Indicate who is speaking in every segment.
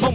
Speaker 1: 蹦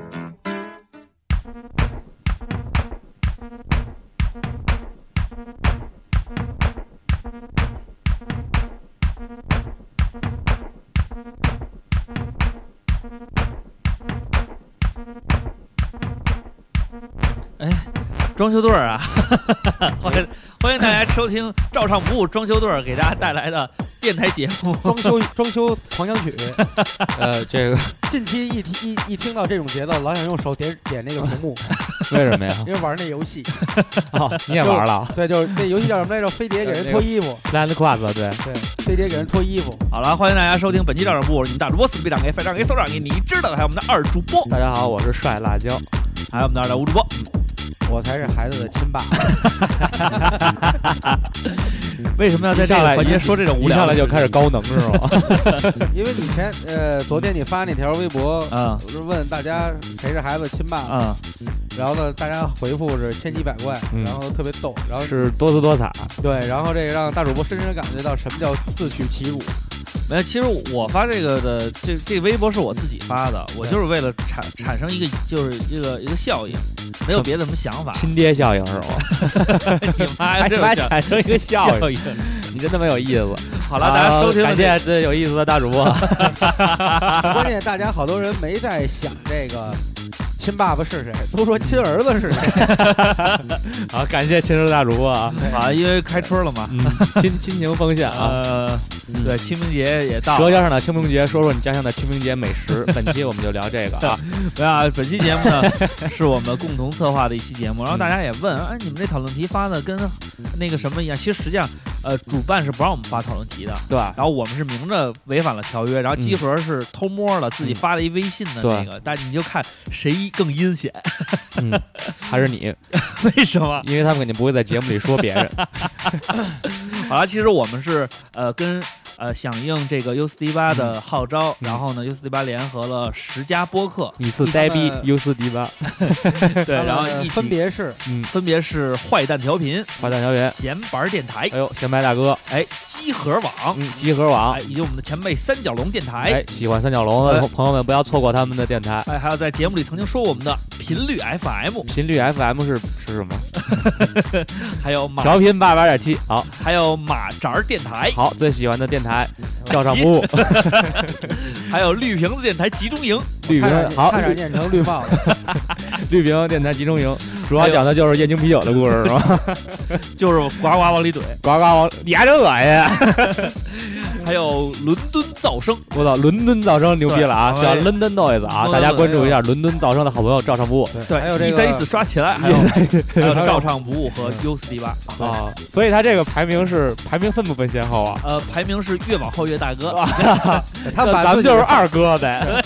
Speaker 2: 装修队儿啊， 欢迎欢迎大家收听照唱不误装修队儿给大家带来的电台节目。
Speaker 3: 装修 装修狂想曲，
Speaker 4: 呃，这个
Speaker 3: 近期一听一一听到这种节奏，老想用手点点那个屏 幕，
Speaker 4: 为什么 呀？
Speaker 3: 因为玩那游戏。
Speaker 4: 哦，你也玩了啊
Speaker 3: 对，就是那游戏叫什么来着？飞碟给人脱衣服，
Speaker 4: ？Land Class 对，
Speaker 3: 对，飞碟给人脱衣服。
Speaker 2: 好了，欢迎大家收听本期照唱不误，我是你们大主播死逼长给反长给搜长给你知道的，还有我们的二主播，
Speaker 4: 大家好，我是帅辣椒。
Speaker 2: 还有我们的二吴主播。
Speaker 3: 我才是孩子的 亲爸。
Speaker 2: 为什么要在这个环节说这种无
Speaker 4: 一
Speaker 2: 聊
Speaker 4: 上
Speaker 2: 的事
Speaker 4: 来
Speaker 2: 情？
Speaker 4: 就开始高能是吗？
Speaker 3: 因为你前呃昨天你发那条微博，
Speaker 2: 嗯
Speaker 4: 啊
Speaker 3: 我是问大家谁是孩子亲爸，
Speaker 2: 嗯，
Speaker 3: 然后呢大家回复是千奇百怪，
Speaker 4: 嗯
Speaker 3: 然后特别逗，然后
Speaker 4: 是多姿多彩，
Speaker 3: 对，然后这个让大主播深深地感觉到什么叫自取其辱。
Speaker 2: 没有，其实我发这个的这这微博是我自己发的，我就是为了产产生一个就是一个一个效应，没有别的什么想法。
Speaker 4: 嗯 亲爹效应是吗？
Speaker 2: 你妈呀，
Speaker 4: 还
Speaker 2: 这
Speaker 4: 还
Speaker 2: 种
Speaker 4: 产生一个效
Speaker 2: 效
Speaker 4: 应，
Speaker 2: 应。
Speaker 4: 你真他妈有意思。
Speaker 2: 好了，大家收听
Speaker 4: 啊
Speaker 2: 了
Speaker 4: 感
Speaker 2: 这
Speaker 4: 谢这有意思的大主播。
Speaker 3: 关键大家好多人没在想这个亲爸爸是谁，都说亲儿子是谁。
Speaker 4: 好，感谢亲热大主播啊，
Speaker 2: 啊，因为开春了嘛，
Speaker 4: 嗯亲亲情奉献啊。
Speaker 2: 呃，对，清明节也到
Speaker 4: 舌
Speaker 2: 了。
Speaker 4: 尖上的清明节，说说你家乡的清明节美食。本期我们就聊这个啊，
Speaker 2: 对啊，本期节目呢是我们共同策划的一期节目，然后大家也问，哎，你们这讨论题发的跟那个什么一样？其实实际上，呃，主办是不让我们发讨论题的，
Speaker 4: 对嗯吧？
Speaker 2: 然后我们是明着违反了条约，然后集合是偷摸了，
Speaker 4: 嗯
Speaker 2: 自己发了一微信的那个，但你就看谁更阴险，
Speaker 4: 嗯，还是你，
Speaker 2: 为什么？
Speaker 4: 因为他们肯定不会在节目里说别人。
Speaker 2: 好了，其实我们是呃跟呃响应这个 U 四 D 八
Speaker 4: 嗯
Speaker 2: 的号召，然后呢 U 四 D 八联合了十家播 客，
Speaker 4: 你是
Speaker 3: 呆逼
Speaker 4: 优斯迪吧？
Speaker 2: 对，然后
Speaker 3: 他们
Speaker 2: 一
Speaker 3: 呃分
Speaker 2: 起
Speaker 3: 别是
Speaker 2: 分别是坏蛋调频、
Speaker 4: 花旦小园，
Speaker 2: 闲板电台、
Speaker 4: 哎呦，闲白大哥，
Speaker 2: 哎集合网、
Speaker 4: 嗯，集合网
Speaker 2: 哎，以及我们的前辈三角龙电台。
Speaker 4: 哎，喜欢三角龙的
Speaker 2: 哎
Speaker 4: 朋友们不要错过他们的电台。
Speaker 2: 哎，还有在节目里曾经说过我们的频率 FM，
Speaker 4: 频率 FM 是是什么？
Speaker 2: 还有马，
Speaker 4: 调频八八点七。好，
Speaker 2: 还有马扎儿电台，
Speaker 4: 好，最喜欢的电台，照常不误。
Speaker 2: 还有绿瓶子电台集中营。
Speaker 4: 绿
Speaker 3: 差点
Speaker 4: 瓶，好
Speaker 3: 差，点念成绿帽 子。
Speaker 4: 绿瓶电台集中营，主要讲的就是燕京啤酒的故事，是吧？
Speaker 2: 就是呱呱往里怼，
Speaker 4: 呱呱王，你还真恶心！
Speaker 2: 还有伦敦噪声，
Speaker 4: 我操，伦敦噪声牛逼了啊！
Speaker 2: 对
Speaker 4: 叫
Speaker 2: 哎
Speaker 4: London Noise 啊，大家关注一下伦敦噪声的好朋友赵尚武
Speaker 2: 对，
Speaker 3: 还有这个
Speaker 2: 一三一四刷起来，还有 还有嗯照唱不误和 U 四 D 八，
Speaker 4: 啊。所以他这个排名是排名分不分先后啊？
Speaker 2: 呃，排名是越往后越大哥，
Speaker 3: 他们把自
Speaker 4: 咱们
Speaker 3: 己
Speaker 4: 就是二哥呗。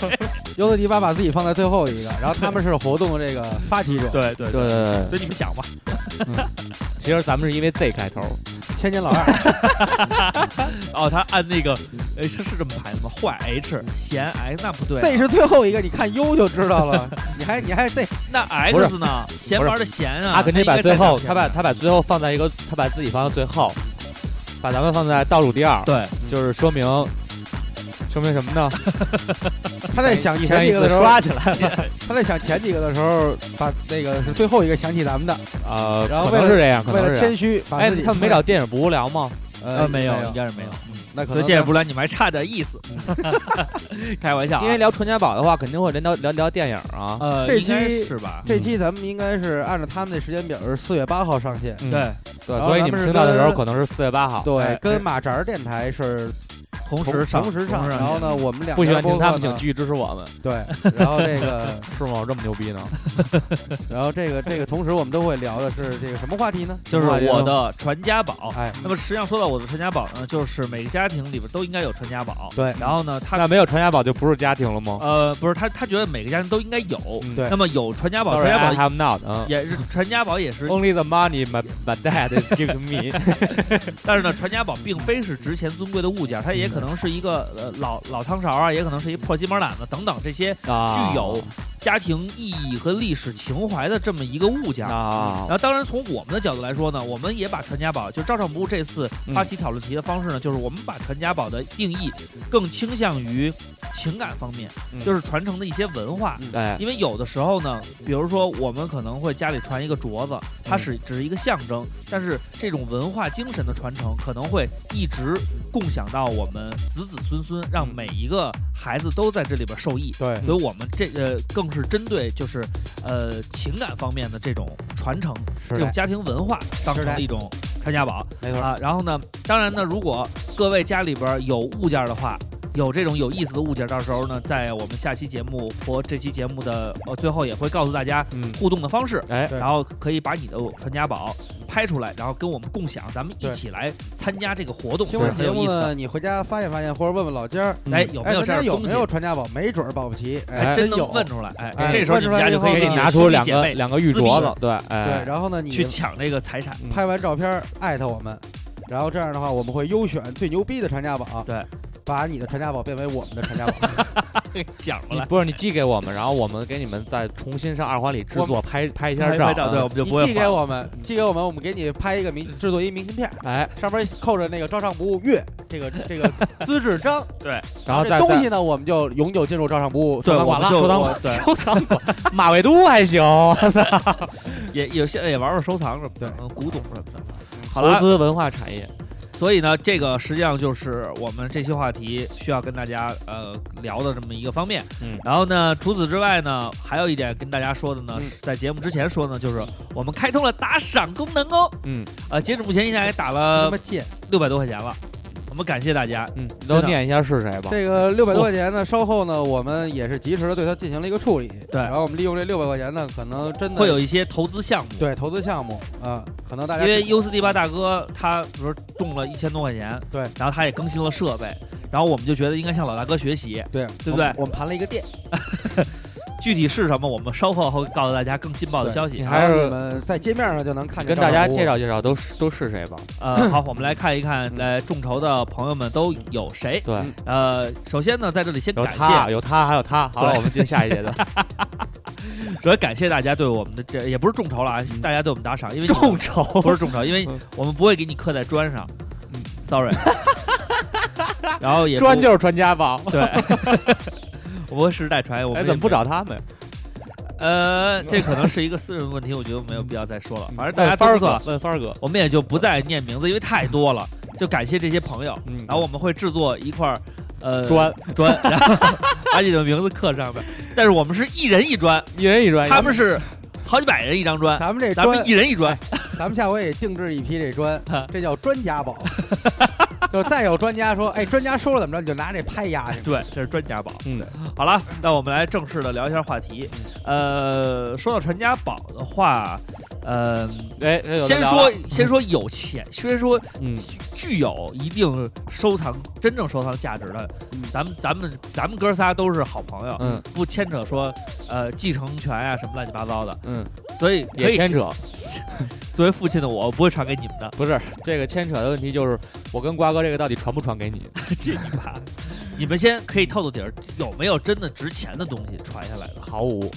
Speaker 3: 尤特迪巴把自己放在最后一个，然后他们是活动的这个发起 者，
Speaker 2: 对对
Speaker 4: 对对对
Speaker 2: 所以你们想吧，
Speaker 4: 其实咱们是因为 Z 开头，
Speaker 3: 千年老二。
Speaker 2: 哦，他按那个，哎，是是这么排的吗？坏 H 闲 X 那不对啊
Speaker 3: Z 是最后一个，你看 U 就知道了。你还你还 Z
Speaker 2: 那 X 呢？闲玩的闲啊，
Speaker 4: 他肯定
Speaker 2: 那
Speaker 4: 把
Speaker 2: 应该
Speaker 4: 最
Speaker 2: 在哪
Speaker 4: 后，他把他把最后放在一个，他把自己放在最后，把咱们放在倒数第二，
Speaker 2: 对，
Speaker 4: 就是说明说明什么呢？
Speaker 3: 他在想
Speaker 4: 一
Speaker 3: 前
Speaker 4: 三一
Speaker 3: 几个
Speaker 4: 四
Speaker 3: 的时候，
Speaker 4: 刷起来
Speaker 3: 他在想前几个的时候，把那个是最后一个想起咱们的，
Speaker 4: 啊，
Speaker 3: 然后
Speaker 4: 可能是这样，可
Speaker 3: 为
Speaker 4: 能
Speaker 3: 了
Speaker 4: 是这
Speaker 3: 谦
Speaker 4: 样。
Speaker 3: 虚，把
Speaker 4: 哎
Speaker 3: 自己，
Speaker 4: 他们没找电影不无聊吗？
Speaker 2: 呃，
Speaker 3: 呃
Speaker 2: 没有，应该是没有。嗯
Speaker 3: 那可
Speaker 2: 所以
Speaker 3: 能
Speaker 2: 这也不然，你们还差点意思， 开玩笑啊，
Speaker 4: 因为聊传家宝的话，肯定会聊聊聊电影啊。
Speaker 2: 呃，
Speaker 3: 这
Speaker 2: 应该
Speaker 3: 期
Speaker 2: 是吧？
Speaker 3: 这期咱们应该是按照他们的时间表是四月八号上线。
Speaker 4: 嗯
Speaker 2: 对，
Speaker 4: 对，
Speaker 3: 然后
Speaker 4: 所以
Speaker 3: 咱
Speaker 4: 你
Speaker 3: 们
Speaker 4: 们
Speaker 3: 是
Speaker 4: 听到的时候
Speaker 3: 跟
Speaker 4: 可能是四月八号。
Speaker 3: 对
Speaker 2: 哎，
Speaker 3: 跟马扎儿电台是
Speaker 2: 同
Speaker 3: 同
Speaker 2: 时上，
Speaker 3: 同时
Speaker 2: 同
Speaker 3: 上，
Speaker 2: 时上
Speaker 3: 然后呢，我们两
Speaker 4: 不喜
Speaker 3: 家
Speaker 4: 欢
Speaker 3: 播
Speaker 4: 听
Speaker 3: 客
Speaker 4: 他们，请
Speaker 3: 呢
Speaker 4: 继续支持我们，
Speaker 3: 对，然后这个，
Speaker 4: 是吗？我这么牛逼呢？
Speaker 3: 然后这个这个，同时我们都会聊的是这个什么话题呢？
Speaker 2: 就是
Speaker 4: 哇
Speaker 2: 我的传家宝。
Speaker 3: 哎，
Speaker 2: 那么实际上说到我的传家宝呢，就是每个家庭里边都应该有传家宝。
Speaker 3: 对
Speaker 2: 然后呢，他
Speaker 4: 那没有传家宝就不是家庭了吗？
Speaker 2: 呃不是他，他觉得每个家庭都应该有。
Speaker 4: 嗯
Speaker 3: 对
Speaker 2: 那么有传家宝，
Speaker 4: ，Sorry,
Speaker 2: 传家
Speaker 4: I
Speaker 2: 宝
Speaker 4: have not 嗯。
Speaker 2: 也是传家宝也是，
Speaker 4: Only the money my my dad is giving to me
Speaker 2: 但是呢，传家宝并非是值钱尊贵的物件，它也可能是一个呃老老汤勺啊，也可能是一破鸡毛掸子等等这些
Speaker 4: 啊，
Speaker 2: 具有家庭意义和历史情怀的这么一个物件。
Speaker 4: 啊
Speaker 2: 然，后，当然从我们的角度来说呢，我们也把传家宝，就照常不误这次发起讨论题的方式呢，就是我们把传家宝的定义更倾向于情感方面，
Speaker 3: 嗯
Speaker 2: 就是传承的一些文化。
Speaker 4: 哎，
Speaker 2: 因为有的时候呢，比如说我们可能会家里传一个镯子，它是只是一个象征，但是这种文化精神的传承可能会一直共享到我们子子孙孙，让每一个孩子都在这里边受益。
Speaker 3: 对
Speaker 2: 所以我们这呃更是针对就是呃情感方面的这种传承，这种家庭文化当成了一种传家宝
Speaker 3: 没错，
Speaker 2: 啊。然后呢，当然呢，如果各位家里边有物件的话。有这种有意思的物件，到时候呢，在我们下期节目和这期节目的呃最后也会告诉大家
Speaker 4: 嗯，
Speaker 2: 互动的方式，
Speaker 4: 哎，
Speaker 3: 对
Speaker 2: 然后可以把你的传家宝拍出来，然后跟我们共享，咱们一起来参加这个活动，
Speaker 3: 听完
Speaker 2: 很
Speaker 3: 节
Speaker 2: 有意
Speaker 3: 目
Speaker 2: 思的。
Speaker 3: 呢，你回家发现发现，或者问问老家儿，
Speaker 2: 哎，有没
Speaker 3: 哎，
Speaker 2: 有
Speaker 3: 咱
Speaker 2: 这样
Speaker 3: 家
Speaker 2: 的
Speaker 3: 有
Speaker 2: 东
Speaker 3: 没
Speaker 2: 西？
Speaker 3: 有传家宝？没准儿保不齐，
Speaker 2: 哎，真
Speaker 3: 真
Speaker 2: 能
Speaker 3: 有
Speaker 2: 问。出来，哎，
Speaker 3: 哎
Speaker 2: 这时候你们家就可以
Speaker 3: 问
Speaker 2: 给你
Speaker 3: 出来以后呢
Speaker 4: 拿出
Speaker 2: 兄
Speaker 4: 两
Speaker 2: 弟姐
Speaker 4: 个
Speaker 2: 妹
Speaker 4: 两个玉
Speaker 2: 撕逼
Speaker 4: 镯子，对，哎
Speaker 3: 对，，然后呢，你
Speaker 2: 去抢这个财产。
Speaker 3: 拍完照片儿艾特我们，然后这样的话，我们会优选最牛逼的传家宝，
Speaker 2: 对，
Speaker 3: 把你的传家宝变为我们的传家宝，
Speaker 2: 讲
Speaker 4: 你
Speaker 2: 了，
Speaker 4: 不是你寄给我们，然后我们给你们再重新上二环里制
Speaker 3: 我
Speaker 4: 作拍拍一下
Speaker 2: 拍拍照，对，我
Speaker 4: 照，嗯
Speaker 2: 们就
Speaker 3: 你
Speaker 2: 不会
Speaker 3: 寄给
Speaker 2: 还嗯
Speaker 3: 我们，寄给我们，我们给你拍一个明，制作一明信片，
Speaker 4: 哎，
Speaker 3: 上面扣着那个“照上不误月”这个 这个资质章，
Speaker 4: 然后
Speaker 3: 这
Speaker 4: 再
Speaker 3: 东西呢，我们就永久进入照上不误
Speaker 2: 对，
Speaker 3: 收藏
Speaker 2: 我
Speaker 3: 馆
Speaker 2: 们
Speaker 3: 了。
Speaker 2: 就
Speaker 4: 收 藏
Speaker 2: 我
Speaker 4: 馆
Speaker 2: 对，
Speaker 4: 收藏馆，马未都还行，
Speaker 2: 也有些也玩玩收藏什么的，
Speaker 3: 对
Speaker 2: 嗯古董什么的。 好
Speaker 4: 投
Speaker 2: 了，
Speaker 4: 资文化产业，
Speaker 2: 所以呢，这个实际上就是我们这期话题需要跟大家呃聊的这么一个方面。
Speaker 4: 嗯
Speaker 2: 然后呢，除此之外呢，还有一点跟大家说的呢，
Speaker 3: 嗯
Speaker 2: 是在节目之前说呢，就是我们开通了打赏功能哦。
Speaker 4: 嗯，
Speaker 2: 呃，截止目前，一下也打
Speaker 3: 他
Speaker 2: 了
Speaker 3: 妈贱！
Speaker 2: 六百多块钱了，我们感谢大家。
Speaker 4: 嗯，你都
Speaker 2: 真的
Speaker 4: 念一下是谁吧？
Speaker 3: 这个六百多块钱呢，稍后呢，我们也是及时的对它进行了一个处理。
Speaker 2: 对
Speaker 3: 然后我们利用这六百块钱呢，可能真的
Speaker 2: 会有一些投资项目，
Speaker 3: 对投资项目啊、可能大
Speaker 2: 因
Speaker 3: 家
Speaker 2: 为 U 四 D 八大哥他比如说中了一千多块钱，
Speaker 3: 对，
Speaker 2: 然后他也更新了设备，然后我们就觉得应该向老大哥学习。
Speaker 3: 对
Speaker 2: 对不对
Speaker 3: 我们我们盘了一个店，
Speaker 2: 具体是什么，我们稍后会告诉大家更劲爆的
Speaker 3: 对
Speaker 2: 消息
Speaker 4: 你。还
Speaker 3: 还
Speaker 4: 是
Speaker 3: 是你们在街面上就能看见
Speaker 4: 跟
Speaker 3: 照相
Speaker 4: 大
Speaker 3: 屋。
Speaker 4: 家介绍介绍都是都是谁吧？
Speaker 2: 呃，好，我们来看一看，来众筹的朋友们都有谁？
Speaker 4: 对，
Speaker 3: 嗯
Speaker 2: 呃，首先呢，在这里先
Speaker 4: 有
Speaker 2: 感
Speaker 4: 他，
Speaker 2: 谢，
Speaker 4: 有他，还有他。好了，
Speaker 2: 对
Speaker 4: 我们进下一节的。
Speaker 2: 主要感谢大家对我们的这也不是众筹了啊，大家对我们打赏，因为你们
Speaker 4: 嗯筹，
Speaker 2: 不是众筹，因为
Speaker 4: 嗯
Speaker 2: 我们不会给你刻在砖上
Speaker 4: 嗯
Speaker 2: ，sorry。然后 也不
Speaker 4: 砖就是传家宝。
Speaker 2: 对，我们时代传言，我
Speaker 4: 哎，
Speaker 2: 们
Speaker 4: 怎
Speaker 2: 也
Speaker 4: 么不
Speaker 2: 没有？
Speaker 4: 找他们？
Speaker 2: 呃，这可能是一个私人问题，我觉得没有必要再说了。反正大家
Speaker 4: 嗯问
Speaker 2: 都
Speaker 4: 帆儿
Speaker 2: 知道
Speaker 4: 哥，，问帆儿哥。
Speaker 2: 我们也就不再念名字，因为太多了。就感谢这些朋友，
Speaker 4: 嗯
Speaker 2: 然后我们会制作一块儿呃
Speaker 4: 砖，
Speaker 2: 砖，然后 把你的名字刻上面。但是我们是一人一砖，
Speaker 4: 一人一砖。
Speaker 2: 他们是好几百人一张
Speaker 4: 哎
Speaker 2: 砖，
Speaker 3: 咱们这
Speaker 2: 咱
Speaker 3: 砖
Speaker 2: 们，一人一砖。
Speaker 3: 咱们下回也定制一批这砖，这叫专家宝。就再有专家说，哎，专家说了怎么着，你就拿这拍压去。
Speaker 2: 哎对，这是专家宝。
Speaker 4: 嗯，
Speaker 2: 好了，那我们来正式的聊一下话题。
Speaker 4: 嗯
Speaker 2: 呃，说到传家宝的话，呃，
Speaker 4: 哎，那有的
Speaker 2: 先
Speaker 4: 聊
Speaker 2: 说
Speaker 4: 了
Speaker 2: 先说有钱，先说
Speaker 4: 嗯，
Speaker 2: 具有一定收藏、真正收藏价值的，咱们咱们咱们哥仨都是好朋友，
Speaker 4: 嗯，
Speaker 2: 不牵扯说呃继承权啊什么乱七八糟的，
Speaker 4: 嗯，
Speaker 2: 所以可
Speaker 4: 也
Speaker 2: 以
Speaker 4: 牵
Speaker 2: 是
Speaker 4: 扯，
Speaker 2: 作为父亲的我，我不会传给你们的，
Speaker 4: 不是这个牵扯的问题，就是我跟瓜哥这个到底传不传给你？
Speaker 2: 去你妈！你们先可以透透底儿，有没有真的值钱的东西传下来的？
Speaker 4: 毫无，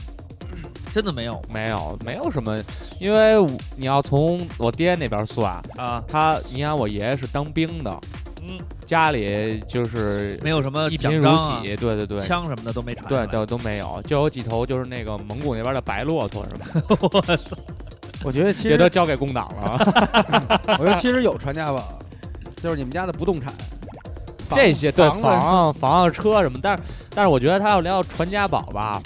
Speaker 2: 真的没有
Speaker 4: 没有，没有什么，因为我你要从我爹那边算，
Speaker 2: 啊，
Speaker 4: 他，你看我爷爷是当兵的，
Speaker 2: 嗯，
Speaker 4: 家里就是
Speaker 2: 没有什么
Speaker 4: 一
Speaker 2: 奖
Speaker 4: 贫如
Speaker 2: 章啊、
Speaker 4: 洗，对对对，
Speaker 2: 枪什么的都没传下
Speaker 4: 对
Speaker 2: 来。
Speaker 4: 对都没有，就有几头就是那个蒙古那边的白骆驼是吧？
Speaker 3: 我觉得其
Speaker 4: 也
Speaker 3: 实
Speaker 4: 都交给工党 了。
Speaker 3: 我觉得其实有传家宝，就是你们家的不动产，房
Speaker 4: 这些对
Speaker 3: 房子
Speaker 4: 房房啊车什么，但是但是我觉得他要聊传家宝吧，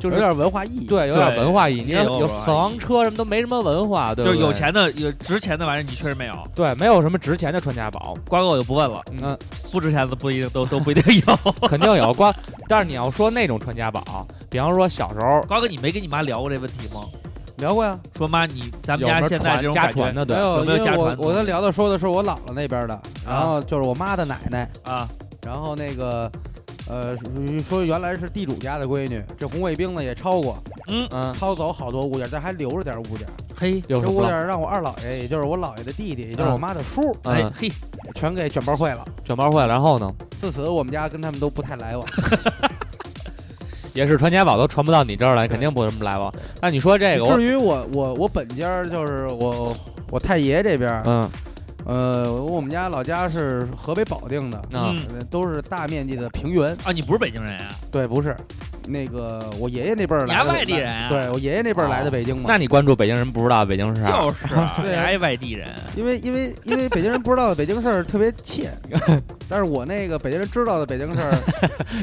Speaker 4: 就
Speaker 3: 有
Speaker 4: 是
Speaker 3: 点文化意义。，
Speaker 4: 对有点
Speaker 2: 对
Speaker 4: 文化意义，你
Speaker 2: 也有
Speaker 4: 有
Speaker 2: 文化意义
Speaker 4: 房车什么都没什么文化，对不
Speaker 2: 就
Speaker 4: 对？
Speaker 2: 是有，钱的、有值钱的玩意儿，你确实没有。
Speaker 4: 对，没有什么值钱的传家宝，
Speaker 2: 瓜哥我就不问了，
Speaker 4: 嗯，
Speaker 2: 不值钱的不一定都都不一定有。
Speaker 4: 肯定有瓜。但是你要说那种传家宝，比方说小时候
Speaker 2: 瓜哥，你没跟你妈聊过这问题吗？
Speaker 3: 聊过呀。
Speaker 2: 说妈，你咱们
Speaker 4: 有什
Speaker 2: 家
Speaker 4: 么
Speaker 2: 现在这
Speaker 4: 传
Speaker 2: 种
Speaker 4: 家
Speaker 2: 感觉
Speaker 4: 传的，对
Speaker 3: 没，有，
Speaker 2: 有没有
Speaker 3: 因为
Speaker 2: 家
Speaker 3: 我
Speaker 2: 传
Speaker 3: 我在聊的说的是我姥姥那边的，然后就是我妈的奶奶，
Speaker 2: 啊，
Speaker 3: 然后那个，呃，属于说原来是地主家的闺女，这红卫兵呢也抄过，
Speaker 4: 嗯，
Speaker 3: 抄走好多物件，但还留着点物件。
Speaker 2: 嘿，
Speaker 4: 有什
Speaker 3: 这物
Speaker 4: 么？
Speaker 3: 件让我二姥爷，也就是我姥爷的弟弟，也就是我妈的叔，
Speaker 4: 嗯
Speaker 2: 哎嘿，
Speaker 3: 全给卷包会了。
Speaker 4: 卷包会，然后呢？
Speaker 3: 自此我们家跟他们都不太来往。
Speaker 4: 也是传家宝都传不到你这儿来，
Speaker 3: 对
Speaker 4: 肯定不是什么来往。那你说这个，我
Speaker 3: 至于我我我本家儿就是我我太爷这边儿，
Speaker 4: 嗯
Speaker 3: 呃，我们家老家是河北保定的，
Speaker 4: 啊
Speaker 2: 嗯
Speaker 3: 呃都是大面积的平原。
Speaker 2: 啊，你不是北京人啊？
Speaker 3: 对，不是，那个我爷爷那辈儿
Speaker 2: 你
Speaker 3: 来
Speaker 2: 还
Speaker 3: 的，
Speaker 2: 外地人啊？
Speaker 3: 对我爷爷那辈儿来的
Speaker 4: 哦
Speaker 3: 北京嘛。
Speaker 4: 那你关注北京人不知道北京是啥？
Speaker 2: 就是啊
Speaker 3: 对
Speaker 2: 你还外地人，
Speaker 3: 因为因为因为北京人不知道的北京事儿特别 切，但是我那个北京人知道的北京事儿，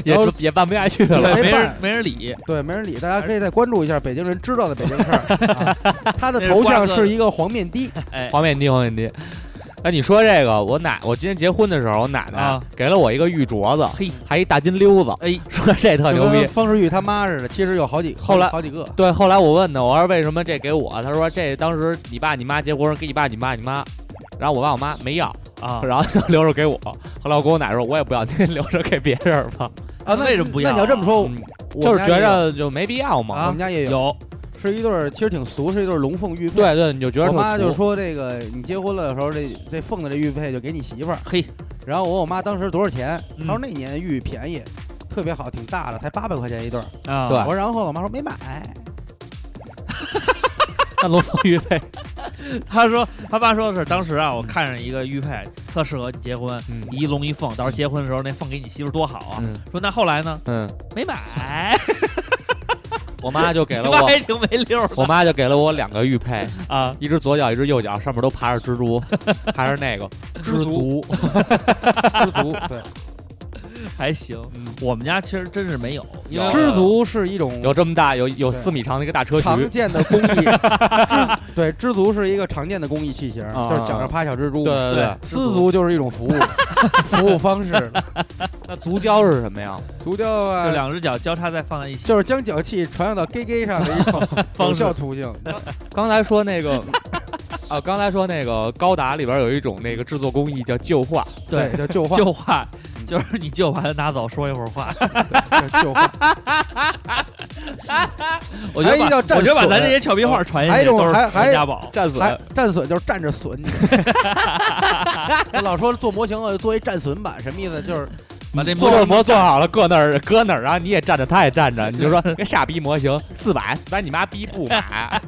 Speaker 4: 也
Speaker 3: 然后
Speaker 4: 也办不下去了。
Speaker 2: 对，
Speaker 3: 没
Speaker 2: 没
Speaker 3: 办
Speaker 2: 人没人理。
Speaker 3: 对，没人理。大家可以再关注一下北京人知道的北京 事儿。啊他的头像是一个黄面的，
Speaker 2: 哎，
Speaker 4: 黄面的，黄面的。那你说这个，我奶，我今天结婚的时候，我奶奶
Speaker 2: 啊
Speaker 4: 给了我一个玉镯子，
Speaker 2: 嘿，
Speaker 4: 还一大金溜子，
Speaker 2: 哎，
Speaker 4: 说这特
Speaker 3: 就
Speaker 4: 牛逼
Speaker 3: 跟。方世玉他妈似的，其实有好几
Speaker 4: 后来
Speaker 3: 好几个。
Speaker 4: 对，后来我问他，我说为什么这给我？他说这当时你爸你妈结婚给你爸你妈你妈，然后我爸我妈没要，
Speaker 2: 啊，
Speaker 4: 然后就留着给我。后来我跟我奶说，我也不要，您 留着给别人吧，
Speaker 3: 啊，那
Speaker 2: 为什么不要啊
Speaker 3: 那你要这么说，
Speaker 4: 嗯
Speaker 3: 我
Speaker 4: 就是
Speaker 3: 们家
Speaker 4: 觉
Speaker 3: 也有
Speaker 4: 着就没必要嘛。
Speaker 3: 我
Speaker 2: 啊
Speaker 3: 们家也有，
Speaker 2: 有
Speaker 3: 是一对儿其实挺俗，是一对儿龙凤玉佩。，
Speaker 4: 对对，你就觉得
Speaker 3: 我
Speaker 4: 特
Speaker 3: 妈就
Speaker 4: 俗
Speaker 3: 说这个你结婚了的时候，这这凤的这玉佩就给你媳妇儿。
Speaker 2: 嘿，
Speaker 3: 然后我问我妈当时多少钱，
Speaker 2: 嗯
Speaker 3: 她说那年玉便宜，特别好，挺大的，才八百块钱一对儿。
Speaker 2: 啊，
Speaker 4: 对
Speaker 3: 我说然后我妈说没买，
Speaker 4: 那龙凤玉佩，
Speaker 2: 他说他爸说的是当时啊，我看上一个玉佩，特适合你结婚，
Speaker 4: 嗯
Speaker 2: 你一龙一凤，到时候结婚的时候那凤给你媳妇儿多好啊。
Speaker 4: 嗯
Speaker 2: 说那后来呢？
Speaker 4: 嗯，
Speaker 2: 没买，
Speaker 4: 我妈 就给了
Speaker 2: 你爸
Speaker 4: 我，
Speaker 2: 还挺没溜儿的
Speaker 4: 我妈就给了我两个玉佩，
Speaker 2: 啊。
Speaker 4: 一只左脚，一只右脚，上面都爬着蜘蛛， 还是那个
Speaker 3: 知足， 知足，对，
Speaker 2: 还行
Speaker 4: 嗯，
Speaker 2: 我们家其实真是没有，因为
Speaker 4: 有
Speaker 3: 知足是一种
Speaker 4: 有这么大，有有
Speaker 3: 对
Speaker 4: 四米长的一个大车
Speaker 3: 常
Speaker 4: 渠，
Speaker 3: 见的工艺，知对，知足是一个常见的工艺器型，
Speaker 4: 啊
Speaker 3: 就是脚上趴小蜘蛛
Speaker 4: 对
Speaker 3: 嘛。
Speaker 4: 对对
Speaker 2: 对。
Speaker 3: 丝足就是一种服务，服务方式。
Speaker 4: 那足胶是什么呀？
Speaker 3: 足雕啊，
Speaker 2: 就两只脚交叉再放在一起，
Speaker 3: 就是将脚气传染到 gay gay 上的一种
Speaker 2: 方式
Speaker 3: 有效途径。
Speaker 4: 刚才说那个， 啊，刚才说那个高达里边有一种那个制作工艺叫旧画，
Speaker 2: 对，
Speaker 3: 叫旧化，
Speaker 2: 就话就是你就把它拿走，说一会儿话。
Speaker 3: 叫旧化。
Speaker 2: 我觉得把
Speaker 3: 还一叫战
Speaker 2: 我觉得把咱
Speaker 3: 损
Speaker 2: 这些俏皮话传下
Speaker 3: 还
Speaker 2: 去
Speaker 3: 有一种
Speaker 2: 都是
Speaker 3: 还还
Speaker 2: 传家宝。
Speaker 4: 战损
Speaker 3: 还战损就是站着损你。我老说做模型啊，做一战损版，什么意思？就是
Speaker 2: 把这
Speaker 4: 做
Speaker 2: 模
Speaker 4: 这模做好了，搁那儿搁那儿，然后你也站着，他也站着，你就说 跟傻逼模型四百，四百你妈逼不买，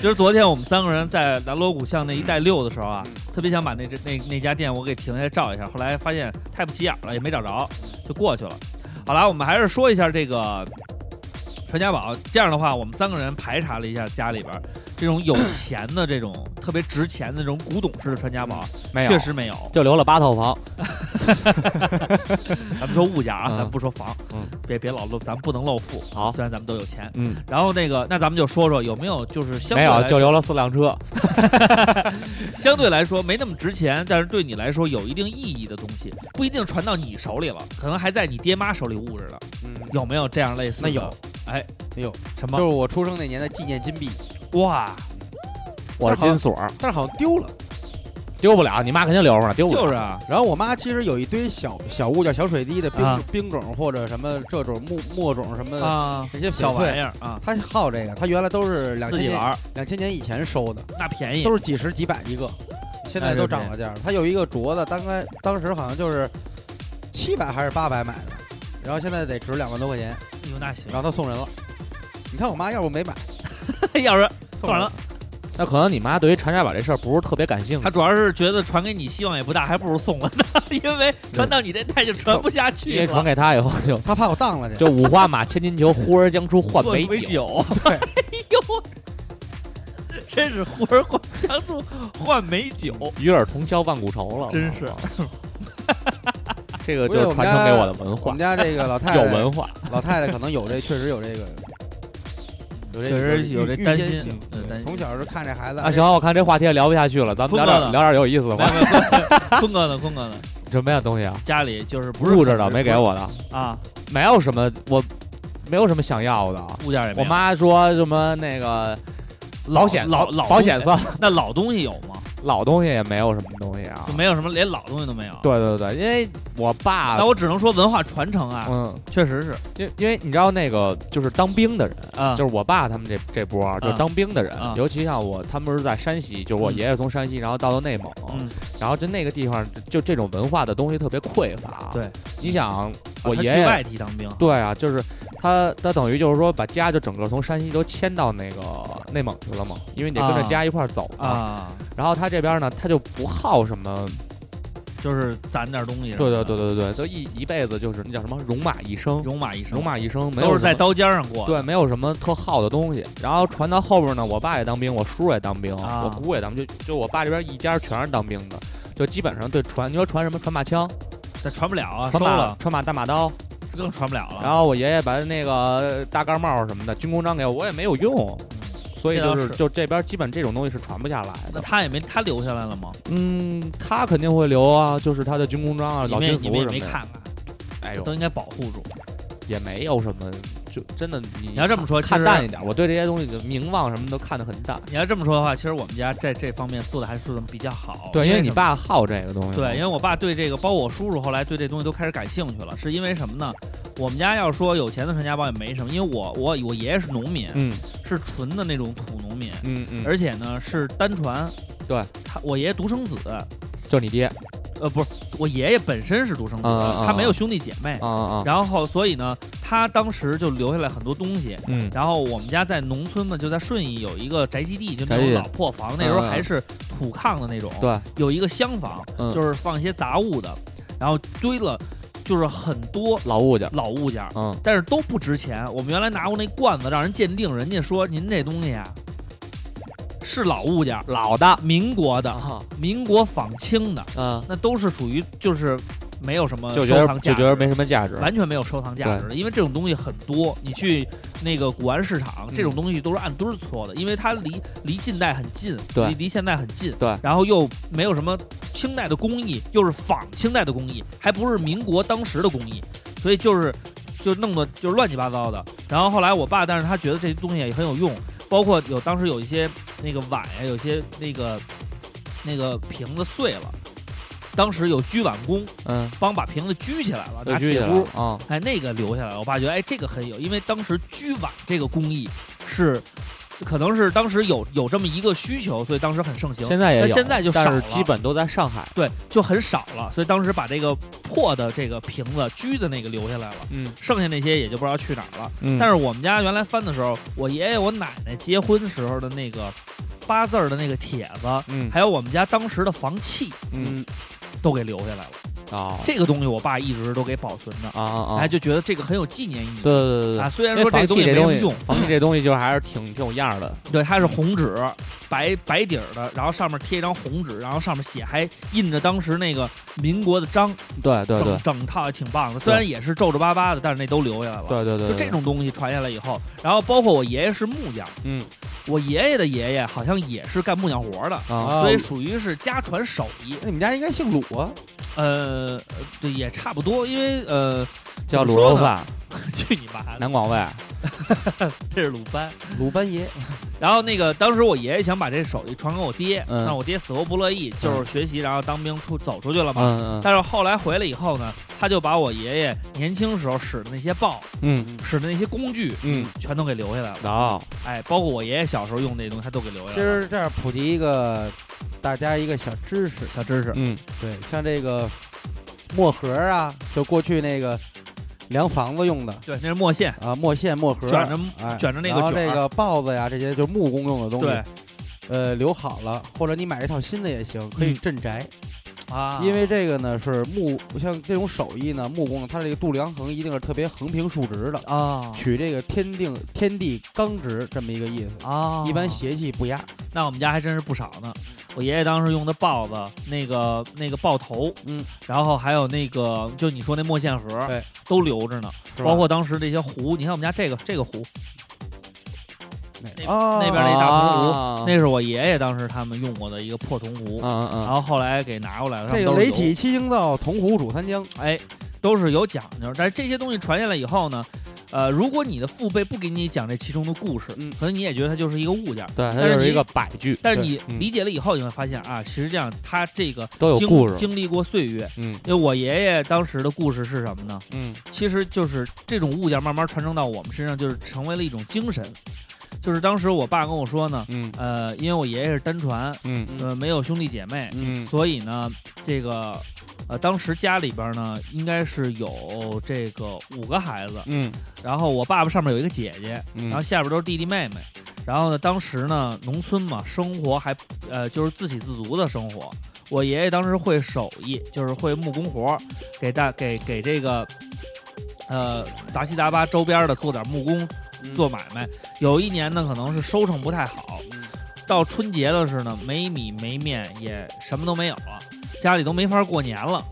Speaker 2: 就是昨天我们三个人在南锣鼓巷那一带溜的时候啊
Speaker 3: 嗯，
Speaker 2: 特别想把那只那那家店我给停下来照一下，后来发现太不起眼了，也没找着，就过去了。好啦，我们还是说一下这个传家宝。这样的话，我们三个人排查了一下家里边儿这种有钱的这种特别值钱的这种古董式的传家宝，
Speaker 4: 没有，
Speaker 2: 确实没有。
Speaker 4: 就留了八套房，
Speaker 2: 咱们说物价啊，
Speaker 4: 嗯
Speaker 2: 咱不说房，
Speaker 4: 嗯，
Speaker 2: 别别老露，咱们不能露富。
Speaker 4: 好
Speaker 2: 虽然咱们都有钱，
Speaker 4: 嗯，
Speaker 2: 然后那个，那咱们就说说有没有就是相对
Speaker 4: 没有
Speaker 2: 嗯来
Speaker 4: 就留了四辆车，
Speaker 2: 相对来说没那么值钱，但是对你来说有一定意义的东西，不一定传到你手里了，可能还在你爹妈手里捂着呢。
Speaker 3: 嗯，
Speaker 2: 有没有这样类似
Speaker 3: 那
Speaker 2: 的？
Speaker 3: 有，
Speaker 2: 哎，
Speaker 3: 有
Speaker 2: 什
Speaker 3: 就
Speaker 2: 么？
Speaker 3: 是我出生那年的纪念金币，
Speaker 2: 哇，
Speaker 4: 我是
Speaker 3: 好像
Speaker 4: 金锁儿，
Speaker 3: 但是好像丢了。
Speaker 4: 丢不了，你妈肯定留着呢，丢不了。
Speaker 2: 就是啊，
Speaker 3: 然后我妈其实有一堆小小物，叫小水滴的冰、
Speaker 2: 啊
Speaker 3: 冰种或者什么这种木墨种什么
Speaker 2: 啊，
Speaker 3: 这些
Speaker 2: 小玩意
Speaker 3: 意。
Speaker 2: 儿啊，
Speaker 3: 她好这个，她原来都是两
Speaker 2: 自
Speaker 3: 千
Speaker 2: 己
Speaker 3: 年
Speaker 2: 玩儿嗯
Speaker 3: 两千年以前收的，
Speaker 2: 那便宜
Speaker 3: 都是几十几百一个，现在都
Speaker 2: 哎
Speaker 3: 涨了价。她有一个镯子，当该当时好像就是七百还是八百买的，然后现在得值两万多块钱，
Speaker 2: 哎呦那行
Speaker 3: 然，后她送人了。你看我妈要不没买，
Speaker 2: 要是算了，
Speaker 4: 那可能你妈对于传家宝这事儿不是特别感兴
Speaker 2: 他
Speaker 4: 趣，
Speaker 2: 主要是觉得传给你希望也不大，还不如送了呢， 因为传到你这代就传不下
Speaker 4: 因
Speaker 2: 去
Speaker 4: 为传
Speaker 2: 了。
Speaker 4: 给她以后就
Speaker 3: 她怕我当了去。
Speaker 4: 就五花马千金裘，呼儿将出换
Speaker 2: 换
Speaker 4: 美
Speaker 2: 美
Speaker 4: 酒。
Speaker 2: 酒，
Speaker 3: 对
Speaker 2: 哎呦，真是忽而换江住换美酒，哦
Speaker 4: 与尔同销万古愁了，
Speaker 2: 真是。
Speaker 4: 这个
Speaker 3: 不是
Speaker 4: 就
Speaker 3: 我们
Speaker 4: 传
Speaker 3: 家
Speaker 4: 承给我的文
Speaker 3: 我
Speaker 4: 化
Speaker 3: 们，家这个老太
Speaker 4: 有
Speaker 3: 太，
Speaker 4: 文化。
Speaker 3: 老太太可能有这，确实有这个，有这
Speaker 2: 确实
Speaker 3: 预
Speaker 2: 有这
Speaker 3: 预
Speaker 2: 担
Speaker 3: 见
Speaker 2: 心
Speaker 3: 性
Speaker 2: 嗯
Speaker 3: 对
Speaker 2: 担心
Speaker 3: 从小就看这孩子
Speaker 4: 啊，行，，我看这话题也聊不下去了，咱们
Speaker 2: 不
Speaker 4: 聊
Speaker 2: 聊
Speaker 4: 点
Speaker 2: 了
Speaker 4: 聊点有意思的
Speaker 2: 没有
Speaker 4: 吧。
Speaker 2: 没有，坤哥呢？坤哥呢？
Speaker 4: 什么呀东西啊？
Speaker 2: 家里就是不是
Speaker 4: 录着的没给我的，
Speaker 2: 啊，
Speaker 4: 没有什么，我没有什么想要的。啊
Speaker 2: 物件也没
Speaker 4: 我
Speaker 2: 有。
Speaker 4: 妈说什么那个
Speaker 2: 老
Speaker 4: 保险
Speaker 2: 老老
Speaker 4: 保险
Speaker 2: 东
Speaker 4: 算
Speaker 2: 那老东西有吗？
Speaker 4: 老东西也没有什么东西啊
Speaker 2: 就。没有什么，连老东西都没有。
Speaker 4: 对对对，因为我爸
Speaker 2: 那，我只能说文化传承啊，
Speaker 4: 嗯，
Speaker 2: 确实是
Speaker 4: 因因为你知道那个就是当兵的人，
Speaker 2: 啊，
Speaker 4: 就是我爸他们这这波儿就是
Speaker 2: 啊
Speaker 4: 当兵的人
Speaker 2: 啊，
Speaker 4: 尤其像我，他们是在山西，就是我
Speaker 2: 嗯
Speaker 4: 爷爷从山西，然后到了内蒙
Speaker 2: 嗯，
Speaker 4: 然后就那个地方就这种文化的东西特别匮乏。啊
Speaker 2: 对，啊
Speaker 4: 你想我
Speaker 2: 他
Speaker 4: 爷
Speaker 2: 去
Speaker 4: 爷
Speaker 2: 外地当兵，
Speaker 4: 对啊，就是他他等于就是说把家就整个从山西都迁到那个内蒙去了嘛，因为你得跟着
Speaker 2: 啊
Speaker 4: 家一块儿走嘛。
Speaker 2: 啊，
Speaker 4: 然后他这边呢，他就不好什么，
Speaker 2: 就是攒点东西。
Speaker 4: 对对对，对对，都一一辈子就是那叫什么戎马一生，
Speaker 2: 戎马一生，
Speaker 4: 戎马一生没有
Speaker 2: 都是在
Speaker 4: 什么
Speaker 2: 刀尖上过。
Speaker 4: 对，没有什么特好的东西。然后传到后边呢，我爸也当兵，我叔也当兵，
Speaker 2: 啊
Speaker 4: 我姑也当兵，就就我爸这边一家全是当兵的，就基本上对传，你说传什么传把枪，
Speaker 2: 但传不了啊，收
Speaker 4: 传把
Speaker 2: 了
Speaker 4: 传把大马刀，
Speaker 2: 更传不了了。
Speaker 4: 然后我爷爷把那个大盖帽什么的军功章给我，我也没有用，所以
Speaker 2: 这倒
Speaker 4: 就是
Speaker 2: 是
Speaker 4: 就这边基本这种东西是传不下来
Speaker 2: 那
Speaker 4: 的。
Speaker 2: 他也没他留下来了吗？
Speaker 4: 嗯，他肯定会留啊，就是他的军功章啊、
Speaker 2: 你
Speaker 4: 老
Speaker 2: 们
Speaker 4: 军
Speaker 2: 也
Speaker 4: 服
Speaker 2: 你
Speaker 4: 什
Speaker 2: 们也没
Speaker 4: 么的。
Speaker 2: 看看，
Speaker 4: 哎
Speaker 2: 这
Speaker 4: 呦
Speaker 2: 都，应该保护住。
Speaker 4: 也没有什么，就真的你
Speaker 2: 你要这么说，其
Speaker 4: 看
Speaker 2: 实
Speaker 4: 淡一点，我对这些东西的名望什么都看得很淡。
Speaker 2: 你要这么说的话，其实我们家在这方面做的还是比较好。
Speaker 4: 对，因
Speaker 2: 因
Speaker 4: 为你
Speaker 2: 什么
Speaker 4: 爸好这个东西。
Speaker 2: 哦对，因为我爸对这个，包括我叔叔后来对这东西都开始感兴趣了，是因为什么呢？我们家要说有钱的传家宝也没什么，因为我我我爷爷是农民，
Speaker 4: 嗯
Speaker 2: 是纯的那种土农民，
Speaker 4: 嗯嗯，
Speaker 2: 而且呢是单传。
Speaker 4: 对
Speaker 2: 他，我爷爷独生子，
Speaker 4: 就你爹啊
Speaker 2: 呃，不是，我爷爷本身是独生子，
Speaker 4: 嗯嗯嗯
Speaker 2: 他没有兄弟姐妹，
Speaker 4: 啊啊，
Speaker 2: 然后所以呢，他当时就留下来很多东西。
Speaker 4: 嗯
Speaker 2: 然后我们家在农村嘛，就在顺义有一个宅基地，就那
Speaker 4: 宅基
Speaker 2: 种
Speaker 4: 地
Speaker 2: 老破房，那时候
Speaker 4: 嗯嗯
Speaker 2: 还是土炕的那种。
Speaker 4: 对，
Speaker 2: 有一个厢房，
Speaker 4: 嗯
Speaker 2: 就是放一些杂物的，然后堆了就是很多
Speaker 4: 老物件，
Speaker 2: 老物件儿，
Speaker 4: 嗯，
Speaker 2: 但是都不值钱。我们原来拿过那罐子让人鉴定，人家说您这东西啊是老物件儿，
Speaker 4: 老的
Speaker 2: 民国的，
Speaker 4: 啊，
Speaker 2: 民国仿清的，
Speaker 4: 嗯，
Speaker 2: 那都是属于就是没有什么
Speaker 4: 就觉
Speaker 2: 呃收
Speaker 4: 得
Speaker 2: 藏价
Speaker 4: 就
Speaker 2: 值，
Speaker 4: 觉得没什么价值，
Speaker 2: 完全没有收藏价值，因为这种东西很多。你去那个古玩市场，
Speaker 4: 嗯
Speaker 2: 这种东西都是按堆儿搓的，因为它离离近代很近，
Speaker 4: 对
Speaker 2: 离离现代很近，
Speaker 4: 对
Speaker 2: 然后又没有什么清代的工艺，又是仿清代的工艺，还不是民国当时的工艺，所以就是就弄得就是乱七八糟的。然后后来我爸，但是他觉得这些东西也很有用，包括有当时有一些那个碗呀，有些那个那个瓶子碎了。当时有锔碗工
Speaker 4: 嗯，
Speaker 2: 帮把瓶子锔起来了，
Speaker 4: 就
Speaker 2: 拿
Speaker 4: 去
Speaker 2: 铁
Speaker 4: 了
Speaker 2: 箍
Speaker 4: 啊，
Speaker 2: 哎，那个留下来了。我爸觉得，哎，这个很有，因为当时锔碗这个工艺是，可能是当时有有这么一个需求，所以当时很盛行。
Speaker 4: 现在也有，
Speaker 2: 但现在就少
Speaker 4: 但
Speaker 2: 了
Speaker 4: 是基本都在上海，
Speaker 2: 对，就很少了，所以当时把这个破的这个瓶子、锔的那个留下来了，
Speaker 4: 嗯
Speaker 2: 剩下那些也就不知道去哪儿了。
Speaker 4: 嗯，
Speaker 2: 但
Speaker 4: 是
Speaker 2: 是我们家原来翻的时候，我爷爷、我奶奶结婚时候的那个八字儿的那个帖子，
Speaker 4: 嗯
Speaker 2: 还有我们家当时的房契，
Speaker 4: 嗯
Speaker 2: 都给留下来了。
Speaker 4: 啊
Speaker 2: 这个东西我爸一直都给保存着，
Speaker 4: 啊啊
Speaker 2: 哎，
Speaker 4: 啊，
Speaker 2: 就觉得这个很有纪念意义。
Speaker 4: 对对对对
Speaker 2: 啊，
Speaker 4: 对。
Speaker 2: 虽然
Speaker 4: 因
Speaker 2: 说
Speaker 4: 为
Speaker 2: 这个
Speaker 4: 房
Speaker 2: 东
Speaker 4: 契
Speaker 2: 西没什
Speaker 4: 这东
Speaker 2: 么
Speaker 4: 西
Speaker 2: 用，，
Speaker 4: 房契这东西就是还是挺挺有样儿的，
Speaker 2: 对，它是红纸白白底儿的，然后上面贴一张红纸，然后上面写还印着当时那个民国的章，
Speaker 4: 对对对
Speaker 2: 整整套也挺棒的。虽然也是皱皱巴巴的，但是那都留下来了。
Speaker 4: 对对对，
Speaker 2: 就
Speaker 4: 对
Speaker 2: 这，种东西传下来以后，然后包括我爷爷是木匠，
Speaker 4: 嗯
Speaker 2: 我爷爷的爷爷好像也是干木匠活的，
Speaker 4: 啊哎
Speaker 3: 啊
Speaker 2: 所以属于是家传手艺。
Speaker 3: 那你们家应该姓鲁啊？
Speaker 2: 呃，对，也差不多，因为呃，
Speaker 4: 叫
Speaker 2: 怎
Speaker 4: 卤
Speaker 2: 么说
Speaker 4: 肉
Speaker 2: 呢，啊
Speaker 4: 饭，
Speaker 2: 去你妈的，
Speaker 4: 南广味，
Speaker 2: 这是鲁班。
Speaker 3: 鲁班爷，
Speaker 2: 然后那个当时我爷爷想把这手艺传给我爹，
Speaker 4: 嗯
Speaker 2: 但是我爹死活不乐
Speaker 3: 嗯
Speaker 2: 意，就是学习，然后当兵出走出去了嘛。
Speaker 4: 嗯
Speaker 2: 但是后来回来以后呢，他就把我爷爷年轻时候使的那些刨、
Speaker 4: 嗯嗯
Speaker 2: 使的那些工具，
Speaker 4: 嗯，哦
Speaker 2: 全都给留下来了。
Speaker 4: 走，
Speaker 2: 哎，包括我爷爷小时候用那些东西，他都给留下来了。
Speaker 3: 其实这样普及一个大家一个小知识，
Speaker 2: 小知识，
Speaker 4: 嗯
Speaker 3: 对，像这个墨盒啊，就过去那个量房子用的
Speaker 2: 对，那是墨线，
Speaker 3: 啊，墨线、墨盒，
Speaker 2: 卷着
Speaker 3: 哎
Speaker 2: 卷着那
Speaker 3: 然
Speaker 2: 个
Speaker 3: 后
Speaker 2: 卷
Speaker 3: 这
Speaker 2: 儿。
Speaker 3: 个刨子呀，这些就是木工用的东
Speaker 2: 对
Speaker 3: 西，呃，留好了，或者你买一套新的也行，可以
Speaker 2: 嗯
Speaker 3: 镇宅。
Speaker 2: 啊，
Speaker 3: 因为这个呢是木，像这种手艺呢，木工它这个度量衡一定是特别横平竖直的，
Speaker 2: 啊
Speaker 3: 取这个天定天地刚直这么一个意思。
Speaker 2: 啊，
Speaker 3: 一般邪气不压，
Speaker 2: 那我们家还真是不少呢。我爷爷当时用的刨子，那个那个刨头，
Speaker 3: 嗯，
Speaker 2: 然后还有那个就你说那墨线盒，
Speaker 3: 对，
Speaker 2: 都留着呢。
Speaker 3: 是吧
Speaker 2: 包括当时这些壶，你看我们家这个这个壶，那
Speaker 3: 啊
Speaker 2: 那边那大铜壶
Speaker 4: 啊
Speaker 2: 那是我爷爷当时他们用过的一个破铜壶，
Speaker 4: 嗯
Speaker 2: 然
Speaker 4: 嗯
Speaker 2: 后后来给拿过来了。他们
Speaker 3: 啊这
Speaker 2: 都
Speaker 3: 个
Speaker 2: 是
Speaker 3: 雷
Speaker 2: 有
Speaker 3: 起七星灶，铜壶煮三江，
Speaker 2: 哎，都是有讲究。但是这些东西传下来以后呢，呃，如果你的父辈不给你讲这其中的故事，
Speaker 3: 嗯
Speaker 2: 可能你也觉得它就是一个物件儿。
Speaker 4: 对，它
Speaker 2: 但是
Speaker 4: 就是
Speaker 2: 你
Speaker 4: 一个摆具，
Speaker 2: 但是你
Speaker 4: 对嗯
Speaker 2: 理解了以后，你会发现啊，其实这样它这个
Speaker 4: 都有
Speaker 2: 经
Speaker 4: 故事，
Speaker 2: 经历过岁月。
Speaker 4: 嗯
Speaker 2: 因为我爷爷当时的故事是什么呢？
Speaker 4: 嗯
Speaker 2: 其实就是这种物件慢慢传承到我们身上，就是成为了一种精神。就是当时我爸跟我说呢，
Speaker 4: 嗯
Speaker 2: 呃，因为我爷爷是单传，
Speaker 4: 嗯
Speaker 2: 呃，没有兄弟姐妹，
Speaker 4: 嗯
Speaker 2: 所以呢，这个呃，当时家里边呢应该是有这个五个孩子，
Speaker 4: 嗯
Speaker 2: 然后我爸爸上面有一个姐姐，然后
Speaker 4: 嗯
Speaker 2: 下边都是弟弟妹妹。然后呢，当时呢，农村嘛，生活还呃就是自给自足的生活。我爷爷当时会手艺，就是会木工活儿，给大给给这个呃杂七杂八周边的做点木工做买卖。有一年呢，可能是收成不太好，到春节的时候呢，没米没面，也什么都没有了，家里都没法过年了。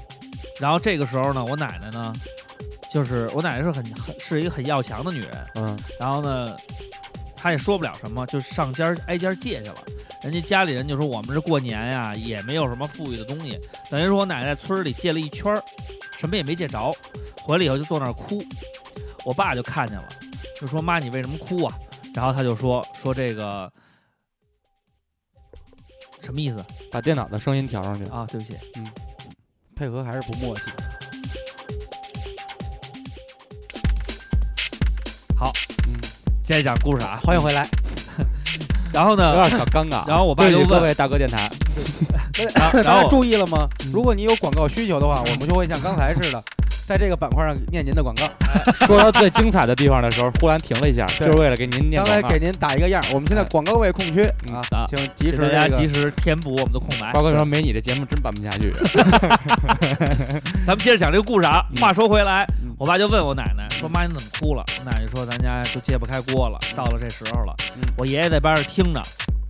Speaker 2: 然后这个时候呢，我奶奶呢，就是我奶奶是很很是一个很要强的女人，
Speaker 4: 嗯
Speaker 2: 然后呢，她也说不了什么，就上家儿挨家儿借去了。人家家里人就说我们这过年呀、也没有什么富裕的东西，等于说我奶奶在村儿里借了一圈儿，什么也没借着，回来以后就坐那儿哭。我爸就看见了，就说妈你为什么哭啊？然后他就说说这个什么意思
Speaker 4: 把电脑的声音调上去。
Speaker 2: 啊？对不起，
Speaker 3: 配合还是不默契。
Speaker 2: 接着讲故事啊。
Speaker 3: 欢迎回来，
Speaker 2: 然后
Speaker 4: 有
Speaker 2: 呢，
Speaker 3: 啊
Speaker 4: 点小尴尬。
Speaker 2: 然后我爸
Speaker 4: 对
Speaker 2: 就
Speaker 4: 不起各
Speaker 2: 问，
Speaker 4: 位大哥电台，
Speaker 2: 然后
Speaker 3: 大
Speaker 2: 然后
Speaker 3: 家
Speaker 2: 我
Speaker 3: 注意了吗
Speaker 2: 嗯？
Speaker 3: 如果你有广告需求的话，我们就会像刚才似的，在这个板块上念您的广告。
Speaker 4: 说到最精彩的地方的时候，忽然停了一下，就
Speaker 3: 对
Speaker 4: 是为了给您念
Speaker 3: 刚
Speaker 4: 广
Speaker 3: 才
Speaker 4: 告。
Speaker 3: 给您打一个样儿，我们现在广告位空缺
Speaker 4: 嗯
Speaker 3: 啊
Speaker 2: 啊，
Speaker 3: 请及时
Speaker 2: 请大
Speaker 3: 这
Speaker 2: 家及
Speaker 3: 个。
Speaker 2: 时填补我们的空白。
Speaker 4: 瓜哥说没你这节目真办不下去。
Speaker 2: 咱们接着讲这个故事啊。
Speaker 4: 嗯
Speaker 2: 话说回来
Speaker 4: 嗯，
Speaker 2: 我爸就问我奶奶说：“妈，你怎么哭了？”我奶奶说：“咱家都揭不开锅了，到了这时候了。
Speaker 3: 嗯”
Speaker 2: 我爷爷在边上听着，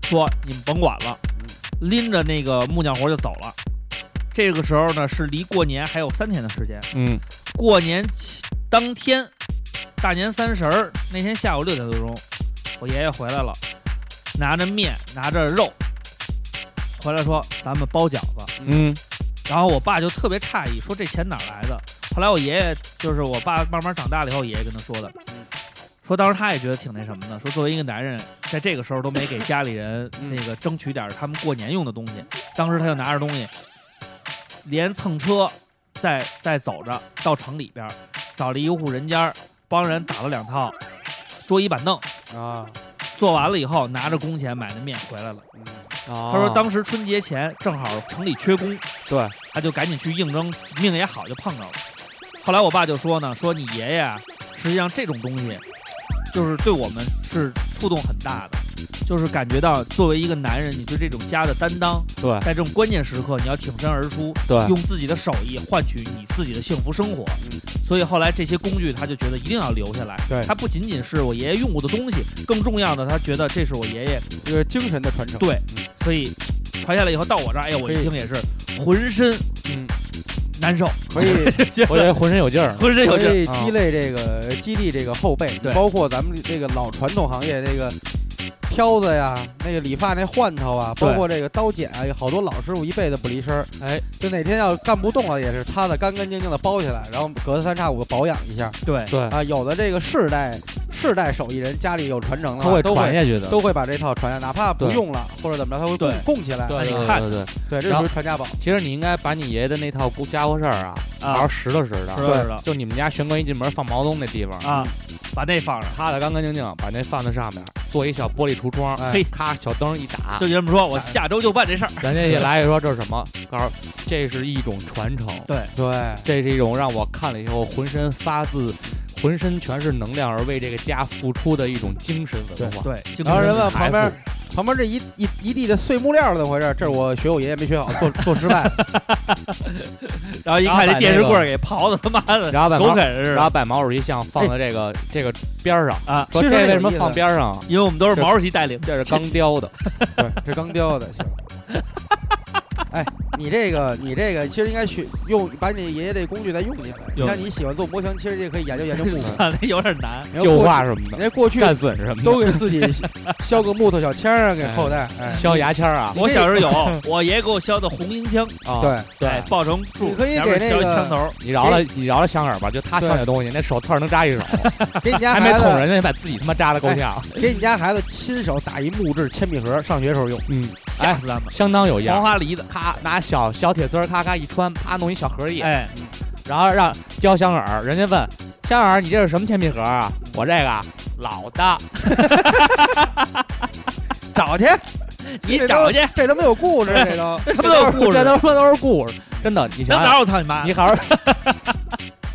Speaker 2: 说：“你们甭管了
Speaker 3: 嗯，
Speaker 2: 拎着那个木匠活就走了。”这个时候呢，是离过年还有三天的时间。
Speaker 4: 嗯
Speaker 2: 过年起当天，大年三十儿那天下午六点多钟，我爷爷回来了，拿着面，拿着肉，回来说：“咱们包饺子。”
Speaker 4: 嗯
Speaker 2: 然后我爸就特别诧异，说这钱哪儿来的？后来我爷爷就是我爸慢慢长大了以后，爷爷跟他说的，说当时他也觉得挺那什么的，说作为一个男人，在这个时候都没给家里人那个争取点儿他们过年用的东西，当时他就拿着东西，连蹭车再再走着到城里边儿，找了一户人家儿，帮人打了两套桌椅板凳，
Speaker 3: 啊，
Speaker 2: 做完了以后拿着工钱买的面回来了。
Speaker 3: 嗯
Speaker 4: 他
Speaker 2: 他说当时春节前正好城里缺工，
Speaker 4: 对，
Speaker 2: 他就赶紧去应征，命也好，就碰着了。后来我爸就说呢，说你爷爷啊，实际上这种东西，就是对我们是触动很大的，就是感觉到作为一个男人，你对这种家的担当，
Speaker 4: 对
Speaker 2: 在这种关键时刻，你要挺身而出，
Speaker 4: 对
Speaker 2: 用自己的手艺换取你自己的幸福生活
Speaker 3: 嗯。
Speaker 2: 所以后来这些工具，他就觉得一定要留下来。
Speaker 3: 对
Speaker 2: 它不仅仅是我爷爷用过的东西，更重要的，他觉得这是我爷爷
Speaker 3: 这个精神的传承。
Speaker 2: 对，所以传下来以后到我这儿，哎呀，我一听也是浑身
Speaker 3: 嗯
Speaker 2: 难受，
Speaker 3: 可以
Speaker 4: 我觉得浑身 有劲儿。
Speaker 2: 浑身有劲
Speaker 3: 可
Speaker 2: 儿。
Speaker 3: 以
Speaker 4: 啊
Speaker 3: 激励这个激励这个后辈，
Speaker 2: 对
Speaker 3: 包括咱们这个老传统行业这个挑子呀，那个理发那换头啊，
Speaker 2: 对
Speaker 3: 包括这个刀剪啊，有好多老师傅一辈子不离身儿。
Speaker 4: 哎，
Speaker 3: 就哪天要干不动了，也是擦的干干净净的包起来，然后隔三差五保养一下
Speaker 2: 对，
Speaker 4: 对，
Speaker 3: 啊。有的这个世代世代手艺人家里有传承的
Speaker 4: 他
Speaker 3: 话，
Speaker 4: 会
Speaker 3: 都
Speaker 4: 传
Speaker 3: 会
Speaker 4: 下去的。
Speaker 3: 都会把这套传下，哪怕不
Speaker 4: 对
Speaker 3: 用了或者怎么着，他会
Speaker 2: 对
Speaker 3: 供供起来。啊
Speaker 4: 对
Speaker 2: 那你
Speaker 4: 对
Speaker 2: 看
Speaker 4: 对对，对
Speaker 3: 对，这就
Speaker 4: 然后
Speaker 3: 是传家宝。
Speaker 4: 其实你应该把你爷爷的那套家伙事儿啊，好好
Speaker 2: 啊，
Speaker 4: 拾掇拾
Speaker 2: 是
Speaker 4: 掇。
Speaker 3: 对
Speaker 2: 的，是的
Speaker 4: 就你们家玄关一进门放毛东那地方，
Speaker 2: 啊，把那放上。
Speaker 4: 擦的干干净净，把那放在上面，做一小玻璃橱窗，
Speaker 3: 哎
Speaker 2: 嘿，
Speaker 4: 咔小灯一打，
Speaker 2: 就这么说，我下周就办这事儿。
Speaker 4: 咱这一来一说这是什么？告诉这是一种传承，
Speaker 2: 对
Speaker 3: 对，
Speaker 4: 这是一种让我看了以后浑身发自。浑身全是能量而为这个家付出的一种精神文化。
Speaker 2: 对，
Speaker 3: 然后人问
Speaker 4: 财
Speaker 3: 旁
Speaker 4: 富
Speaker 3: 边旁边这一一一地的碎木料儿怎么回事？这是我学我爷爷没学好，做做失败了。
Speaker 2: 然后一看这电视棍儿给刨的他妈的
Speaker 4: 然后把
Speaker 2: 狗
Speaker 4: 毛，
Speaker 2: 啃似
Speaker 4: 然后
Speaker 2: 的
Speaker 4: 把毛主席像放在这个这个边儿上，
Speaker 2: 啊！
Speaker 4: 说
Speaker 3: 其
Speaker 4: 这
Speaker 3: 实很有
Speaker 4: 为什么
Speaker 3: 意思
Speaker 4: 放边儿上啊？
Speaker 2: 因为我们都是毛主席带领，
Speaker 4: 这是钢雕的，
Speaker 3: 对，这刚雕的，行。哎，你这个你这个其实应该学用把你爷爷这工具再用起来。你
Speaker 2: 用
Speaker 3: 看你喜欢做模型，其实这可以研究研 究木头。
Speaker 2: 算了有点难。
Speaker 3: 人家
Speaker 4: 旧
Speaker 3: 过
Speaker 4: 化
Speaker 3: 去
Speaker 4: 什么的，
Speaker 3: 人家过 去
Speaker 4: 战损什么的，
Speaker 3: 都给 自己削个木头小签儿啊，给后代。哎，
Speaker 4: 削牙签儿啊，
Speaker 2: 我小时候有，我爷给我削的红缨枪，
Speaker 4: 啊，
Speaker 3: 对，
Speaker 2: 哎，抱成柱，
Speaker 3: 你可以
Speaker 2: 前面
Speaker 3: 给那
Speaker 2: 削一
Speaker 3: 个
Speaker 2: 枪头，
Speaker 4: 你饶了你饶了香儿吧，就他削那东西，那手刺儿能扎一手，
Speaker 3: 给你家
Speaker 4: 还没
Speaker 3: 孩
Speaker 4: 捅
Speaker 3: 子，
Speaker 4: 人家，把自己他妈哎扎的够呛，
Speaker 3: 给你家孩子亲手打一木质铅笔盒，上学时候用。
Speaker 4: 嗯，
Speaker 2: 吓
Speaker 4: 哎，
Speaker 2: 死他们！
Speaker 4: 相当有
Speaker 2: 黄
Speaker 4: 样。
Speaker 2: 花梨的，
Speaker 4: 咔，拿小小铁丝儿咔咔一穿，啪弄一小荷叶，
Speaker 2: 哎，
Speaker 4: 然后让教香儿，人家问香儿你这是什么铅笔盒啊？我这个啊老 的，
Speaker 3: 找去，
Speaker 2: 你找去，
Speaker 3: 这他妈有故事，这都
Speaker 2: 这他妈都有故
Speaker 4: 这
Speaker 2: 事。
Speaker 4: 他妈都是故事。真的，你
Speaker 2: 那
Speaker 4: 想想，
Speaker 2: 哪有他你妈
Speaker 4: 你？好好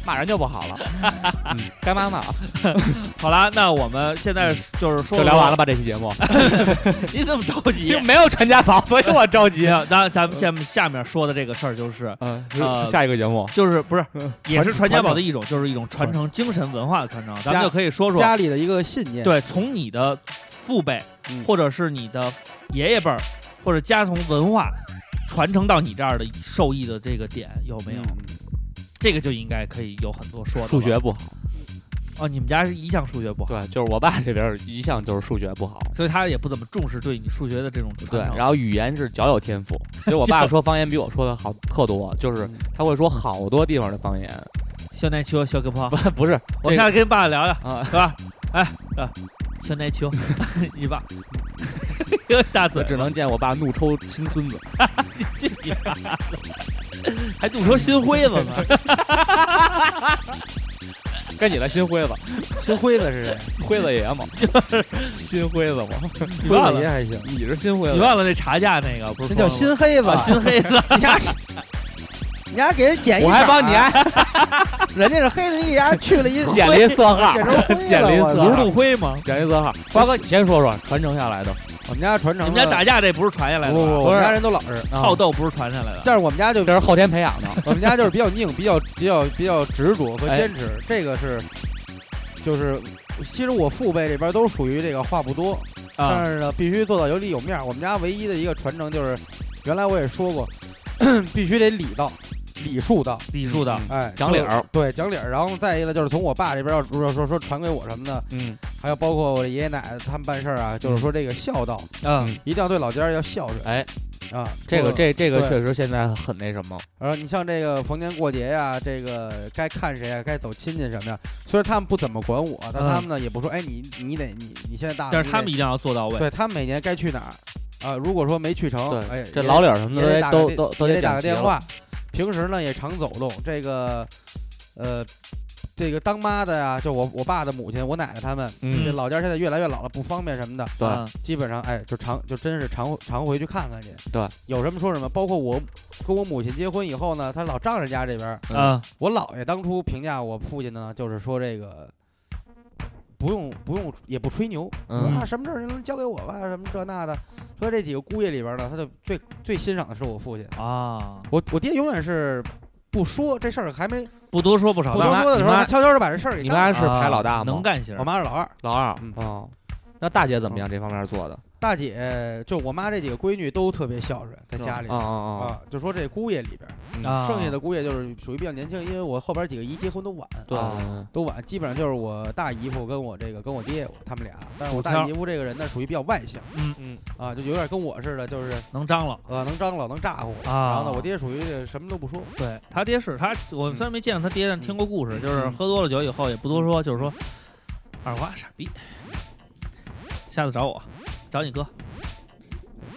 Speaker 4: 骂人就不好了， 嗯该骂骂，
Speaker 2: 好啦，那我们现在就是说
Speaker 4: 就聊完了吧？这期节目
Speaker 2: 说，你怎么着急？
Speaker 4: 没有陈家宝，所以我着
Speaker 2: 没
Speaker 4: 急。
Speaker 2: 有，那咱们下面下面说的这个事儿就是。
Speaker 4: 嗯
Speaker 2: 呃，
Speaker 4: 下一个节目
Speaker 2: 就是不是也是传家宝
Speaker 4: 传
Speaker 2: 的一种，就是一种传承精神文化的传承。咱们
Speaker 3: 家
Speaker 2: 就可以说说，
Speaker 3: 家里的一个信念，
Speaker 2: 对，从你的父辈
Speaker 3: 嗯
Speaker 2: 或者是你的爷爷辈儿，或者家从文化传承到你这儿的受益的这个点有没有？这个就应该可以有很多说的了。
Speaker 4: 数学不好，
Speaker 2: 哦，你们家是一向数学不好，
Speaker 4: 对，就是我爸这边一向就是数学不好，
Speaker 2: 所以他也不怎么重视对你数学的这种
Speaker 4: 对
Speaker 2: 传，承。
Speaker 4: 然后语言是较有天赋，所以我爸
Speaker 2: 就
Speaker 4: 说方言比我说的好特多，就是
Speaker 3: 嗯
Speaker 4: 他会说好多地方的方言，
Speaker 2: 小奶球，小胳膊，
Speaker 4: 不不是，
Speaker 2: 我
Speaker 4: 这
Speaker 2: 下次跟爸聊聊，
Speaker 4: 啊
Speaker 2: 是吧？哎，啊，小奶 球，你爸 又大嘴
Speaker 4: 我
Speaker 2: 了，
Speaker 4: 只能见我爸怒抽亲孙子，
Speaker 2: 这你妈的， 还怒说新辉子 呢？
Speaker 4: 该你了，新辉子，
Speaker 3: 新辉子是谁？
Speaker 4: 辉子爷 嘛，新辉子嘛，
Speaker 2: 你
Speaker 3: 辉
Speaker 2: 忘
Speaker 3: 子爷
Speaker 2: 了？
Speaker 3: 还行，
Speaker 4: 你是新辉
Speaker 2: 你
Speaker 4: 子，
Speaker 2: 忘了那查价那个不是
Speaker 3: 那
Speaker 2: 说
Speaker 3: 叫
Speaker 2: 了
Speaker 3: 新黑子
Speaker 2: 吗啊，新黑子？
Speaker 3: 你丫，你丫给人剪一，
Speaker 4: 我还帮你，
Speaker 3: 人家是黑的，你丫去了一
Speaker 4: 捡了一色号
Speaker 3: 剪成灰，了
Speaker 4: 捡了一
Speaker 3: 我
Speaker 4: 色
Speaker 3: 操
Speaker 2: 卢
Speaker 4: 号，
Speaker 2: 度辉吗？
Speaker 4: 捡了一色号。瓜哥，你先说说传承下来的，
Speaker 3: 我们家传
Speaker 2: 你
Speaker 3: 承
Speaker 2: 们
Speaker 3: 的，
Speaker 2: 家打架这不是传下来
Speaker 3: 不
Speaker 2: 的
Speaker 3: 不不，
Speaker 2: 吧，
Speaker 3: 我们家人都老实，
Speaker 2: 好斗不是传下来的。
Speaker 3: 但是我们家就
Speaker 4: 啊这是后天培养的，
Speaker 3: 我们家就是比较拧，比较比较比较执着和
Speaker 4: 哎
Speaker 3: 坚持，这个是就是。其实我父辈这边都属于这个话不多，但
Speaker 2: 啊，
Speaker 3: 是呢，必须做到有里有面儿。我们家唯一的一个传承就是，原来我也说过， 必须得礼道，礼数道，
Speaker 2: 礼数的
Speaker 4: 嗯
Speaker 3: 哎，
Speaker 4: 讲理
Speaker 3: 就是
Speaker 4: 儿，
Speaker 3: 对，讲理儿。然后再一个就是从我爸这边要说说说传给我什么的，
Speaker 4: 嗯，
Speaker 3: 还有包括我的爷爷奶奶他们办事儿啊，就是说这个孝道，
Speaker 2: 嗯，
Speaker 3: 一定要对老家儿要孝顺。
Speaker 4: 哎，
Speaker 3: 啊，
Speaker 4: 这个
Speaker 3: 做
Speaker 4: 这这个
Speaker 3: 对
Speaker 4: 确实现在很那什么，
Speaker 3: 然后你像这个逢年过节呀、这个该看谁啊，该走亲戚什么呀。虽然他们不怎么管我，但
Speaker 2: 嗯
Speaker 3: 他们呢也不说，哎，你你得你你现在大了，
Speaker 2: 但是
Speaker 3: 你
Speaker 2: 他
Speaker 3: 得
Speaker 2: 们一定要做到位。
Speaker 3: 对他们每年该去哪儿啊？如果说没去成，
Speaker 4: 对
Speaker 3: 哎，
Speaker 4: 这
Speaker 3: 也
Speaker 4: 老李儿什么
Speaker 3: 也得
Speaker 4: 的
Speaker 3: 打
Speaker 4: 都
Speaker 3: 个
Speaker 4: 都都
Speaker 3: 也
Speaker 4: 得
Speaker 3: 得打个
Speaker 4: 讲齐
Speaker 3: 电
Speaker 4: 了，
Speaker 3: 话。平时呢也常走动，这个呃，这个当妈的呀，就我我爸的母亲，我奶奶他们，这
Speaker 4: 嗯，
Speaker 3: 老家现在越来越老了，不方便什么的，
Speaker 4: 对
Speaker 2: 嗯
Speaker 3: 基本上哎，就常就真是常常回去看看去。
Speaker 4: 对，
Speaker 3: 有什么说什么。包括我跟我母亲结婚以后呢，她老丈人家这边儿，
Speaker 2: 嗯，
Speaker 3: 我姥爷当初评价我父亲呢，就是说这个不用不用也不吹牛，
Speaker 4: 嗯
Speaker 3: 啊什么事儿能交给我吧，什么这那的。说这几个姑爷里边呢，他就最最欣赏的是我父亲。
Speaker 2: 啊，
Speaker 3: 我我爹永远是不说这事儿，还没
Speaker 2: 不多说不少
Speaker 3: 不
Speaker 4: 我
Speaker 2: 道。
Speaker 3: 多
Speaker 4: 妈
Speaker 3: 说的时
Speaker 4: 你
Speaker 3: 候，
Speaker 4: 妈
Speaker 3: 他悄悄的把这事儿给
Speaker 4: 你
Speaker 3: 干
Speaker 4: 妈
Speaker 3: 了。
Speaker 4: 是排老大
Speaker 2: 啊能
Speaker 4: 吗？
Speaker 2: 干型儿。
Speaker 3: 我妈是老二，
Speaker 4: 老二
Speaker 3: 嗯，
Speaker 4: 哦，那大姐怎么样？这方面做的
Speaker 3: 大姐就我妈这几个闺女都特别孝顺，在家里
Speaker 4: 啊
Speaker 3: 边
Speaker 4: 啊
Speaker 3: 儿
Speaker 4: 啊，
Speaker 3: 啊，就说这姑爷里边儿，
Speaker 2: 啊，
Speaker 3: 剩下的姑爷就是属于比较年轻，因为我后边几个姨结婚都晚，
Speaker 4: 对，
Speaker 2: 啊
Speaker 4: 嗯
Speaker 3: 都晚，基本上就是我大姨夫跟我这个跟我爹他们俩，但是我
Speaker 2: 薯条
Speaker 3: 大姨夫这个人呢，属于比较外向
Speaker 2: 嗯
Speaker 4: 嗯
Speaker 3: 啊，就有点跟我似的，就是
Speaker 2: 能张罗。
Speaker 3: 呃能张罗能咋呼。
Speaker 2: 啊
Speaker 3: 然后呢，我爹属于这什么都不说，
Speaker 2: 对他爹是他，我虽然没见过他爹，但听过故事，
Speaker 3: 嗯
Speaker 2: 就是喝多了酒以后也不多说，就是说二瓜傻逼，下次找我，找你哥。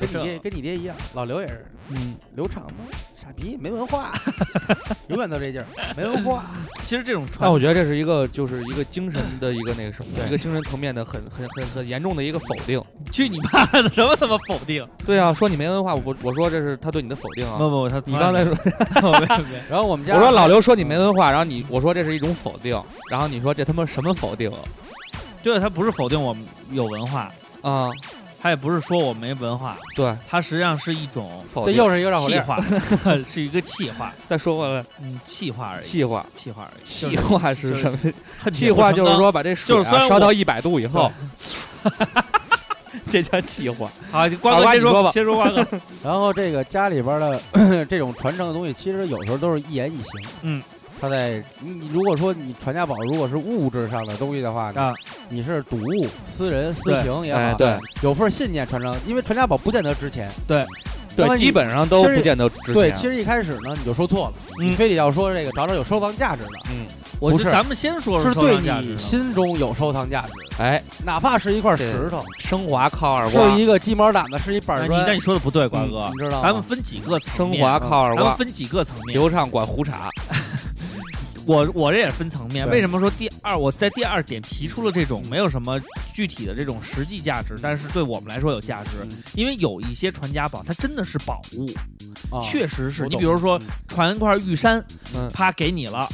Speaker 3: 跟你
Speaker 2: 这
Speaker 3: 爹跟你爹一样，老刘也是
Speaker 4: 嗯，
Speaker 3: 刘畅嘛，傻逼没文 化，永远都这劲儿，没文化。
Speaker 2: 其实这种传
Speaker 4: 但我觉得这是一个就是一个精神的一个那个什么，一个精神层面的很很很很严重的一个否定。
Speaker 2: 去你妈的，什么他妈否定？
Speaker 4: 对啊，说你没文化，我我说这是他对你的否定
Speaker 2: 不
Speaker 4: 啊。
Speaker 2: 不不，他从
Speaker 4: 你刚才
Speaker 2: 来
Speaker 4: 说，
Speaker 2: 没有没有 没有
Speaker 3: 然后我们家
Speaker 4: 我说嗯老刘说你没文化，然后你我说这是一种否定，然后你说这他妈什么否定
Speaker 2: 就是他不是否定我们有文化，
Speaker 4: 啊？
Speaker 2: 他也不是说我没文化，
Speaker 4: 对，
Speaker 2: 他实际上是一种
Speaker 4: 否
Speaker 3: 这
Speaker 4: 定。
Speaker 3: 又是一个绕口
Speaker 2: 气
Speaker 3: 令儿，
Speaker 2: 话， 是一个气话，
Speaker 4: 再说回来，
Speaker 2: 嗯，气话而已，
Speaker 4: 气化，
Speaker 2: 气话而已，
Speaker 4: 气化是什么？
Speaker 2: 么
Speaker 4: 气化就是，说把这水
Speaker 2: 就是虽然
Speaker 4: 啊
Speaker 2: 我
Speaker 4: 烧到一百度以后，这叫气化。
Speaker 2: 好，瓜
Speaker 4: 二
Speaker 2: 哥
Speaker 4: 瓜
Speaker 2: 先
Speaker 4: 你说
Speaker 2: 说，
Speaker 4: 吧
Speaker 2: 先说瓜 哥，
Speaker 3: 然后这个家里边儿的 这种传承的东西，其实有时候都是一言一行。
Speaker 2: 嗯，
Speaker 3: 他在你你如果说你传家宝如果是物质上的东西的话呢，
Speaker 2: 啊
Speaker 3: 你是睹物思人思
Speaker 2: 对
Speaker 3: 情也
Speaker 4: 哎
Speaker 3: 好，
Speaker 4: 对，
Speaker 3: 有份信念传承，因为传家宝不见得值钱。刚才
Speaker 4: 对，
Speaker 3: 你
Speaker 4: 基本上都
Speaker 3: 其实
Speaker 4: 不见得值钱。
Speaker 3: 对，其实一开始呢你就说错了，
Speaker 2: 嗯
Speaker 3: 你非得要说这个找找有收藏价值的，
Speaker 4: 嗯，
Speaker 2: 我
Speaker 3: 不
Speaker 2: 就是咱们先说说
Speaker 3: 是
Speaker 2: 收
Speaker 3: 对
Speaker 2: 藏价值啊
Speaker 3: 你
Speaker 2: 呢
Speaker 3: 心中有收藏价值，
Speaker 4: 哎，
Speaker 3: 哪怕是一块
Speaker 4: 对
Speaker 3: 石头，
Speaker 4: 升华靠二瓜，
Speaker 3: 是一个鸡毛掸子，是一
Speaker 2: 哎
Speaker 3: 板
Speaker 2: 你
Speaker 3: 砖，嗯
Speaker 2: 那你
Speaker 3: 你
Speaker 2: 说的不对，瓜哥，
Speaker 3: 知道
Speaker 2: 咱们
Speaker 3: 吗？
Speaker 2: 分几个层
Speaker 4: 嗯升
Speaker 2: 面
Speaker 4: 华靠二
Speaker 2: 咱们
Speaker 4: 瓜，
Speaker 2: 分几个层面。
Speaker 4: 流畅管胡茬。
Speaker 2: 我我这也分层面，
Speaker 3: 对
Speaker 2: 为什么说第二？我在第二点提出了这种没有什么具体的这种实际价值，但是对我们来说有价值，
Speaker 4: 嗯
Speaker 2: 因为有一些传家宝，它真的是宝物，
Speaker 3: 啊
Speaker 2: 确实是
Speaker 3: 我
Speaker 2: 你
Speaker 3: 懂嗯
Speaker 2: 比如说传一块玉山
Speaker 4: 嗯，
Speaker 2: 啪给你了，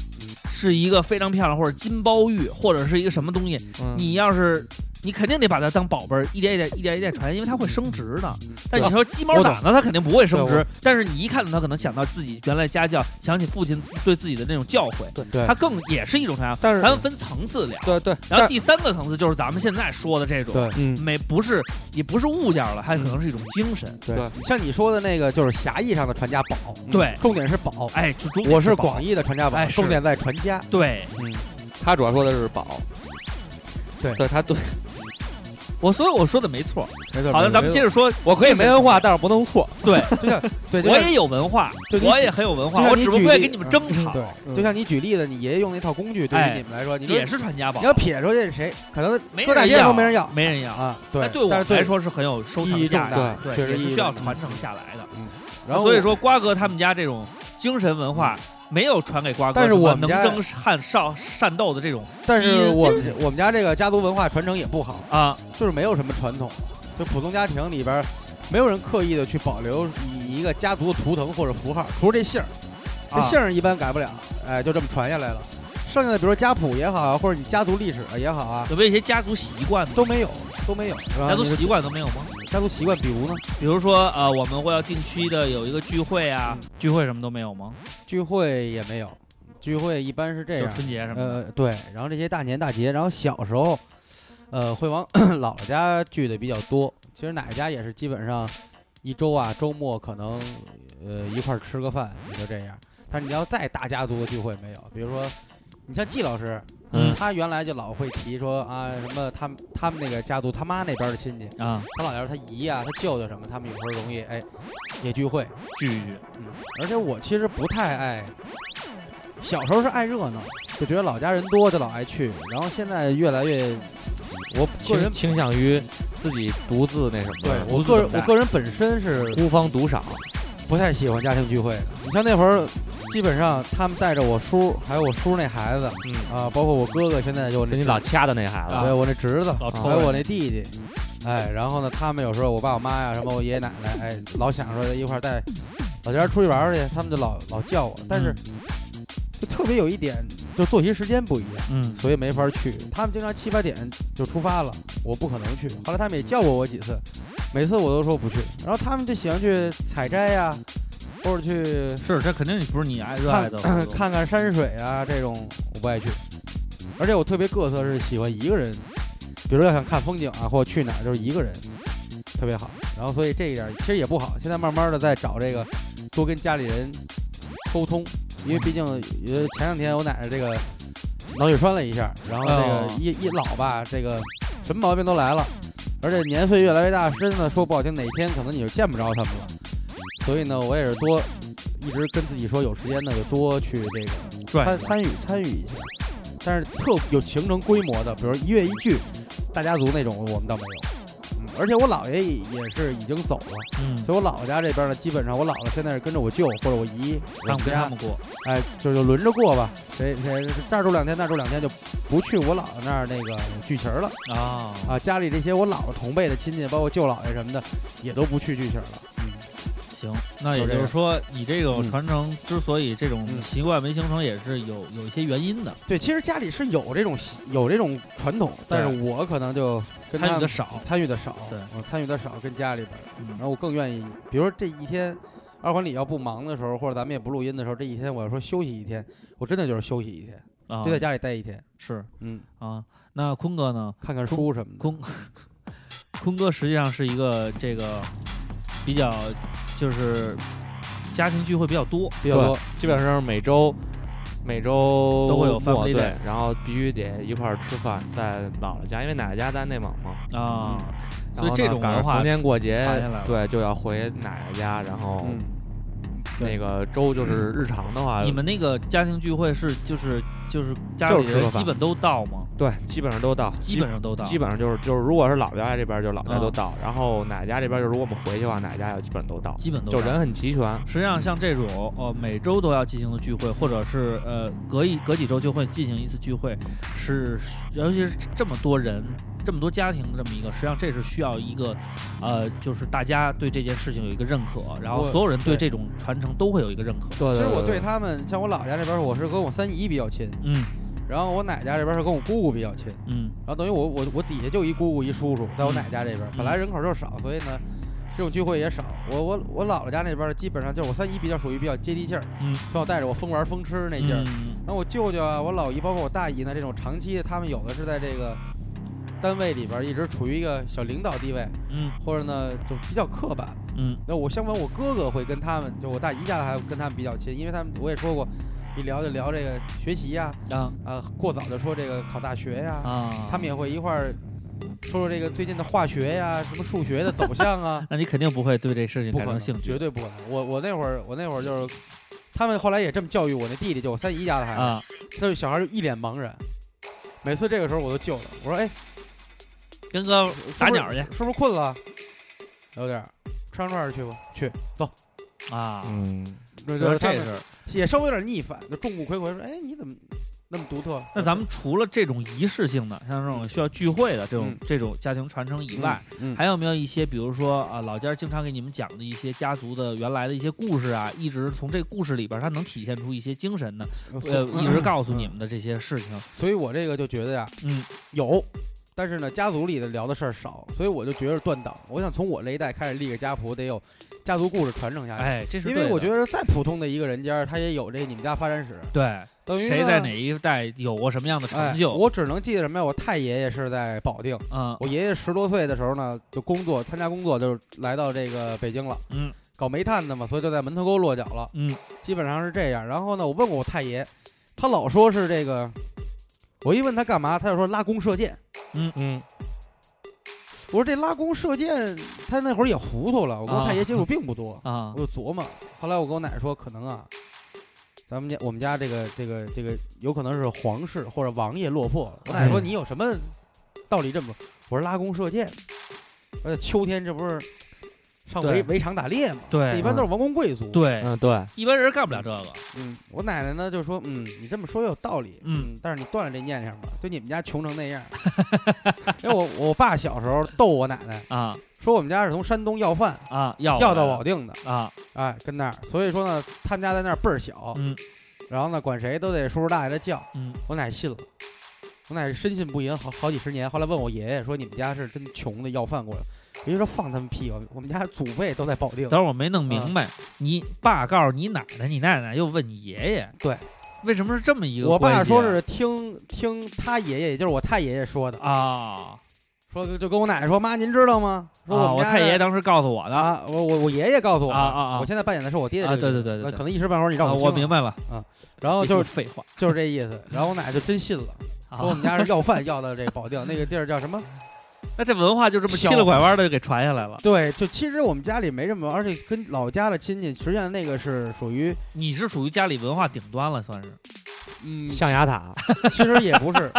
Speaker 2: 是一个非常漂亮或者金包玉或者是一个什么东西，
Speaker 4: 嗯
Speaker 2: 你要是。你肯定得把它当宝贝儿，一点一点、一点一点传，因为它会升值的。但你说鸡毛
Speaker 3: 嗯我懂
Speaker 2: 掸子，它肯定不会升
Speaker 3: 对
Speaker 2: 值。但是你一看到它，可能想到自己原来家教，想起父亲对自己的那种教诲，
Speaker 3: 对对
Speaker 2: 它更也是一种啥？
Speaker 3: 但是
Speaker 2: 咱们分层次聊。
Speaker 3: 对对，
Speaker 2: 然后
Speaker 3: 但
Speaker 2: 第三个层次就是咱们现在说的这种，
Speaker 3: 对
Speaker 4: 嗯
Speaker 2: 没不是也不是物件了，它可能是一种精神。
Speaker 3: 对，像你说的那个就是狭义上的传家宝，嗯
Speaker 2: 对，
Speaker 3: 重点是宝。
Speaker 2: 哎，主主
Speaker 3: 我是广义的传家宝
Speaker 2: 哎，是
Speaker 3: 重点在传家。
Speaker 2: 对
Speaker 4: 他主要说的是宝，
Speaker 3: 对
Speaker 4: 对他对
Speaker 2: 我，所以我说的没错。
Speaker 3: 没错
Speaker 2: 好的，咱们接着说。
Speaker 4: 我可以没文化，但是不能错。
Speaker 2: 对，
Speaker 3: 就像对，就
Speaker 2: 我
Speaker 3: 像
Speaker 2: 也有文化，
Speaker 3: 就你
Speaker 2: 我也很有文化，
Speaker 3: 就像
Speaker 2: 我
Speaker 3: 你
Speaker 2: 只不
Speaker 3: 举
Speaker 2: 过
Speaker 3: 例嗯
Speaker 2: 跟你们争吵，
Speaker 3: 对，就像你举例子，你爷爷用那套工具，对
Speaker 2: 哎
Speaker 3: 于你们来说，你说
Speaker 2: 也是传家宝
Speaker 3: 你，要撇出去，谁可能
Speaker 2: 没
Speaker 3: 搁大
Speaker 2: 人
Speaker 3: 街上
Speaker 2: 要，
Speaker 3: 都没人要
Speaker 2: 没人要。
Speaker 3: 啊？
Speaker 2: 那
Speaker 3: 对，
Speaker 2: 对我
Speaker 3: 但
Speaker 2: 们
Speaker 3: 是对
Speaker 2: 来，说是很有收
Speaker 3: 意
Speaker 2: 藏
Speaker 3: 义重
Speaker 2: 价值
Speaker 3: 大
Speaker 2: 的，
Speaker 3: 确
Speaker 2: 对，
Speaker 3: 实
Speaker 2: 也
Speaker 3: 意
Speaker 2: 是
Speaker 3: 义
Speaker 2: 需要
Speaker 3: 重大
Speaker 2: 传承下来的。
Speaker 3: 然后
Speaker 2: 所以
Speaker 3: 我
Speaker 2: 说瓜哥他们家这种精神文化没有传给瓜哥，
Speaker 3: 但是
Speaker 2: 什么
Speaker 3: 我们
Speaker 2: 能
Speaker 3: 家
Speaker 2: 争善少善斗的这种
Speaker 3: 但
Speaker 2: 基
Speaker 3: 是
Speaker 2: 因
Speaker 3: 我
Speaker 2: 就
Speaker 3: 们我们家这个家族文化传承也不好，
Speaker 2: 啊，
Speaker 3: 就是没有什么传统，就普通家庭里边儿没有人刻意的去保留你一个家族的图腾或者符号，除了这姓儿，这
Speaker 2: 啊
Speaker 3: 姓儿一般改不了，哎，就这么传下来了。剩下的比如说家谱也好啊，或者你家族历史也好啊，
Speaker 2: 有没有一些家族习惯呢？
Speaker 3: 都没有，都没有。然后
Speaker 2: 家族
Speaker 3: 啊你
Speaker 2: 习惯都没有吗？
Speaker 3: 家族习惯，比如呢，
Speaker 2: 比如说呃，我们会要定期的有一个聚会啊，
Speaker 3: 嗯
Speaker 2: 聚会什么都没有吗？
Speaker 3: 聚会也没有，聚会一般是这
Speaker 2: 就
Speaker 3: 样，
Speaker 2: 春节什么的。
Speaker 3: 呃，对，然后这些大年大节，然后小时候，呃，会往 姥姥家聚的比较多。其实奶家也是基本上一周啊，周末可能呃一块儿吃个饭，也就这样。但是你要再大家族的聚会没有，比如说你像季老师，
Speaker 2: 嗯
Speaker 3: 他原来就老会提说啊什么他们他们那个家族他妈那边的亲戚，
Speaker 2: 啊，
Speaker 3: 他姥姥他姨啊他舅舅什么，他们有时候容易哎也聚会，
Speaker 2: 聚一聚，
Speaker 3: 嗯，而且我其实不太爱，小时候是爱热闹，就觉得老家人多就老爱去，然后现在越来越，我个
Speaker 4: 倾
Speaker 3: 人
Speaker 4: 倾向于自己独自那什么，
Speaker 3: 对我
Speaker 4: 独自
Speaker 3: 个人
Speaker 4: 怎
Speaker 3: 我
Speaker 4: 么带
Speaker 3: 个人本身是
Speaker 4: 孤芳独赏，
Speaker 3: 不太喜欢家庭聚会的。你像那会儿，基本上他们带着我叔，还有我叔那孩子
Speaker 4: 嗯，
Speaker 3: 啊，包括我哥哥，现在就我
Speaker 4: 就
Speaker 3: 那
Speaker 4: 你老掐的那孩
Speaker 3: 对
Speaker 4: 子，
Speaker 3: 我那侄子，
Speaker 2: 啊老
Speaker 3: 还有
Speaker 2: 抽人
Speaker 3: 我那弟弟，哎，然后呢，他们有时候我爸我妈呀，什么我爷爷奶奶，哎，老想说一块儿带老家出去玩儿去，他们就老老叫我，但是就特别有一点，就作息时间不一样，
Speaker 2: 嗯，
Speaker 3: 所以没法去。他们经常七八点就出发了，我不可能去。后来他们也叫过我几次，每次我都说不去，然后他们就喜欢去采摘呀、或者去
Speaker 2: 是这肯定不是你爱热爱
Speaker 3: 看
Speaker 2: 的
Speaker 3: 看看山水啊这种，我不爱去。而且我特别各色是喜欢一个人，比如要想看风景啊，或者去哪儿就是一个人，特别好。然后所以这一点其实也不好，现在慢慢的在找这个，多跟家里人沟通，因为毕竟呃前两天我奶奶这个脑血栓了一下，然后这个
Speaker 2: 哦
Speaker 3: 一、一老吧，这个什么毛病都来了，而且年岁越来越大，真的说不好听，哪天可能你就见不着他们了。所以呢，我也是多一直跟自己说，有时间呢就多去这个
Speaker 2: 转
Speaker 3: 参
Speaker 2: 一转
Speaker 3: 参与参与一下。但是特有形成规模的，比如一月一聚，大家族那种，我们倒没有。嗯，而且我姥爷也是已经走了，
Speaker 2: 嗯，
Speaker 3: 所以我姥姥家这边呢，基本上我姥姥现在是跟着我舅或者我姨，
Speaker 2: 他们
Speaker 3: 我们
Speaker 2: 跟他
Speaker 3: 家
Speaker 2: 们过，
Speaker 3: 哎，就就轮着过吧，谁谁这儿住两天，那儿住两天，就不去我姥姥那儿那个聚群儿了
Speaker 2: 啊
Speaker 3: 啊。家里这些我姥姥同辈的亲戚，包括舅姥爷什么的，也都不去聚群儿了。
Speaker 2: 行，那也就是说，你这个
Speaker 3: 嗯
Speaker 2: 传承之所以这种
Speaker 3: 嗯
Speaker 2: 习惯没形成，也是有有一些原因的，
Speaker 3: 对，其实家里是有这种习有这种传统，但是我可能就跟
Speaker 2: 啊参
Speaker 3: 他
Speaker 2: 与的
Speaker 3: 们
Speaker 2: 少。
Speaker 3: 参与的少，
Speaker 2: 对
Speaker 3: 我参与的少，跟家里边儿，
Speaker 2: 嗯
Speaker 3: 然后我更愿意，比如说这一天。二环里要不忙的时候，或者咱们也不录音的时候，这一天我要说休息一天，我真的就是休息一天，
Speaker 2: 啊
Speaker 3: 就，在家里待一天，
Speaker 2: 是
Speaker 3: 嗯，
Speaker 2: 啊。那坤哥呢？
Speaker 3: 看看书什么的。
Speaker 2: 坤坤哥实际上是一个这个比较就是家庭聚会比较多，
Speaker 3: 比较多，
Speaker 4: 基本上是每周每周
Speaker 2: 都会有
Speaker 4: 末
Speaker 2: family
Speaker 4: 对
Speaker 2: day，
Speaker 4: 然后必须得一块儿吃饭，在姥姥家，因为奶奶家在内蒙嘛，
Speaker 2: 啊，
Speaker 3: 嗯
Speaker 4: 然
Speaker 2: 所以
Speaker 4: 后
Speaker 2: 这
Speaker 4: 呢
Speaker 2: 种
Speaker 4: 赶
Speaker 2: 文
Speaker 4: 上
Speaker 2: 化
Speaker 4: 逢年过节
Speaker 2: 传下来了，
Speaker 4: 对，就要回奶奶家，然后
Speaker 3: 嗯，对
Speaker 4: 那个周就是日常的话，
Speaker 2: 你们那个家庭聚会是就是就是家里
Speaker 4: 就是吃
Speaker 2: 人
Speaker 4: 个饭
Speaker 2: 基本都到吗？
Speaker 4: 对，基本上都到，
Speaker 2: 基本上都到，
Speaker 4: 基本上就是就是，如果是老家这边就老家都
Speaker 2: 嗯
Speaker 4: 到，然后奶家这边就如果我们回去的话，奶家也基本上都到，
Speaker 2: 基本都
Speaker 4: 就
Speaker 2: 到
Speaker 4: 人很齐全。
Speaker 2: 实际上，像这种呃每周都要进行的聚会，或者是呃隔一隔几周就会进行一次聚会，是尤其是这么多人、这么多家庭的这么一个，实际上这是需要一个呃，就是大家对这件事情有一个认可，然后
Speaker 3: 我
Speaker 2: 所有人对
Speaker 3: 对
Speaker 2: 这种传承都会有一个认可。
Speaker 4: 对
Speaker 3: 其实我对
Speaker 2: 呃
Speaker 3: 他们，像我老家这边，我是跟我三姨比较亲，
Speaker 2: 嗯
Speaker 3: 然后我奶家这边是跟我姑姑比较亲，
Speaker 2: 嗯
Speaker 3: 然后等于我我我底下就一姑姑一叔叔，在我
Speaker 2: 嗯
Speaker 3: 奶家这边，本来
Speaker 2: 嗯
Speaker 3: 人口就少，所以呢，这种聚会也少。我我我姥姥家那边基本上就是我三姨比较属于比较接地气儿，
Speaker 2: 嗯，
Speaker 3: 从小带着我疯玩疯吃那劲儿。
Speaker 2: 嗯
Speaker 3: 然后我舅舅啊，我老姨包括我大姨呢，这种长期的他们有的是在这个单位里边一直处于一个小领导地位，
Speaker 2: 嗯
Speaker 3: 或者呢就比较刻板。
Speaker 2: 嗯
Speaker 3: 那我相反，我哥哥会跟他们，就我大姨家还跟他们比较亲，因为他们我也说过，一聊就聊这个学习呀、
Speaker 2: 啊
Speaker 3: 啊，过早就说这个考大学呀、
Speaker 2: 啊，，
Speaker 3: 他们也会一块儿说说这个最近的化学呀、什么数学的走向啊
Speaker 2: 那你肯定不会 对这事情
Speaker 3: 不
Speaker 2: 产生
Speaker 3: 可能，
Speaker 2: 兴趣啊
Speaker 3: 绝对不可能。我我那会儿我那会儿就是，他们后来也这么教育我那弟弟，就我三姨家的孩子，
Speaker 2: 啊
Speaker 3: 他就小孩就一脸茫然。每次这个时候我都救了，我说哎，
Speaker 2: 跟哥
Speaker 3: 是不是
Speaker 2: 打鸟去
Speaker 3: 是不是困了？有点儿，吃上串儿去吧，去走。
Speaker 2: 啊。
Speaker 4: 嗯，
Speaker 3: 那
Speaker 2: 就是
Speaker 3: 就他
Speaker 2: 这
Speaker 3: 们
Speaker 2: 事儿，
Speaker 3: 也稍微有点逆反，就众目睽睽说，哎，你怎么那么独特？
Speaker 2: 那咱们除了这种仪式性的，像这种需要聚会的这种、
Speaker 3: 嗯
Speaker 2: 这种家庭传承以外，
Speaker 3: 嗯，
Speaker 2: 还有没有一些，比如说啊，老家儿经常给你们讲的一些家族的原来的一些故事啊，一直从这故事里边儿，它能体现出一些精神的，呃，
Speaker 3: 嗯
Speaker 2: 一直告诉你们的这些事情。
Speaker 3: 所以我这个就觉得呀，
Speaker 2: 嗯，
Speaker 3: 有，但是呢，家族里的聊的事儿少，所以我就觉得断档。我想从我这一代开始立个家谱，得有家族故事传承下去。
Speaker 2: 哎，这是
Speaker 3: 因为
Speaker 2: 对
Speaker 3: 我
Speaker 2: 的
Speaker 3: 觉得再普通的一个人家，他也有这你们家发展史，
Speaker 2: 对
Speaker 3: 等于
Speaker 2: 谁
Speaker 3: 呢
Speaker 2: 在哪一代有过什么样的
Speaker 3: 哎
Speaker 2: 成，就，
Speaker 3: 我只能记得什么呀？我太爷爷是在保定，
Speaker 2: 嗯
Speaker 3: 我爷爷十多岁的时候呢，就工作参加工作，就来到这个北京了。
Speaker 2: 嗯，
Speaker 3: 搞煤炭的嘛，所以就在门头沟落脚了。
Speaker 2: 嗯，
Speaker 3: 基本上是这样。然后呢，我问过我太爷，他老说是这个，我一问他干嘛，他就说拉弓射箭。
Speaker 4: 嗯，
Speaker 3: 我说这拉弓射箭，他那会儿也糊涂了，我跟我
Speaker 2: 啊
Speaker 3: 太爷接触并不多，
Speaker 2: 啊
Speaker 3: 我就琢磨。后来我跟我奶说，可能啊，咱们家我们家这个这个这个有可能是皇室或者王爷落魄了。我奶说
Speaker 2: 哎
Speaker 3: 你有什么道理这么说？我说拉弓射箭，而且秋天这不是上
Speaker 2: 对
Speaker 3: 围围场打猎吗？
Speaker 2: 对嗯
Speaker 3: 这一般都是王公贵族。，
Speaker 2: 对，
Speaker 4: 嗯，对，
Speaker 2: 一般人干不了这个。
Speaker 3: 嗯，我奶奶呢就说，嗯，你这么说有道理，
Speaker 2: 嗯，
Speaker 3: 但是你断了这念想吧，就你们家穷成那 样。因为我我爸小时候逗我奶奶，
Speaker 2: 啊
Speaker 3: 说我们家是从山东要饭
Speaker 2: 啊，要
Speaker 3: 要
Speaker 2: 到
Speaker 3: 到保定的，
Speaker 2: 啊，
Speaker 3: 哎，跟那儿，所以说呢，他们家在那儿倍儿小，
Speaker 2: 嗯
Speaker 3: 然后呢，管谁都得叔叔大爷的叫，
Speaker 2: 嗯
Speaker 3: 我奶信了，我奶深信不疑好好几十年，后来问我爷爷说你们家是真穷的要饭过来，我就说放他们屁，我我们家祖辈都在保定，
Speaker 2: 等会儿我没
Speaker 3: 嗯
Speaker 2: 弄明白，你爸告诉你奶奶，你奶奶又问你爷爷，
Speaker 3: 对，
Speaker 2: 为什么是这么一个
Speaker 3: 我爸
Speaker 2: 关系
Speaker 3: 说
Speaker 2: 啊
Speaker 3: 是听听他爷爷，也就是我太爷爷说的，
Speaker 2: 啊，
Speaker 3: 说就跟我奶奶说妈您知道吗？说
Speaker 2: 啊
Speaker 3: 们
Speaker 2: 我
Speaker 3: 家
Speaker 2: 太爷
Speaker 3: 的
Speaker 2: 当时告诉我的
Speaker 3: 啊，我我我爷爷告诉我的
Speaker 2: 啊啊啊
Speaker 3: 我现在扮演的是我爹
Speaker 2: 啊
Speaker 3: 的这
Speaker 2: 对
Speaker 3: 个
Speaker 2: 对
Speaker 3: 角色，
Speaker 2: 对对对
Speaker 3: 那可能一时半会儿你让
Speaker 2: 啊，
Speaker 3: 我
Speaker 2: 我
Speaker 3: 听
Speaker 2: 明白
Speaker 3: 了，
Speaker 2: 了，
Speaker 3: 然后
Speaker 2: 别说
Speaker 3: 就是
Speaker 2: 废话
Speaker 3: 就是这意思，然后我奶奶就真信了。说我
Speaker 2: 啊。
Speaker 3: 们家是要饭要到这个保定，那个地儿叫什么？
Speaker 2: 那这文化就这么七
Speaker 3: 小
Speaker 2: 了拐弯的就给传下来了。
Speaker 3: 对，就其实我们家里没这么，而且跟老家的亲戚，实际上那个是属于，
Speaker 2: 你是属于家里文化顶端了，算是
Speaker 3: 嗯，
Speaker 4: 象牙塔，
Speaker 3: 其实也不是。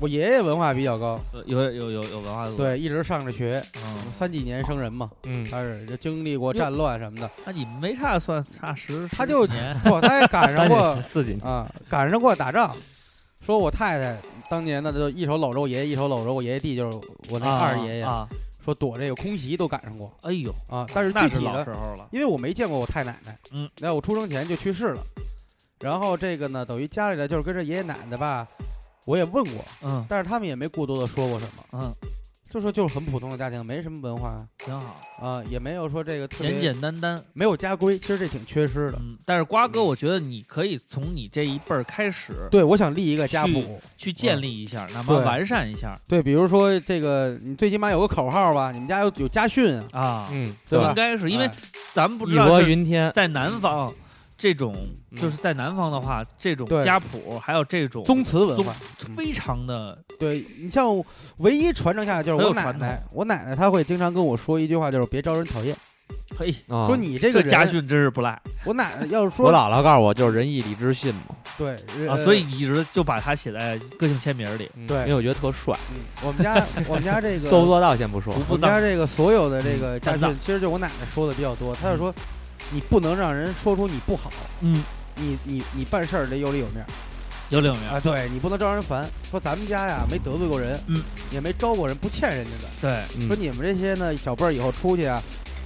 Speaker 3: 我爷爷文化比较 高，
Speaker 2: 呃有有有有文化的。，
Speaker 3: 对，一直上着学，
Speaker 2: 嗯，
Speaker 3: 三几年生人嘛，
Speaker 4: 嗯，
Speaker 3: 他是就经历过战乱什么的，
Speaker 2: 那你们没差算差十，
Speaker 3: 他
Speaker 2: 十
Speaker 3: 就
Speaker 2: 几年
Speaker 3: 不，他也赶上过
Speaker 4: 四斤，
Speaker 3: 啊，赶上过打仗。说我太太当年呢，就一手搂着我爷爷，一手搂着我爷爷弟，就是我那
Speaker 2: 啊
Speaker 3: 二爷爷，
Speaker 2: 啊，
Speaker 3: 说躲这个空袭都赶上过
Speaker 2: 哎呦，
Speaker 3: 啊。但是具
Speaker 2: 那是
Speaker 3: 体
Speaker 2: 老
Speaker 3: 的，
Speaker 2: 时候了。
Speaker 3: 因为我没见过我太奶奶，
Speaker 2: 嗯，
Speaker 3: 那我出生前就去世了。然后这个呢，等于家里的就是跟这爷爷奶奶吧，我也问过，
Speaker 2: 嗯
Speaker 3: 但是他们也没过多的说过什么，
Speaker 2: 嗯，
Speaker 3: 就说就是很普通的家庭，没什么文化啊、
Speaker 2: 挺好，
Speaker 3: 也没有说这个特别
Speaker 2: 简简单单。
Speaker 3: 没有家规，其实这挺缺失的。
Speaker 2: 嗯，但是瓜哥，我觉得你可以从你这一辈儿开始
Speaker 3: 对，我想立一个家谱，
Speaker 2: 去建立一下，那么
Speaker 3: 嗯对
Speaker 2: 完善一下
Speaker 3: 对，比如说这个，你最起码有个口号吧，你们家有有家训啊，
Speaker 2: 啊，
Speaker 4: 嗯，
Speaker 3: 对吧
Speaker 2: 应该是因为
Speaker 3: 哎
Speaker 2: 咱们不知
Speaker 4: 义
Speaker 2: 道
Speaker 4: 薄
Speaker 2: 是
Speaker 4: 云天，
Speaker 2: 在南方，这种
Speaker 4: 嗯
Speaker 2: 就是在南方的话，这种
Speaker 3: 对
Speaker 2: 家谱还有这种
Speaker 3: 宗祠文化。嗯
Speaker 2: 非常的
Speaker 3: 对你像唯一传承下来就是
Speaker 2: 很
Speaker 3: 我
Speaker 2: 有
Speaker 3: 奶
Speaker 2: 传
Speaker 3: 奶，我奶奶她会经常跟我说一句话，就是别招人讨厌，
Speaker 2: 嘿，
Speaker 4: 说
Speaker 3: 说你这
Speaker 2: 啊这
Speaker 3: 个
Speaker 2: 家
Speaker 3: 人，
Speaker 2: 训真是不赖
Speaker 3: 我奶奶要是
Speaker 4: 啊我
Speaker 3: 说
Speaker 4: 姥姥告诉我，就是仁义礼智信嘛，
Speaker 3: 对呃
Speaker 2: 啊，所以你一直就把它写在个性签名里。
Speaker 4: 嗯
Speaker 3: 对
Speaker 4: 因为我觉得特帅，
Speaker 3: 我们家我们家 这个
Speaker 4: 做不做到先不说
Speaker 2: 不。
Speaker 3: 我
Speaker 2: 不
Speaker 3: 们家
Speaker 2: 当，嗯
Speaker 3: 这个所有的这个家
Speaker 2: 蛋
Speaker 3: 训，其实就我奶奶说的比较多，她就说，你不能让人说出你不好，
Speaker 2: 嗯，
Speaker 3: 你你你办事儿得有里有面儿
Speaker 2: 有领名，
Speaker 3: 啊，对你不能招人烦。说咱们家呀没得罪过人，
Speaker 2: 嗯，
Speaker 3: 也没招过人，不欠人家的。
Speaker 2: 对，
Speaker 4: 嗯
Speaker 3: 说你们这些呢小辈儿以后出去啊，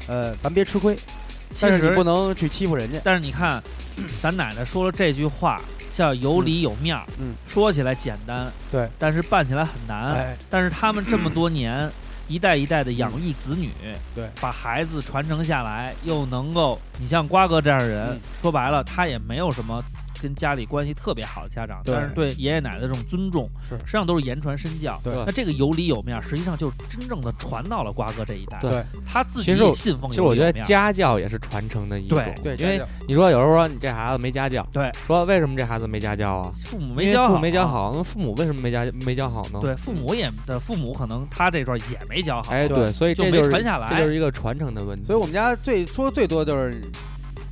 Speaker 3: 呃，咱别吃亏，
Speaker 2: 其
Speaker 3: 但是你不
Speaker 2: 实
Speaker 3: 能去欺负人家。
Speaker 2: 但是你看， 咱奶奶说了这句话叫有理有面儿，
Speaker 3: 嗯嗯
Speaker 2: 说起来简单，
Speaker 3: 对，
Speaker 2: 但是办起来很难，
Speaker 3: 哎，
Speaker 2: 但是他们这么多
Speaker 4: 嗯
Speaker 2: 年，一代一代的养育子女，
Speaker 3: 对
Speaker 2: 把孩子传承下来，又能够，你像瓜哥这样的人，
Speaker 3: 嗯
Speaker 2: 说白了，他也没有什么跟家里关系特别好的家长，
Speaker 3: 对
Speaker 2: 但是对爷爷奶奶的这种尊重，
Speaker 3: 是
Speaker 2: 实际上都是言传身教。
Speaker 3: 对
Speaker 2: 那这个有理有面，实际上就真正的传到了瓜哥这一代，
Speaker 3: 对，
Speaker 2: 他自己
Speaker 4: 其实
Speaker 2: 也
Speaker 4: 我
Speaker 2: 信奉
Speaker 4: 其实
Speaker 2: 有
Speaker 4: 我
Speaker 2: 理
Speaker 4: 觉
Speaker 2: 有
Speaker 4: 得
Speaker 2: 面。
Speaker 4: 家教也是传承的一种
Speaker 2: 对，
Speaker 3: 对，
Speaker 4: 因为
Speaker 3: 家教
Speaker 4: 你说有时候说你这孩子没家教，
Speaker 2: 对，
Speaker 4: 说为什么这孩子没家教啊？
Speaker 2: 父母
Speaker 4: 因
Speaker 2: 没
Speaker 4: 为
Speaker 2: 教
Speaker 4: 父
Speaker 2: 好，啊
Speaker 4: 母没教。好，那父母为什么没教没教好呢？，
Speaker 2: 对，父母也的父母可能他这段也没教好，
Speaker 4: 哎
Speaker 3: 对
Speaker 4: 对，所以
Speaker 2: 就
Speaker 4: 这
Speaker 2: 没
Speaker 4: 是
Speaker 2: 传下来
Speaker 4: 这就是一个传承的问题。
Speaker 3: 所以我们家最说最多就是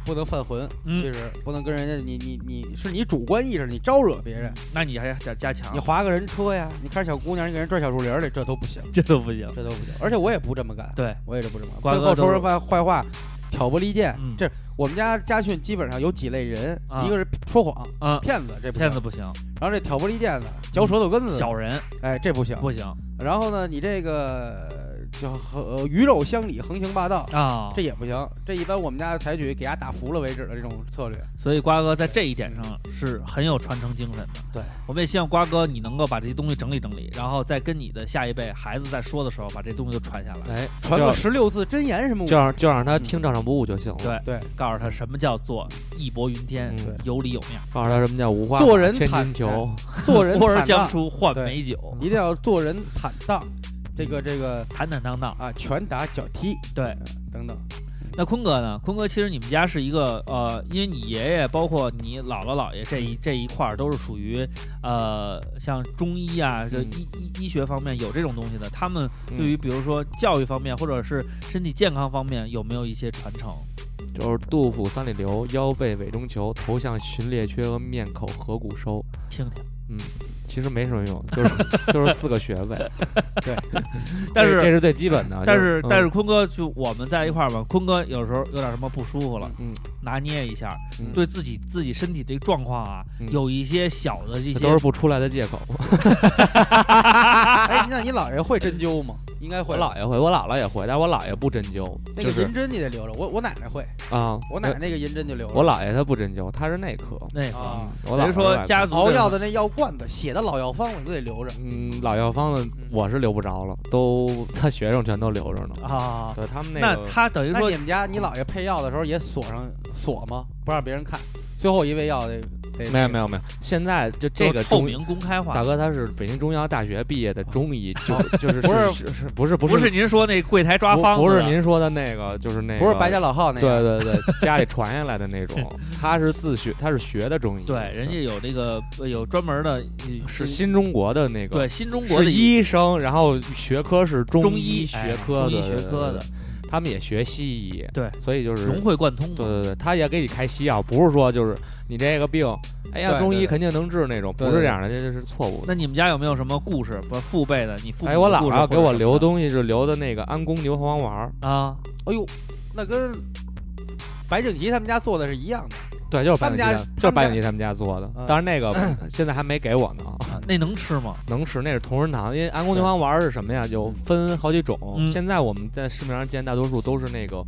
Speaker 3: 不能犯浑，
Speaker 2: 嗯
Speaker 3: 其实不能跟人家你你你是你主观意识，你招惹别人，
Speaker 2: 那你还要加强
Speaker 3: 你，划个人车呀，你看小姑娘，你给人拽小树林儿里，这都不行，
Speaker 2: 这都不行。
Speaker 3: 这都不行。而且我也不这么干，
Speaker 2: 对，
Speaker 3: 我也是不这么
Speaker 2: 瓜
Speaker 3: 干，
Speaker 2: 哥
Speaker 3: 背后
Speaker 2: 都
Speaker 3: 说
Speaker 2: 是
Speaker 3: 人坏坏话，挑拨离间
Speaker 2: 嗯。
Speaker 3: 这我们家家训基本上有几类人
Speaker 2: 啊，
Speaker 3: 一个是说谎、
Speaker 2: 嗯，
Speaker 3: 骗子，这不行
Speaker 2: 骗子。不行，
Speaker 3: 然后这挑拨离间的、嚼舌头根子的，
Speaker 2: 小人
Speaker 3: 哎，这不行。
Speaker 2: 不行
Speaker 3: 然后呢，你这个就和呃鱼肉乡里、横行霸道。
Speaker 2: 啊
Speaker 3: 这。也不行，这一般我们家采取给他打服了为止的这种策略。
Speaker 2: 所以瓜哥在这一点上是很有传承精神的。
Speaker 3: 对，
Speaker 2: 我们也希望瓜哥你能够把这些东西整理整理，然后再跟你的下一辈孩子在说的时候，把这东西就传下来，
Speaker 4: 哎，
Speaker 3: 传
Speaker 4: 就
Speaker 3: 个十六字真言什么？
Speaker 4: 就让就让他听照常不误就行了。
Speaker 2: 嗯对
Speaker 3: 对，
Speaker 2: 告诉他什么叫做义薄云天
Speaker 4: 嗯，对，
Speaker 2: 有理有面，
Speaker 4: 告诉他什么叫无话
Speaker 3: 做人
Speaker 4: 千
Speaker 3: 坦
Speaker 4: 金球，
Speaker 2: 哎
Speaker 3: 做 人
Speaker 2: 泼儿
Speaker 3: 坦
Speaker 2: 将
Speaker 3: 荡，
Speaker 2: 出换美酒，
Speaker 3: 一定要做人坦荡。这个这个
Speaker 2: 坦坦荡荡。
Speaker 3: 啊，拳打脚踢，
Speaker 2: 对，
Speaker 3: 等等，
Speaker 2: 那坤哥呢？坤哥，其实你们家是一个呃，因为你爷爷包括你姥姥姥爷这
Speaker 4: 嗯
Speaker 2: 一这一块儿都是属于呃，像中医啊，这
Speaker 4: 嗯
Speaker 2: 医医医学方面有这种东西的，他们
Speaker 4: 嗯
Speaker 2: 对于比如说教育方面或者是身体健康方面有没有一些传承？
Speaker 4: 就是肚腹三里留，腰背尾中求，头项循列缺额，面口合谷收。嗯
Speaker 2: 听听，
Speaker 4: 其实没什么用，就是就是四个穴位，
Speaker 2: 但
Speaker 4: 这这
Speaker 2: 是。
Speaker 4: 是最基本的。
Speaker 2: 但
Speaker 4: 就是嗯
Speaker 2: 但是坤哥就我们在一块儿吧，坤哥有时候有点什么不舒服了，
Speaker 4: 嗯，
Speaker 2: 拿捏一下，
Speaker 4: 嗯
Speaker 2: 对自己自己身体这个状况啊，
Speaker 4: 嗯
Speaker 2: 有一些小的这些
Speaker 4: 这都是不出来的借口。
Speaker 3: 哎，那你姥爷会针灸吗？应该
Speaker 4: 啊我
Speaker 3: 会吧。
Speaker 4: 姥爷会，我姥姥也会，但我姥爷不针灸，
Speaker 3: 那
Speaker 4: 就
Speaker 3: 个
Speaker 4: 是
Speaker 3: 银针你得留着，我我奶奶会，
Speaker 4: 啊，
Speaker 3: 我奶奶那个银针就留着。
Speaker 4: 我姥爷他不针灸，他是内科。
Speaker 2: 那个，
Speaker 3: 啊，
Speaker 4: 我
Speaker 2: 比如
Speaker 4: 姥爷是外
Speaker 2: 说
Speaker 4: 科
Speaker 2: 家族
Speaker 3: 熬
Speaker 2: 这
Speaker 3: 药
Speaker 2: 种
Speaker 3: 的那药罐子写的老药方，我都得留着。
Speaker 4: 嗯，老药方的我是留不着了，都他学生全都留着呢。
Speaker 2: 啊，
Speaker 4: 对他们
Speaker 2: 那
Speaker 4: 个
Speaker 2: 他等于
Speaker 3: 那
Speaker 2: 说
Speaker 3: 你们家你姥爷配药的时候也锁上锁吗？不让别人看，最后一味药得得
Speaker 4: 没有没有没有，现在就这
Speaker 2: 就
Speaker 4: 个
Speaker 2: 是透
Speaker 4: 中
Speaker 2: 明公开化
Speaker 4: 大，哥他是北京中医药大学毕业的中医，就就是
Speaker 3: 不是
Speaker 4: 是是不是不
Speaker 2: 不是
Speaker 4: 是
Speaker 2: 您说那柜台抓
Speaker 4: 不
Speaker 2: 方
Speaker 4: 不
Speaker 2: 子
Speaker 4: 是
Speaker 2: 的
Speaker 4: 您说的那个，就是那个
Speaker 3: 不是白家老号那
Speaker 4: 对
Speaker 3: 个。
Speaker 4: 对对，家里传下来的那种，他是自学，他是学的中医，
Speaker 2: 对，人家有这个呃有专门的呃
Speaker 4: 是新中国的那个，
Speaker 2: 对新中国的
Speaker 4: 是
Speaker 2: 一
Speaker 4: 医生，然后学科是中
Speaker 2: 中
Speaker 4: 医
Speaker 2: 医
Speaker 4: 学科
Speaker 2: 哎中医
Speaker 4: 的，
Speaker 2: 学科的
Speaker 4: 对，对他们也学西医，
Speaker 2: 对
Speaker 4: 所以就是
Speaker 2: 融会贯
Speaker 3: 嗯
Speaker 2: 通
Speaker 4: 对
Speaker 2: 的。
Speaker 4: 对对，他也给你开西药，不是说就是你这个病，哎呀，
Speaker 3: 对
Speaker 4: 中
Speaker 3: 对
Speaker 4: 医
Speaker 3: 对
Speaker 4: 肯定能治那种，
Speaker 3: 对
Speaker 4: 不是
Speaker 3: 对
Speaker 4: 这样的，这这是错误的。
Speaker 2: 那你们家有没有什么故事？不，父辈的，你父母
Speaker 4: 哎，我
Speaker 2: 的
Speaker 4: 姥
Speaker 2: 故事
Speaker 4: 姥
Speaker 2: 或
Speaker 4: 给
Speaker 2: 者
Speaker 4: 我
Speaker 2: 什么
Speaker 4: 留
Speaker 2: 的
Speaker 4: 东西是留的那个安宫牛黄丸儿，
Speaker 2: 啊，
Speaker 3: 哎呦，那跟白景琦他们家做的是一样的。
Speaker 4: 对，就是白
Speaker 3: 他们
Speaker 4: 景
Speaker 3: 家
Speaker 4: 琦他，
Speaker 3: 他
Speaker 4: 就是
Speaker 3: 们
Speaker 4: 白
Speaker 3: 家
Speaker 4: 景琦他们家做的，
Speaker 3: 嗯
Speaker 4: 当然那个 现在还没给我呢，
Speaker 2: 啊那能吃吗？
Speaker 4: 能吃那是同仁堂，因为安宫牛黄丸儿是什么呀？就分好几种，
Speaker 2: 嗯
Speaker 4: 现在我们在市面上见大多数都是那个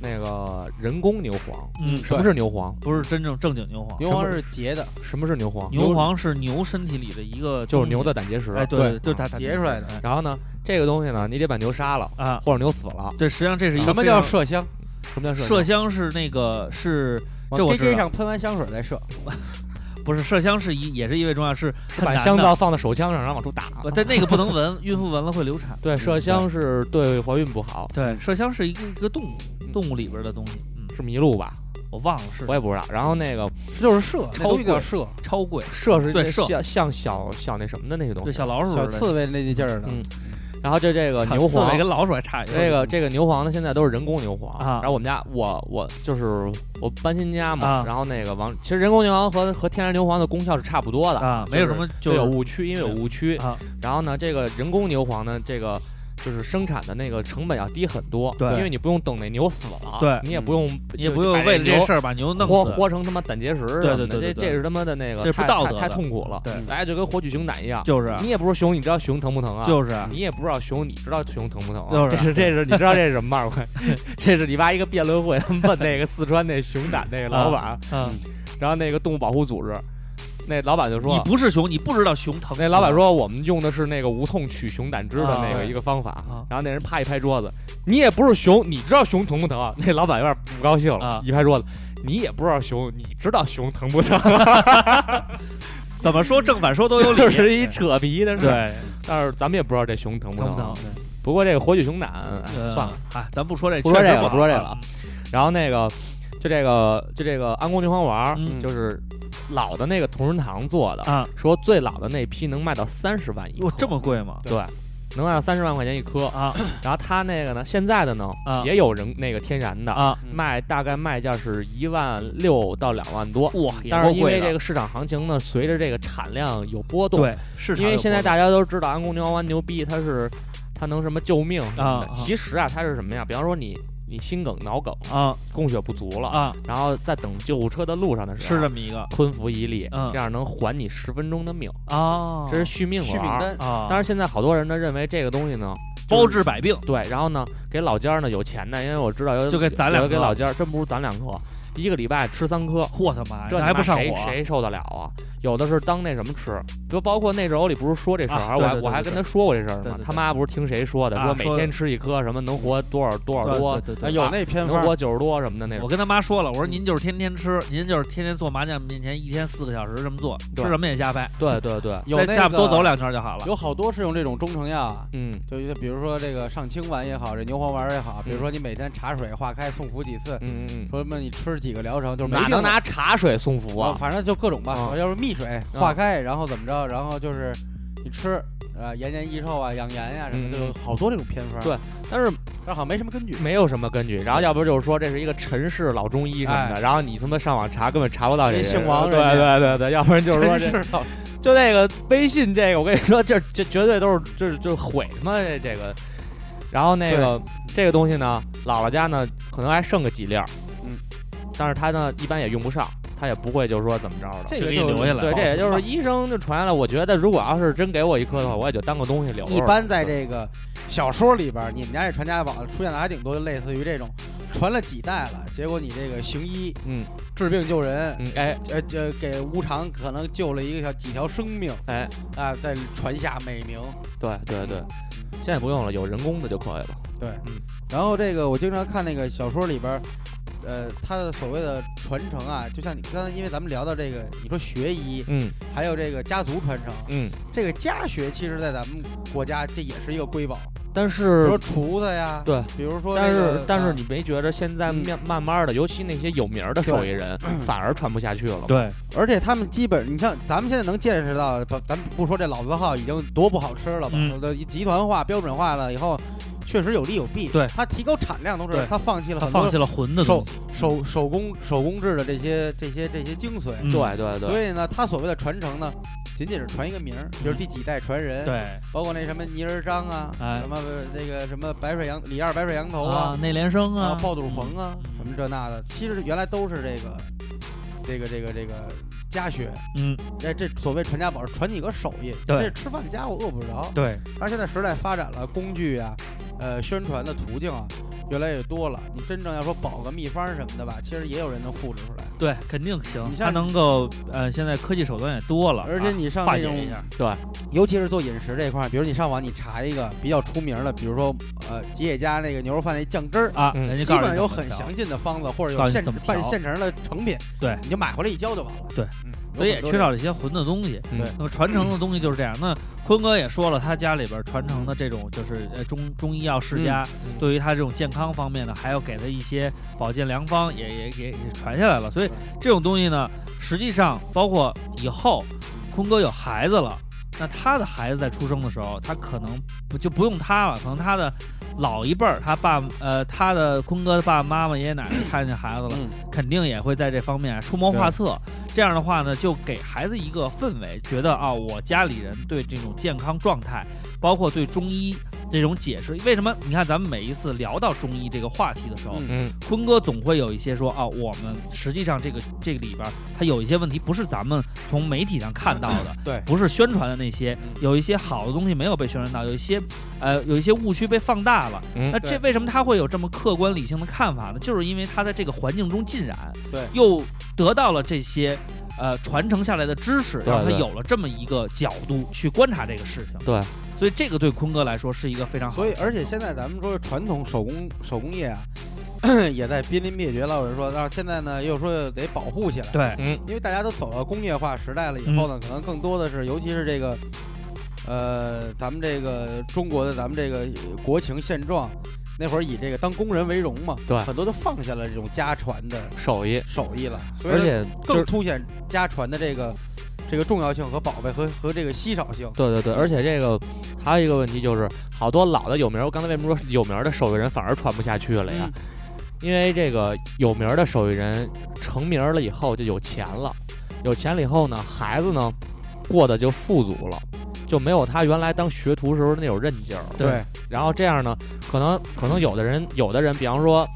Speaker 4: 那个人工牛黄。
Speaker 2: 嗯，
Speaker 4: 什么是牛黄？
Speaker 2: 不是真正正经牛黄，
Speaker 3: 牛黄是结的，
Speaker 4: 什么是牛黄？
Speaker 2: 牛黄是牛身体里的一个，
Speaker 4: 就是牛的，胆结石。
Speaker 2: 哎，对
Speaker 3: 嗯对
Speaker 2: 对，就是它
Speaker 4: 嗯
Speaker 2: 它
Speaker 3: 结出来的
Speaker 2: 哎
Speaker 4: 然后呢，这个东西呢，你得把牛杀了
Speaker 2: 啊。
Speaker 4: 或者牛死了。
Speaker 2: 对，实际上这是一个
Speaker 3: 什么
Speaker 2: 非
Speaker 3: 叫
Speaker 2: 常
Speaker 3: 麝香？
Speaker 4: 什么叫射
Speaker 2: 麝香？是那个是这
Speaker 3: 往
Speaker 2: 我
Speaker 3: 飞
Speaker 2: 知
Speaker 3: 机
Speaker 2: 道
Speaker 3: 上喷完香水再射。
Speaker 2: 不是麝香是一也是一味中药是
Speaker 4: 是
Speaker 2: 很
Speaker 4: 把
Speaker 2: 难
Speaker 4: 香
Speaker 2: 的
Speaker 4: 皂放到手枪上，然后往出打。
Speaker 2: 不但那个不能闻，孕妇闻了会流产。
Speaker 4: 对，麝香是对怀孕不好，
Speaker 2: 对，麝香是一个一个动
Speaker 4: 嗯
Speaker 2: 物动物里边的东西，嗯，
Speaker 4: 是麋鹿吧？
Speaker 2: 我忘了是
Speaker 4: 我也不知道。然后那个
Speaker 3: 就是射，那
Speaker 2: 超
Speaker 3: 东西叫
Speaker 2: 贵
Speaker 3: 射，
Speaker 2: 超贵，
Speaker 4: 麝是
Speaker 2: 对
Speaker 4: 那
Speaker 2: 麝
Speaker 4: 像像小小那什么的那个东
Speaker 2: 对
Speaker 4: 西。
Speaker 2: 小老鼠
Speaker 3: 小
Speaker 2: 似的
Speaker 3: 刺猬那劲儿呢
Speaker 4: 嗯。然后就这个
Speaker 2: 操
Speaker 4: 牛
Speaker 2: 刺猬
Speaker 4: 黄
Speaker 2: 跟，老鼠还差一
Speaker 4: 这个这个牛黄呢，现在都是人工牛黄。
Speaker 2: 啊
Speaker 4: 然后我们家我我就是我搬新家嘛，
Speaker 2: 啊
Speaker 4: 然后那个王，其实人工牛黄和和天然牛黄的功效是差不多的
Speaker 2: 啊，没有什么就
Speaker 4: 就
Speaker 2: 是
Speaker 4: 有误区，因为有误区。
Speaker 2: 啊
Speaker 4: 然后呢，这个人工牛黄呢，这个就是生产的那个成本要啊低很多，
Speaker 2: 对
Speaker 4: 因为你不用等那牛死了，啊
Speaker 2: 对
Speaker 4: 你也不用
Speaker 2: 你也
Speaker 4: 就
Speaker 2: 不用
Speaker 4: 把
Speaker 2: 为了这
Speaker 4: 牛
Speaker 2: 事儿把牛弄
Speaker 4: 活
Speaker 2: 死，
Speaker 4: 活成他妈胆结石什么的，
Speaker 2: 对对对对
Speaker 4: 这这是他妈的那个
Speaker 2: 这是不
Speaker 4: 太
Speaker 2: 道
Speaker 4: 太
Speaker 2: 德
Speaker 4: 太
Speaker 2: 的
Speaker 4: 痛苦了，
Speaker 2: 对
Speaker 4: 大家就跟活取熊胆一样，
Speaker 2: 就是啊
Speaker 4: 你也不是熊，你知道熊疼不疼啊？
Speaker 2: 就是
Speaker 4: 你也不知道熊，你知道熊疼不疼啊？
Speaker 2: 就是
Speaker 4: 这是这是你知道这是什么 吗？二哥这是你爸一个辩论会， 他们问那个四川那熊胆那个老板，
Speaker 2: 嗯，
Speaker 4: 然后那个动物保护组织，那老板就
Speaker 2: 你
Speaker 4: 说，啊
Speaker 2: 不是熊，你不知道熊疼。
Speaker 4: 那老板说我们用的是那个无痛取熊胆汁的那
Speaker 2: 啊
Speaker 4: 个一个方法
Speaker 2: 啊，
Speaker 4: 然后那人啪一拍桌子，你也不是熊，你知道熊疼不疼啊？那 老板有点不高兴了
Speaker 2: 啊，
Speaker 4: 一拍桌子。你也不知道熊，你知道熊疼不 疼？啊
Speaker 2: 怎么说正反说都有理，
Speaker 4: 就是一扯皮的事儿。
Speaker 2: 对，
Speaker 4: 但是咱们也不知道这熊疼不
Speaker 2: 疼不
Speaker 4: 疼
Speaker 2: 疼
Speaker 4: 啊。？不过这个活血熊胆，哎
Speaker 2: 呃
Speaker 4: 算了，，
Speaker 2: 哎，咱不说这，
Speaker 4: 不说
Speaker 2: 确实
Speaker 4: 这个，
Speaker 2: 好
Speaker 4: 不说这个了。然后那个，就这个，就这个安宫牛黄丸儿，
Speaker 2: 嗯
Speaker 4: 就是老的那个同仁堂做的，
Speaker 2: 啊！
Speaker 4: 说最老的那批能卖到三十万一颗，
Speaker 2: 哟，这么贵吗？
Speaker 4: 对，能卖到三十万块钱一颗。
Speaker 2: 啊
Speaker 4: 然后它那个呢，现在的呢、
Speaker 2: 啊
Speaker 4: 也有人那个天然的，
Speaker 2: 啊！
Speaker 4: 卖大概卖价是一万六到两万多。
Speaker 2: 哇，也
Speaker 4: 但是
Speaker 2: 够
Speaker 4: 因为
Speaker 2: 贵
Speaker 4: 这
Speaker 2: 的。
Speaker 4: 个市场行情呢，随着这个产量有波动，
Speaker 2: 对，市场
Speaker 4: 因为
Speaker 2: 有
Speaker 4: 现在
Speaker 2: 波
Speaker 4: 大家都知道安宫牛丸牛逼，它是它能什么救命什么的
Speaker 2: 啊啊
Speaker 4: 其实啊，它是什么呀？比方说你你心梗、脑梗，
Speaker 2: 动
Speaker 4: 供血不足了，
Speaker 2: 啊啊，
Speaker 4: 然后在等救护车的路上的时
Speaker 2: 是
Speaker 4: 候，
Speaker 2: 这么一个
Speaker 4: 吞服一粒，
Speaker 2: 嗯
Speaker 4: 这样能还你十分钟的命，
Speaker 2: 啊，
Speaker 4: 这是续命
Speaker 3: 续命
Speaker 4: 丸。
Speaker 3: 丹，
Speaker 2: 啊，
Speaker 4: 当然，现在好多人呢认为这个东西呢
Speaker 2: 包治百病，
Speaker 4: 对，然后呢给老家儿呢有钱的，因为我知道有
Speaker 2: 就给咱两
Speaker 4: 有给
Speaker 2: 颗
Speaker 4: 老家儿，真不如咱两颗，一个礼拜吃三颗，
Speaker 2: 我他妈呀，
Speaker 4: 这
Speaker 2: 那还
Speaker 4: 他妈
Speaker 2: 不上
Speaker 4: 谁
Speaker 2: 火？
Speaker 4: 谁受得了啊？有的是当那什么吃，就包括那时候里不是说这事儿，
Speaker 2: 啊
Speaker 4: 我
Speaker 2: 对
Speaker 4: 还
Speaker 2: 对
Speaker 4: 我
Speaker 2: 对
Speaker 4: 还
Speaker 2: 对
Speaker 4: 跟他说过这事儿
Speaker 2: 对
Speaker 4: 呢
Speaker 2: 对。对
Speaker 4: 他妈不是听谁说的，
Speaker 2: 啊
Speaker 4: 说每
Speaker 2: 说
Speaker 4: 天吃一颗什么能活多少多少
Speaker 2: 对
Speaker 4: 多，
Speaker 2: 对对
Speaker 3: 啊，
Speaker 2: 对，
Speaker 3: 有那偏
Speaker 4: 能
Speaker 3: 方
Speaker 4: 活九十多什么的那
Speaker 2: 哎我
Speaker 4: 种。
Speaker 2: 跟他妈说了，我说
Speaker 4: 嗯
Speaker 2: 您就是天天吃，您就是天天坐麻将面前一天四个小时这么做，吃
Speaker 4: 对
Speaker 2: 什么也瞎掰，
Speaker 4: 对对对，
Speaker 3: 有
Speaker 2: 在
Speaker 3: 那
Speaker 2: 下边多
Speaker 3: 个
Speaker 2: 走两圈就好了。
Speaker 3: 有好多是用这种中成药啊，
Speaker 4: 嗯
Speaker 3: 就是比如说这个上清丸也好，这牛黄丸也好，比如说你每天茶水化开送服几次，
Speaker 4: 嗯嗯
Speaker 3: 说什么你吃几个疗程，就
Speaker 4: 嗯，
Speaker 3: 是没病
Speaker 4: 哪
Speaker 2: 啊
Speaker 4: 能
Speaker 3: 的
Speaker 4: 拿茶水送服
Speaker 3: 啊
Speaker 4: 啊？
Speaker 3: 反正就各种吧，
Speaker 4: 啊
Speaker 3: 要是蜜水化开，然后怎么着，然后就是你吃。啊，延年益寿啊，养颜呀、什么
Speaker 4: 嗯
Speaker 3: 的，就有好多这种偏方，
Speaker 4: 对但
Speaker 3: 但
Speaker 4: 是
Speaker 3: 是好像没什么根据。
Speaker 4: 没有什么根据。然后要不就是说这是一个陈氏老中医什么的，
Speaker 3: 哎
Speaker 4: 然后你他妈上网查根本查不到这
Speaker 3: 人
Speaker 4: 人
Speaker 3: 姓王
Speaker 4: 对
Speaker 3: 人家
Speaker 4: 对对对，要不然就是说
Speaker 3: 真
Speaker 4: 这
Speaker 3: 是的，
Speaker 4: 就那个微信这个，我跟你说， 这这绝对都是就是就是毁他妈这这个。然后那个这个东西呢，姥姥家呢可能还剩个几粒儿，
Speaker 3: 嗯，
Speaker 4: 但是他呢一般也用不上，他也不会就是说怎么着的。
Speaker 3: 这
Speaker 2: 就
Speaker 3: 个
Speaker 2: 给你
Speaker 3: 就
Speaker 2: 留下来
Speaker 4: 对，
Speaker 3: 保
Speaker 4: 这也
Speaker 3: 存
Speaker 4: 就是
Speaker 3: 吧
Speaker 4: 医生就传下来。我觉得如果要是真给我一颗的话，我也就当个东西留着。
Speaker 3: 一般在这个小说里边儿，你们家这传家宝出现的还挺多，就类似于这种传了几代了，结果你这个行医，
Speaker 4: 嗯，
Speaker 3: 治病救人，
Speaker 4: 嗯，哎，
Speaker 3: 呃，这给无偿可能救了一个小几条生命，
Speaker 4: 哎，
Speaker 3: 啊，在传下美名。
Speaker 4: 对对对，现在不用了，有人工的就可以了。
Speaker 3: 然后这个我经常看那个小说里边儿，呃，它的所谓的传承啊，就像你刚才，因为咱们聊到这个，你说学医，
Speaker 4: 嗯
Speaker 3: 还有这个家族传承，
Speaker 4: 嗯，
Speaker 3: 这个家学其实在咱们国家这也是一个瑰宝，
Speaker 4: 但
Speaker 3: 比
Speaker 4: 是
Speaker 3: 如说厨子呀，
Speaker 4: 对，
Speaker 3: 比如说
Speaker 4: 但
Speaker 3: 这个、
Speaker 4: 是但
Speaker 3: 啊
Speaker 4: 是你没觉着现在
Speaker 3: 嗯
Speaker 4: 面慢慢的，尤其那些有名儿的手艺人，反而传不下去了吗？
Speaker 2: 对，
Speaker 3: 而且他们基本，你像咱们现在能见识到，不，咱不说这老字号已经多不好吃了吧？
Speaker 2: 嗯
Speaker 3: 都集团化、标准化了以后，确实有利有弊。
Speaker 2: 对
Speaker 3: 它提高产量同时
Speaker 2: 对，
Speaker 3: 它放弃了
Speaker 2: 他
Speaker 3: 很
Speaker 2: 放
Speaker 3: 多
Speaker 2: 弃了魂的东西，
Speaker 3: 手手工手工制的这些这些这些精髓。
Speaker 2: 嗯
Speaker 4: 对对对，
Speaker 3: 所以呢，它所谓的传承呢，仅仅是传一个名儿，比如第几代传人，
Speaker 2: 嗯对
Speaker 3: 包括那什么泥人张啊，
Speaker 2: 哎
Speaker 3: 什么那个什么白水羊李二白水羊头
Speaker 2: 啊
Speaker 3: 啊，，
Speaker 2: 内联升
Speaker 3: 啊
Speaker 2: 啊，
Speaker 3: 爆肚冯啊，
Speaker 2: 嗯
Speaker 3: 什么这那的，其实原来都是这个这个这个这个家学。
Speaker 2: 嗯，
Speaker 3: 哎，这所谓传家宝，传几个手艺，
Speaker 2: 对
Speaker 3: 这吃饭家伙饿不着。
Speaker 2: 对，
Speaker 3: 而现在时代发展了，工具啊，呃，宣传的途径啊，越来越多了。你真正要说保个秘方什么的吧，其实也有人能复制出来。
Speaker 2: 对，肯定行
Speaker 3: 你，
Speaker 2: 它
Speaker 3: 像
Speaker 2: 能够呃，现在科技手段也多了，
Speaker 3: 而且你
Speaker 2: 啊
Speaker 3: 上
Speaker 2: 化
Speaker 3: 那
Speaker 2: 解
Speaker 3: 种
Speaker 2: 一，下，
Speaker 3: 尤其是做饮食这块儿，比如你上网你查一个比较出名的，比如说呃吉野家那个牛肉饭那酱汁儿。
Speaker 2: 啊，
Speaker 4: 嗯
Speaker 2: 人家
Speaker 3: 基
Speaker 2: 告
Speaker 3: 本
Speaker 2: 诉你
Speaker 3: 上有
Speaker 2: 怎么
Speaker 3: 很
Speaker 2: 调啊
Speaker 3: 详尽的方子，或者
Speaker 2: 告诉
Speaker 3: 有
Speaker 2: 你
Speaker 3: 现
Speaker 2: 怎么
Speaker 3: 半
Speaker 2: 调
Speaker 3: 现成的成品，
Speaker 2: 对
Speaker 3: 你就买回来一浇就完了。
Speaker 2: 对
Speaker 3: 嗯，
Speaker 2: 所以也
Speaker 3: 有很多
Speaker 2: 缺
Speaker 3: 这
Speaker 2: 少了一些浑的东西。
Speaker 4: 嗯
Speaker 3: 对
Speaker 2: 那么传承的东西就是这样。那坤哥也说了，他家里边传承的这种就是呃中中医药世家，
Speaker 4: 嗯
Speaker 2: 对于他这种健康方面呢，还要给他一些保健良方，也也也也传下来了。所以
Speaker 3: 对
Speaker 2: 这种东西呢，实际上包括以后坤哥有孩子了。那他的孩子在出生的时候，他可能不就不用他了，可能他的老一辈儿，他爸呃他的坤哥的爸爸妈妈、爷爷奶奶看见孩子了，
Speaker 3: 嗯
Speaker 2: 肯定也会在这方面出谋划策。这样的话呢，就给孩子一个氛围，觉得啊，我家里人对这种健康状态，包括对中医这种解释，为什么？你看咱们每一次聊到中医这个话题的时候，
Speaker 3: 嗯
Speaker 4: 嗯
Speaker 2: 坤哥总会有一些说啊，我们实际上这个这个里边儿，它有一些问题不是咱们从媒体上看到的，
Speaker 3: 嗯对
Speaker 2: 不是宣传的那些
Speaker 3: 嗯，
Speaker 2: 有一些好的东西没有被宣传到，有一些呃有一些误区被放大了。
Speaker 4: 嗯
Speaker 2: 那这
Speaker 3: 对
Speaker 2: 为什么他会有这么客观理性的看法呢？就是因为他在这个环境中浸染，
Speaker 3: 对
Speaker 2: 又得到了这些呃传承下来的知识，
Speaker 4: 对
Speaker 2: 让他
Speaker 4: 对
Speaker 2: 有了这么一个角度去观察这个事情。
Speaker 4: 对，
Speaker 2: 所以这个对坤哥来说是一个非常好
Speaker 3: 所
Speaker 2: 的
Speaker 3: 以
Speaker 2: 事情。
Speaker 3: 而且现在咱们说传统手工手工业啊， 也在濒临灭绝了。有人说，但是现在呢又说得保护起来，
Speaker 2: 对，
Speaker 4: 嗯
Speaker 3: 因为大家都走到工业化时代了以后呢，可能更多的是，尤其是这个，呃，咱们这个中国的咱们这个呃国情现状，那会儿以这个当工人为荣嘛，
Speaker 4: 对
Speaker 3: 很多都放下了这种家传的
Speaker 4: 手艺，
Speaker 3: 手艺了，所以
Speaker 4: 而
Speaker 3: 说
Speaker 4: 且就
Speaker 3: 更
Speaker 4: 是
Speaker 3: 凸显家传的这个这个重要性和宝贝和和这个稀少性。
Speaker 4: 对对对，而且这个还有一个问题就是，好多老的有名儿，我刚才为什么说有名儿的手艺人反而传不下去了呀？因为这个有名儿的手艺人成名儿了以后就有钱了，有钱了以后呢，孩子呢过得就富足了，就没有他原来当学徒时候那种韧劲儿了。
Speaker 2: 对
Speaker 3: 对，
Speaker 4: 然后这样呢，可能可能有的人有的人，比方说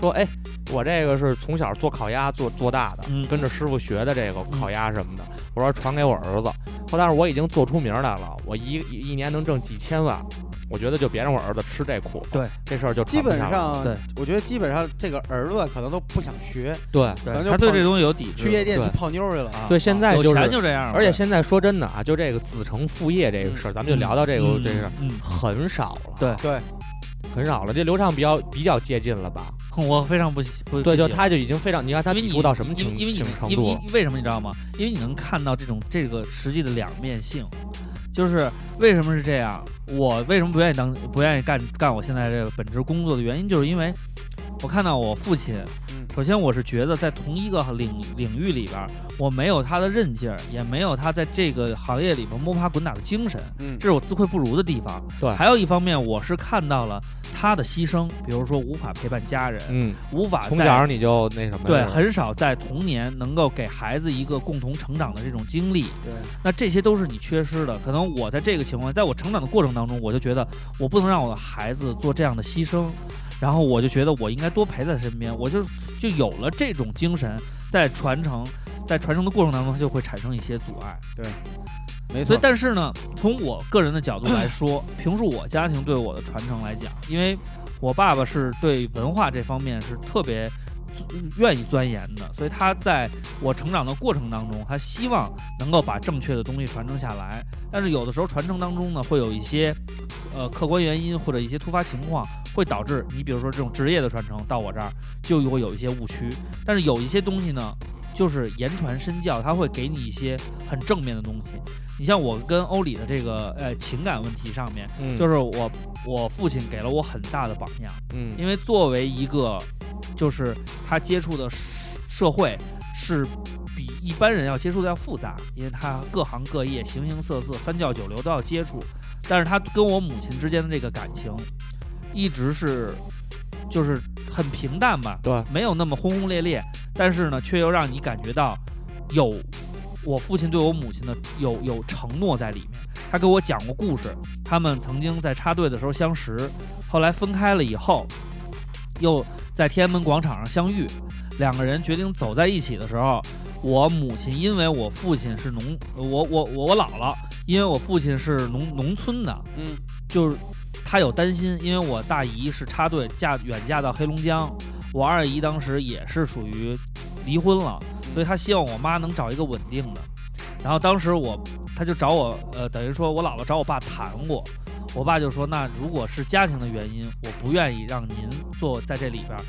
Speaker 4: 说，哎，我这个是从小做烤鸭做做大的，
Speaker 2: 嗯
Speaker 4: 跟着师傅学的这个烤鸭什么的，我说传给我儿子，后但是我已经做出名来了，我一一一年能挣几千万，我觉得就别让我儿子吃这苦，
Speaker 2: 对，
Speaker 4: 这事儿就
Speaker 3: 基
Speaker 4: 传不
Speaker 3: 本
Speaker 4: 下来了
Speaker 3: 上
Speaker 2: 对，
Speaker 3: 我觉得基本上这个儿子可能都不想学，
Speaker 4: 对
Speaker 2: 对
Speaker 3: 咱就
Speaker 2: 他对
Speaker 3: 碰
Speaker 2: 这东西有抵制。
Speaker 3: 去夜店
Speaker 4: 对
Speaker 3: 去泡妞去了啊。
Speaker 4: 对，现
Speaker 3: 啊
Speaker 4: 在
Speaker 2: 有
Speaker 4: 就是
Speaker 2: 钱，就这样了，
Speaker 4: 而且现在说真的啊，就这个子承父业这个事儿，咱们就聊到这个、
Speaker 2: 嗯
Speaker 4: 这事儿
Speaker 2: 嗯，
Speaker 4: 很少了，
Speaker 2: 对
Speaker 3: 对，
Speaker 4: 很少了，这流畅比较比较接近了吧？
Speaker 2: 嗯我非常不喜不
Speaker 4: 对，
Speaker 2: 不
Speaker 4: 就
Speaker 2: 喜欢
Speaker 4: 他就已经非常，你看他
Speaker 2: 因为
Speaker 4: 抵
Speaker 2: 你
Speaker 4: 触到什么
Speaker 2: 因为
Speaker 4: 情
Speaker 2: 因为你
Speaker 4: 情程
Speaker 2: 因为
Speaker 4: 度了？
Speaker 2: 你为什么你知道吗？因为你能看到这种这个实际的两面性，就是为什么是这样？我为什么不愿意当不愿意干干我现在这个本职工作的原因，就是因为我看到我父亲，
Speaker 3: 嗯
Speaker 2: 首先我是觉得在同一个领领域里边儿，我没有他的韧劲儿，也没有他在这个行业里边摸爬滚打的精神，
Speaker 3: 嗯
Speaker 2: 这是我自愧不如的地方。
Speaker 4: 对
Speaker 2: 还有一方面我是看到了他的牺牲，比如说无法陪伴家人，
Speaker 4: 嗯，
Speaker 2: 无法
Speaker 4: 从
Speaker 2: 啊在
Speaker 4: 小你就那什么
Speaker 2: 对，
Speaker 4: 是吧
Speaker 2: 很少在童年能够给孩子一个共同成长的这种经历，
Speaker 3: 对，
Speaker 2: 那这些都是你缺失的。可能我在这个情况，在我成长的过程当中，我就觉得我不能让我的孩子做这样的牺牲，然后我就觉得我应该多陪在他身边，我就就有了这种精神，在传承，在传承的过程当中，它就会产生一些阻碍。所
Speaker 3: 没错
Speaker 2: 以，。但是呢，从我个人的角度来 说，评述我家庭对我的传承来讲，因为我爸爸是对文化这方面是特别嗯愿意钻研的，所以他在我成长的过程当中，他希望能够把正确的东西传承下来。但是有的时候传承当中呢，会有一些呃客观原因或者一些突发情况，会导致你比如说这种职业的传承到我这儿就会有一些误区。但是有一些东西呢，就是言传身教，它会给你一些很正面的东西。你像我跟欧里的这个呃情感问题上面，
Speaker 4: 嗯
Speaker 2: 就是我我父亲给了我很大的榜样，
Speaker 4: 嗯
Speaker 2: 因为作为一个就是他接触的社社会是比一般人要接触的要复杂，因为他各行各业、形形色色、三教九流都要接触，但是他跟我母亲之间的这个感情一直是就是很平淡吧，
Speaker 4: 对，
Speaker 2: 没有那么轰轰烈烈，但是呢，却又让你感觉到有我父亲对我母亲的有有承诺在里面。他给我讲过故事，他们曾经在插队的时候相识，后来分开了以后，又在天安门广场上相遇，两个人决定走在一起的时候，我母亲因为我父亲是农，我我我姥姥，因为我父亲是农农村的，
Speaker 3: 嗯，
Speaker 2: 就是他有担心，因为我大姨是插队嫁远嫁到黑龙江，我二姨当时也是属于离婚了，所以他希望我妈能找一个稳定的。然后当时我他就找我，呃，等于说我姥姥找我爸谈过，我爸就说，那如果是家庭的原因，我不愿意让您做在这里边儿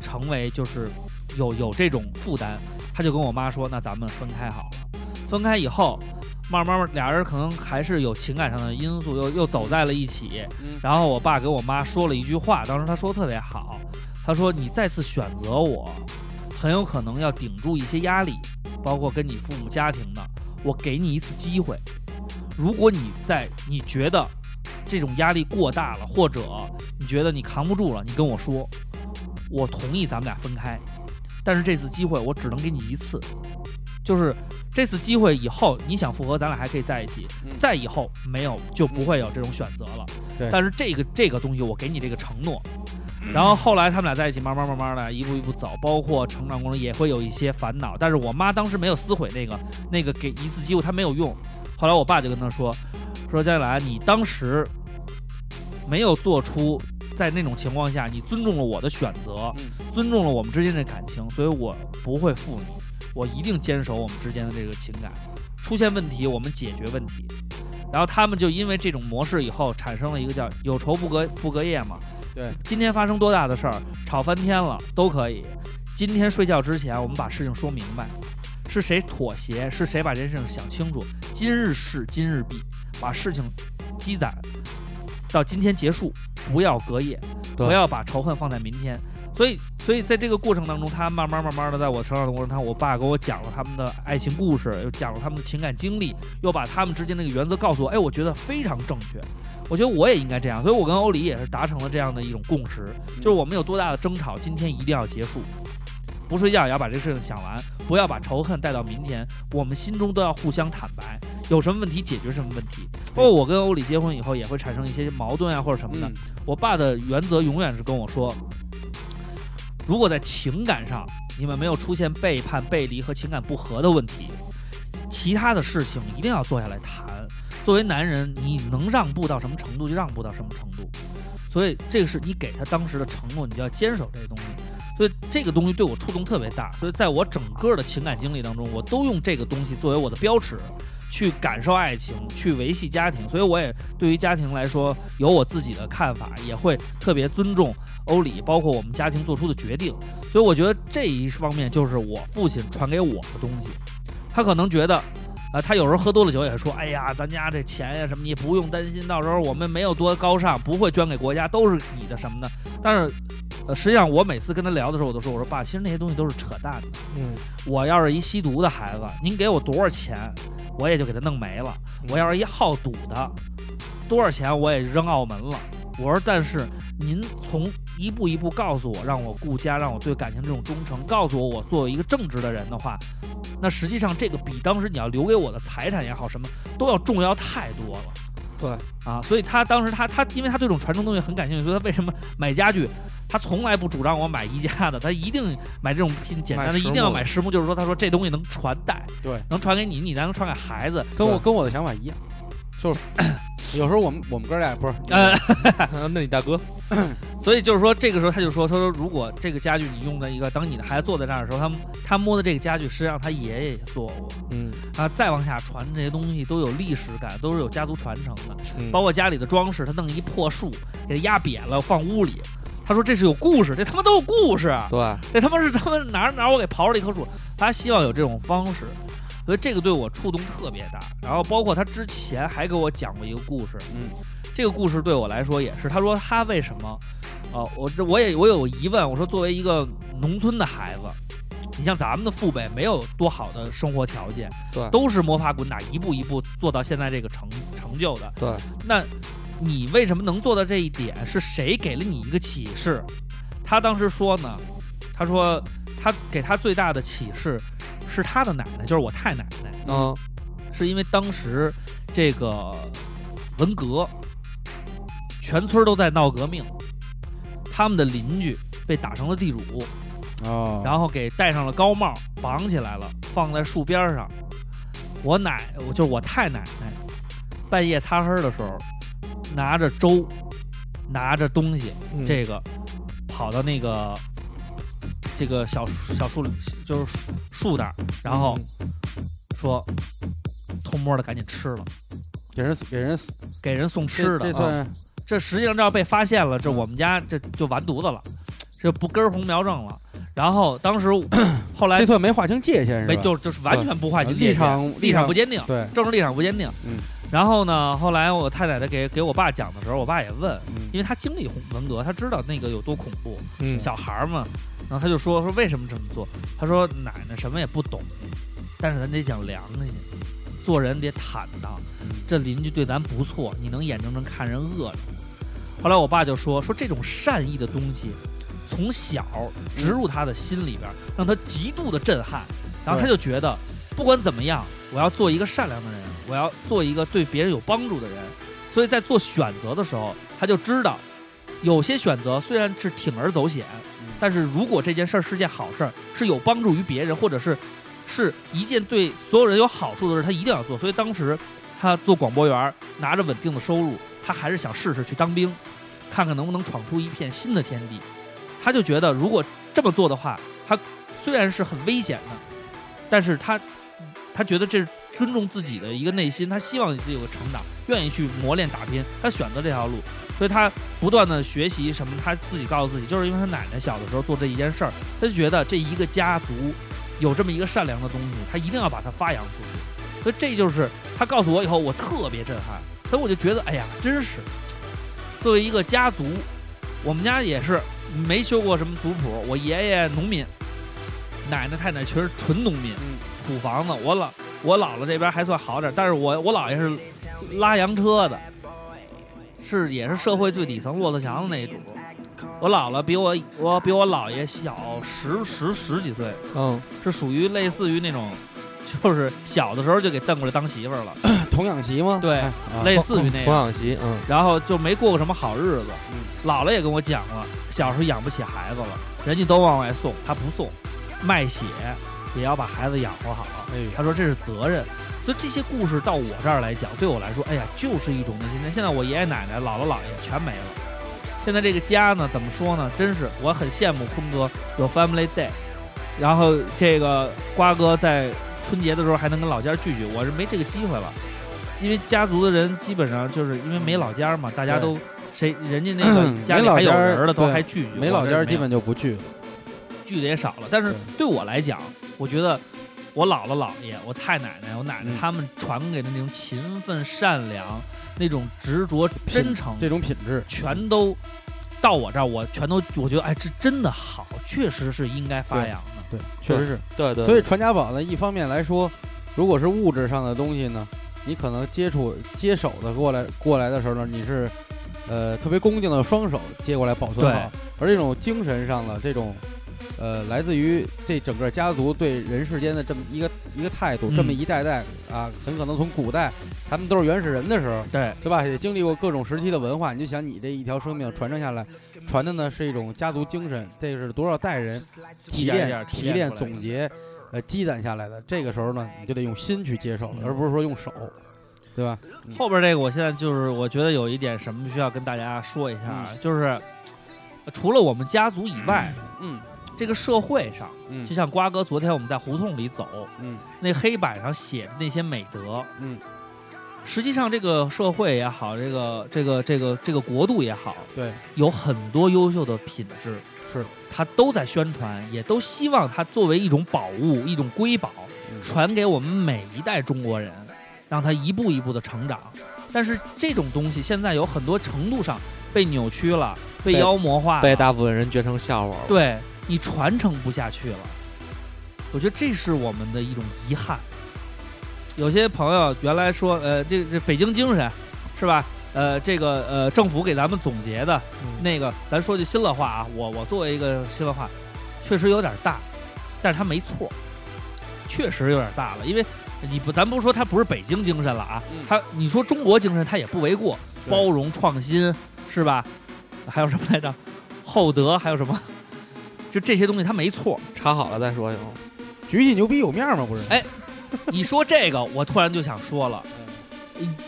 Speaker 2: 成为就是有有这种负担，他就跟我妈说，那咱们分开好了。分开以后，慢慢儿俩人可能还是有情感上的因素，又又走在了一起。
Speaker 3: 嗯
Speaker 2: 然后我爸给我妈说了一句话，当时他说得特别好，他说你再次选择我，很有可能要顶住一些压力，包括跟你父母家庭的，我给你一次机会，如果你在你觉得这种压力过大了，或者你觉得你扛不住了，你跟我说，我同意咱们俩分开，但是这次机会我只能给你一次，就是这次机会以后你想复合，咱俩还可以在一起，
Speaker 3: 嗯
Speaker 2: 再以后没有就不会有这种选择了。
Speaker 3: 对
Speaker 2: 但是这个这个东西我给你这个承诺。然后后来他们俩在一起，慢慢慢慢的，一步一步走，包括成长过程也会有一些烦恼。但是我妈当时没有撕毁那个那个给一次机会，她没有用。后来我爸就跟她说，说佳兰，你当时没有做出在那种情况下，你尊重了我的选择，
Speaker 3: 嗯
Speaker 2: 尊重了我们之间的感情，所以我不会负你，我一定坚守我们之间的这个情感。出现问题，我们解决问题。然后他们就因为这种模式以后，产生了一个叫“有仇不隔不隔夜”嘛。
Speaker 3: 对，
Speaker 2: 今天发生多大的事儿，吵翻天了都可以。今天睡觉之前，我们把事情说明白，是谁妥协，是谁把这件事情想清楚。今日事今日毕，把事情积攒到今天结束，不要隔夜，
Speaker 4: 对
Speaker 2: 不要把仇恨放在明天。所以，所以在这个过程当中，他慢慢慢慢的在我成长的过程当中，我爸给我讲了他们的爱情故事，又讲了他们的情感经历，又把他们之间那个原则告诉我。哎，我觉得非常正确，我觉得我也应该这样。所以我跟欧里也是达成了这样的一种共识，就是我们有多大的争吵，今天一定要结束。不睡觉也要把这事情想完，不要把仇恨带到明天。我们心中都要互相坦白，有什么问题解决什么问题。包括我跟欧里结婚以后，也会产生一些矛盾啊或者什么的。
Speaker 3: 嗯
Speaker 2: 我爸的原则永远是跟我说，如果在情感上你们没有出现背叛、背离和情感不和的问题，其他的事情一定要坐下来谈。作为男人，你能让步到什么程度就让步到什么程度，所以这个是你给他当时的承诺，你就要坚守这个东西。所以这个东西对我触动特别大，所以在我整个的情感经历当中，我都用这个东西作为我的标尺，去感受爱情，去维系家庭。所以我也对于家庭来说有我自己的看法，也会特别尊重欧里，包括我们家庭做出的决定。所以我觉得这一方面就是我父亲传给我的东西。他可能觉得，呃，他有时候喝多了酒也说，哎呀，咱家这钱呀什么，你不用担心，到时候我们没有多高尚，不会捐给国家，都是你的什么的。但是，呃，实际上我每次跟他聊的时候，我都说，我说爸，其实那些东西都是扯淡的。
Speaker 4: 嗯，
Speaker 2: 我要是一吸毒的孩子，您给我多少钱，我也就给他弄没了。我要是一好赌的，多少钱我也扔澳门了。我说，但是您从一步一步告诉我，让我顾家，让我对感情这种忠诚，告诉我我作为一个正直的人的话，那实际上这个比当时你要留给我的财产也好，什么都要重要太多了。对啊，所以他当时他他，因为他对这种传承东西很感兴趣，所以他为什么买家具，他从来不主张我买宜家的，他一定买这种拼简单的，
Speaker 3: 买实
Speaker 2: 一
Speaker 3: 木
Speaker 2: 定要买实木，就是说他说这东西能传代，
Speaker 3: 对，
Speaker 2: 能传给你，你才能传给孩子。
Speaker 3: 跟我跟我的想法一样，就是 有时候我们我们哥俩不是，
Speaker 2: 呃，
Speaker 4: 那你大哥，
Speaker 2: 所以就是说，这个时候他就说，他说如果这个家具你用在一个，当你的孩子坐在那儿的时候，他他摸的这个家具，实际上他爷爷也做过
Speaker 4: 嗯，
Speaker 2: 啊。再往下传这些东西都有历史感，都是有家族传承的，
Speaker 4: 嗯
Speaker 2: 包括家里的装饰，他弄一破树给它压瘪了放屋里。他说这是有故事，这他妈都有故事，啊
Speaker 4: 对，
Speaker 2: 这他妈是他妈哪儿哪儿我给刨了一棵树。他希望有这种方式，所以这个对我触动特别大。然后包括他之前还给我讲过一个故事，
Speaker 3: 嗯，
Speaker 2: 这个故事对我来说也是，他说他为什么，呃，我这我也我有疑问，我说作为一个农村的孩子，你像咱们的父辈没有多好的生活条件，
Speaker 4: 对
Speaker 2: 都是摸爬滚打，一步一步做到现在这个成成就的，
Speaker 4: 对，
Speaker 2: 那你为什么能做到这一点？是谁给了你一个启示？他当时说呢，他说他给他最大的启示是他的奶奶，就是我太奶奶。
Speaker 4: 嗯，
Speaker 2: 是因为当时这个文革，全村都在闹革命，他们的邻居被打成了地主，
Speaker 3: 哦，
Speaker 2: 然后给戴上了高帽，绑起来了，放在树边上。我奶，我就是我太奶奶，半夜擦黑的时候，拿着粥，拿着东西，
Speaker 4: 嗯
Speaker 2: 这个跑到那个这个小树小树里，就是树树那儿，然后
Speaker 3: 嗯
Speaker 2: 说偷摸的赶紧吃了，
Speaker 3: 给人给
Speaker 2: 嗯
Speaker 3: 人
Speaker 2: 给人送吃的。
Speaker 3: 这这
Speaker 2: 啊
Speaker 3: 算
Speaker 2: 这实际上这要被发现了，这我们家这就完犊子了，这不根红苗正了。然后当时 后来
Speaker 3: 这算没划清界限是
Speaker 2: 没
Speaker 3: 吧？嗯
Speaker 2: 就就是完全不划清
Speaker 3: 立
Speaker 2: 界限
Speaker 3: 场
Speaker 2: 立
Speaker 3: 立
Speaker 2: 场
Speaker 3: 场
Speaker 2: 不坚定，
Speaker 3: 对，
Speaker 2: 政治立场不坚定。
Speaker 3: 嗯。
Speaker 2: 然后呢，后来我太奶奶给给我爸讲的时候，我爸也问，
Speaker 3: 嗯
Speaker 2: 因为他经历红文革，他知道那个有多恐怖，
Speaker 4: 嗯
Speaker 2: 小孩儿嘛。然后他就说说为什么这么做？他说奶奶什么也不懂，但是咱得讲良心。做人得坦荡。这邻居对咱不错，你能眼睁睁看人饿着。后来我爸就说说这种善意的东西，从小植入他的心里边，让他极度的震撼，然后他就觉得不管怎么样，我要做一个善良的人，我要做一个对别人有帮助的人。所以在做选择的时候，他就知道，有些选择虽然是铤而走险，但是如果这件事儿是件好事儿，是有帮助于别人，或者是是一件对所有人有好处的事，他一定要做。所以当时他做广播员儿，拿着稳定的收入，他还是想试试去当兵，看看能不能闯出一片新的天地。他就觉得，如果这么做的话，他虽然是很危险的，但是他他觉得这是尊重自己的一个内心，他希望自己有个成长，愿意去磨练打拼。他选择这条路，所以他不断的学习什么，他自己告诉自己，就是因为他奶奶小的时候做这一件事儿，他就觉得这一个家族有这么一个善良的东西，他一定要把它发扬出去。所以这就是他告诉我以后，我特别震撼，所以我就觉得，哎呀，真是作为一个家族，我们家也是没修过什么族谱，我爷爷农民，奶奶太奶全是纯农民，
Speaker 3: 嗯
Speaker 2: 土房子。我老我姥姥这边还算好点儿，但是我我姥爷是拉洋车的，是也是社会最底层骆驼祥子那一主。我姥姥比我我比我姥爷小十十十几岁，
Speaker 4: 嗯，
Speaker 2: 是属于类似于那种，就是小的时候就给蹬过来当媳妇儿了，
Speaker 3: 童养媳吗？
Speaker 2: 对
Speaker 3: 哎
Speaker 2: 类似于那
Speaker 4: 童
Speaker 2: 样，
Speaker 4: 养媳，嗯，
Speaker 2: 然后就没过过什么好日子。姥姥也跟我讲了，小时候养不起孩子了，人家都往外送，他不送，卖血也要把孩子养活好。
Speaker 3: 哎呦
Speaker 2: 他说这是责任。所以这些故事到我这儿来讲，对我来说，哎呀，就是一种内心。现在我爷爷奶奶、姥姥姥爷全没了，现在这个家呢，怎么说呢？真是我很羡慕坤哥有 Family Day，然后这个瓜哥在春节的时候还能跟老家聚聚，我是没这个机会了，因为家族的人基本上就是因为没老家嘛，大家都谁人家那个
Speaker 3: 嗯
Speaker 2: 家里还有人儿的都
Speaker 3: 对
Speaker 2: 还聚聚，
Speaker 3: 没
Speaker 2: 我
Speaker 3: 老
Speaker 2: 这
Speaker 3: 家
Speaker 2: 没
Speaker 3: 儿基
Speaker 2: 有
Speaker 3: 本就不去。
Speaker 2: 聚的也少了。但是对我来讲，我觉得我姥姥、姥爷、我太奶奶、我奶奶
Speaker 3: 嗯
Speaker 2: 他们传给的那种勤奋、善良、那种执着、
Speaker 3: 品
Speaker 2: 真诚，
Speaker 3: 这种品质，
Speaker 2: 全都到我这儿，我全都我觉得哎，这真的好，确实是应该发扬的。
Speaker 3: 对，确实是。
Speaker 4: 对对，
Speaker 3: 所以传家宝呢，一方面来说，如果是物质上的东西呢，你可能接触接手的过来过来的时候呢，你是呃特别恭敬的双手接过来保存好，而这种精神上的这种。呃，来自于这整个家族对人世间的这么一个一个态度，
Speaker 2: 嗯
Speaker 3: 这么一代代啊，很可能从古代他们都是原始人的时候，
Speaker 2: 对，
Speaker 3: 对吧？也经历过各种时期的文化，你就想你这一条生命传承下来，传的呢是一种家族精神，这是多少代人提
Speaker 2: 一点一点
Speaker 3: 炼、
Speaker 2: 提
Speaker 3: 提
Speaker 2: 炼
Speaker 3: 炼、
Speaker 2: 出来的
Speaker 3: 总结，呃，积攒下来的。这个时候呢，你就得用心去接受了，
Speaker 2: 嗯
Speaker 3: 而不是说用手，对吧？
Speaker 2: 后边这个我现在就是我觉得有一点什么需要跟大家说一下啊，就是呃除了我们家族以外，
Speaker 3: 嗯
Speaker 2: 这个社会上，
Speaker 3: 嗯
Speaker 2: 就像瓜哥昨天我们在胡同里走，
Speaker 3: 嗯
Speaker 2: 那黑板上写的那些美德，
Speaker 3: 嗯，
Speaker 2: 实际上这个社会也好，这个这个这个这个国度也好，
Speaker 3: 对，
Speaker 2: 有很多优秀的品质，
Speaker 3: 是
Speaker 2: 它都在宣传，也都希望它作为一种宝物、一种瑰宝，
Speaker 3: 嗯
Speaker 2: 传给我们每一代中国人，让它一步一步的成长。但是这种东西现在有很多程度上被扭曲了，被
Speaker 4: 被
Speaker 2: 妖魔化了，
Speaker 4: 被大部分人觉成笑话了。
Speaker 2: 对你传承不下去了。我觉得这是我们的一种遗憾。有些朋友原来说，呃，这这北京精神，是吧？呃，这个呃，政府给咱们总结的
Speaker 3: 嗯
Speaker 2: 那个，咱说句心里话啊，我我作为一个心里话，确实有点大，但是他没错，确实有点大了。因为你不，咱不说他不是北京精神了啊，
Speaker 3: 嗯
Speaker 2: 他你说中国精神，他也不为过，
Speaker 3: 对
Speaker 2: 包容创新是吧？还有什么来着？厚德还有什么？就这些东西，他没错。
Speaker 4: 查好了再说行吗？
Speaker 3: 举起牛逼有面儿吗？不是？
Speaker 2: 哎你说这个，我突然就想说了，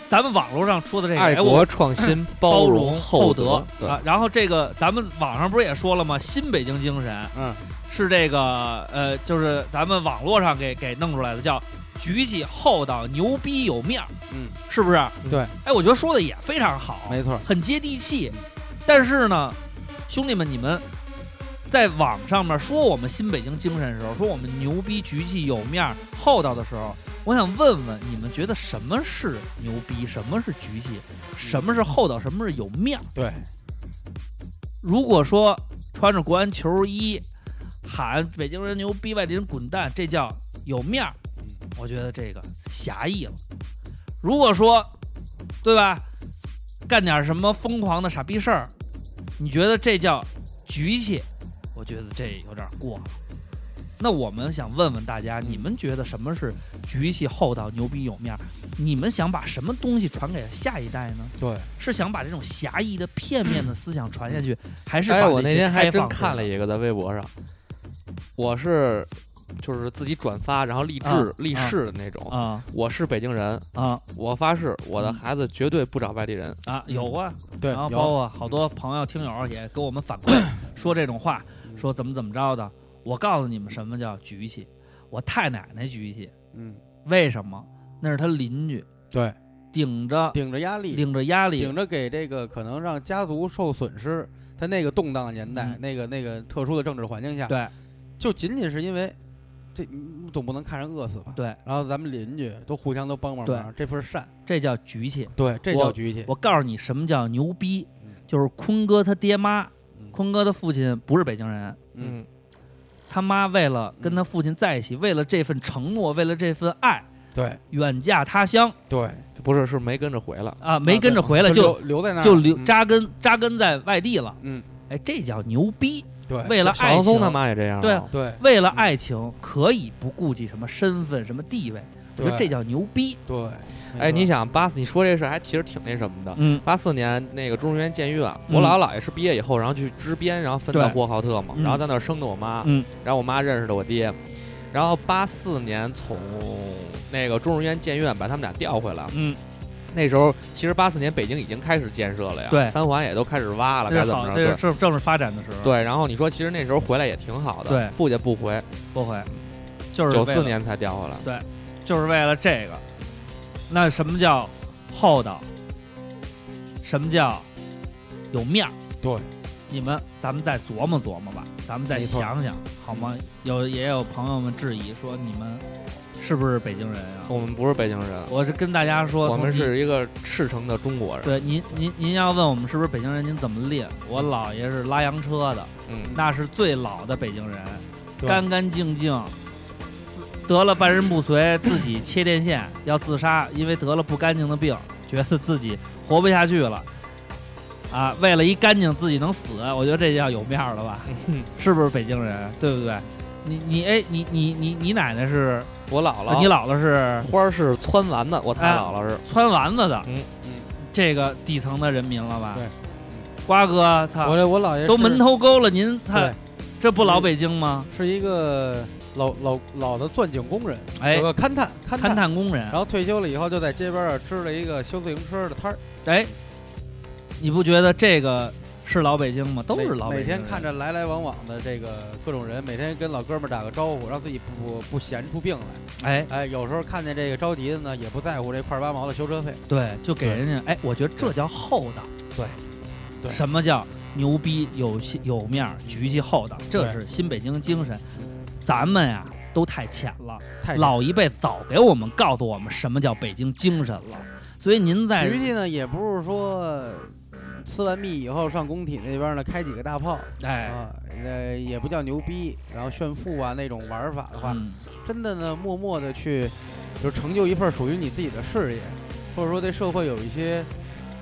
Speaker 2: 咱们网络上说的这个，
Speaker 4: 爱
Speaker 2: 哎，我
Speaker 4: 国创新、
Speaker 2: 包
Speaker 4: 容、
Speaker 2: 容厚
Speaker 4: 德
Speaker 2: 德，
Speaker 4: 对
Speaker 2: 啊。然后这个咱们网上不是也说了吗？新北京精神，
Speaker 3: 嗯，
Speaker 2: 是这个呃，就是咱们网络上给给弄出来的，叫举起厚道，牛逼有面儿，
Speaker 3: 嗯，
Speaker 2: 是不是？
Speaker 3: 对，
Speaker 2: 哎，我觉得说的也非常好，
Speaker 3: 没错儿，
Speaker 2: 很接地气。但是呢，兄弟们，你们在网上面说我们新北京精神的时候，说我们牛逼、举气有面儿、厚道的时候，我想问问你们，觉得什么是牛逼，什么是举气，什么是厚道，什么是有面儿？
Speaker 3: 对，
Speaker 2: 如果说穿着国安球衣喊北京人牛逼，外地人滚蛋，这叫有面儿
Speaker 3: 嗯；
Speaker 2: 我觉得这个狭义了。如果说，对吧，干点什么疯狂的傻逼事儿，你觉得这叫局气？我觉得这有点过了。那我们想问问大
Speaker 4: 嗯
Speaker 2: 家，你们觉得什么是局气厚道、牛逼有面儿？你们想把什么东西传给下一代呢？
Speaker 3: 对，
Speaker 2: 是想把这种狭义的、片面的思想传下去，还是把
Speaker 4: 哎，我
Speaker 2: 那
Speaker 4: 那
Speaker 2: 些
Speaker 4: 天还
Speaker 2: 开
Speaker 4: 真
Speaker 2: 放
Speaker 4: 看
Speaker 2: 出
Speaker 4: 了
Speaker 2: 来
Speaker 4: 一个在微博上，我是就是自己转发，然后励志、
Speaker 2: 啊
Speaker 4: 励
Speaker 2: 啊
Speaker 4: 志的那种。
Speaker 2: 啊嗯
Speaker 4: 我是北京人，
Speaker 2: 啊
Speaker 4: 我发誓我的孩子绝对不找外地人。
Speaker 2: 啊，有啊，
Speaker 3: 对，
Speaker 2: 然后包
Speaker 3: 有
Speaker 2: 括好多朋友、听友也给我们反馈说这种话，说怎么怎么着的。我告诉你们什么叫局气，我太奶奶局气，
Speaker 3: 嗯，
Speaker 2: 为什么？那是他邻居
Speaker 3: 对，
Speaker 2: 顶着
Speaker 3: 顶着压力，
Speaker 2: 顶着压力
Speaker 3: 顶，着给这个可能让家族受损失，在那个动荡的年代，
Speaker 2: 嗯
Speaker 3: 那个那个特殊的政治环境下，
Speaker 2: 对
Speaker 3: 就仅仅是因为这你总不能看人饿死吧？
Speaker 2: 对，
Speaker 3: 然后咱们邻居都互相都帮帮忙，这份善，
Speaker 2: 这叫局气。
Speaker 3: 对，这
Speaker 2: 我
Speaker 3: 叫局气。
Speaker 2: 我告诉你什么叫牛逼
Speaker 3: 嗯，
Speaker 2: 就是坤哥他爹妈，
Speaker 3: 嗯
Speaker 2: 坤哥的父亲不是北京人，
Speaker 3: 嗯，
Speaker 2: 他妈为了跟他父亲在一起，为了这份承诺，为了这份爱，
Speaker 3: 对
Speaker 2: 远嫁他乡
Speaker 3: 对，
Speaker 4: 不是，是没跟着回来。
Speaker 2: 啊，没跟着回来
Speaker 3: 就
Speaker 2: 就
Speaker 3: 留留在那儿
Speaker 2: 就留
Speaker 3: 嗯
Speaker 2: 扎根扎根在外地了。
Speaker 3: 嗯，
Speaker 2: 哎，这叫牛逼！
Speaker 3: 对，
Speaker 2: 为了
Speaker 4: 邵
Speaker 2: 爱
Speaker 4: 阳
Speaker 2: 情
Speaker 4: 松，他妈也这样啊。
Speaker 2: 对啊
Speaker 3: 对
Speaker 2: 为了爱情可以不顾及什么身份、什么地位，我觉得
Speaker 3: 对
Speaker 2: 这叫牛逼。
Speaker 3: 对，
Speaker 4: 哎，
Speaker 3: 没
Speaker 4: 你
Speaker 3: 错
Speaker 4: 想八四，你说这事儿还其实挺那什么的。
Speaker 2: 嗯，
Speaker 4: 八四年那个中日院建院，
Speaker 2: 嗯
Speaker 4: 我姥姥姥爷是毕业以后，然后去支边，然后分到
Speaker 2: 对
Speaker 4: 呼和浩特嘛，
Speaker 2: 嗯
Speaker 4: 然后在那儿生的我妈，
Speaker 2: 嗯
Speaker 4: 然后我妈认识的我爹，然后八四年从那个中日院建院把他们俩调回来，
Speaker 2: 嗯，
Speaker 4: 那时候其实八四年北京已经开始建设了呀，
Speaker 2: 对
Speaker 4: 三环也都开始挖了，
Speaker 2: 这
Speaker 4: 该
Speaker 2: 是
Speaker 4: 怎么
Speaker 2: 好，
Speaker 4: 着？
Speaker 2: 这是
Speaker 4: 对
Speaker 2: 正正是发展的时候。，
Speaker 4: 对，然后你说其实那时候回来也挺好的，
Speaker 2: 对
Speaker 4: 不也不回，
Speaker 2: 不会，就是
Speaker 4: 九
Speaker 2: 为
Speaker 4: 四
Speaker 2: 了，
Speaker 4: 年才调回来，
Speaker 2: 就是为了这个。那什么叫厚道？什么叫有面儿？
Speaker 3: 对，
Speaker 2: 你们咱们再琢磨琢磨吧，咱们再
Speaker 3: 没错
Speaker 2: 想想好吗？有也有朋友们质疑说你们是不是北京人啊？
Speaker 4: 我们不是北京人，
Speaker 2: 我是跟大家说，
Speaker 4: 我们
Speaker 2: 从
Speaker 4: 是一个赤诚的中国人，
Speaker 2: 对您您您要问我们是不是北京人，您怎么列？我姥爷是拉洋车的，
Speaker 4: 嗯，
Speaker 2: 那是最老的北京人，
Speaker 3: 对
Speaker 2: 干干净净，得了半身不遂，自己切电线要自杀，因为得了不干净的病，觉得自己活不下去了。啊，为了一干净自己能死，我觉得这叫有面儿了吧？
Speaker 4: 嗯
Speaker 2: 是不是北京人？对不对？你你哎，你你你你奶奶是，
Speaker 4: 我姥姥，
Speaker 2: 你姥姥是
Speaker 4: 花儿是汆完的，我太
Speaker 2: 哎
Speaker 4: 姥姥是，
Speaker 2: 汆丸子的，
Speaker 4: 嗯
Speaker 3: 嗯
Speaker 2: 这个底层的人民了吧？
Speaker 3: 对，
Speaker 2: 瓜哥，
Speaker 3: 我
Speaker 2: 操，
Speaker 3: 这我姥爷
Speaker 2: 都
Speaker 3: 是
Speaker 2: 门头沟了，您他
Speaker 3: 对，
Speaker 2: 这不老北京吗？
Speaker 3: 是一个老老老的钻井工人，
Speaker 2: 哎
Speaker 3: 有，个勘探勘
Speaker 2: 勘探工人
Speaker 3: 嗯然，后退休了以后就在街边儿啊支了一个修自行车的摊儿，
Speaker 2: 哎，你不觉得这个是老北京吗？都是
Speaker 3: 每
Speaker 2: 老北
Speaker 3: 每
Speaker 2: 京人。
Speaker 3: 天看着来来往往的这个各种人，每天跟老哥们儿打个招呼，让自己不不闲出病来。
Speaker 2: 哎，
Speaker 3: 哎，有时候看见这个着急的呢，也不在乎这块八毛的修车费。
Speaker 2: 对，就给
Speaker 3: 对
Speaker 2: 人家，哎，我觉得这叫厚道。
Speaker 3: 对对
Speaker 2: 什么叫牛逼有气有面儿，局气厚道，这
Speaker 3: 对
Speaker 2: 是新北京精神。咱们呀、都太浅了，
Speaker 3: 太
Speaker 2: 老一辈早给我们告诉我们什么叫北京精神了。所以您在
Speaker 3: 局气呢，也不是说吃完蜜以后上工体那边儿呢开几个大炮
Speaker 2: 哎，
Speaker 3: 啊，呃，也不叫牛逼，然后炫富啊那种玩儿法的话，
Speaker 2: 嗯，
Speaker 3: 真的呢，默默的去，就是成就一份属于你自己的事业，或者说对社会有一些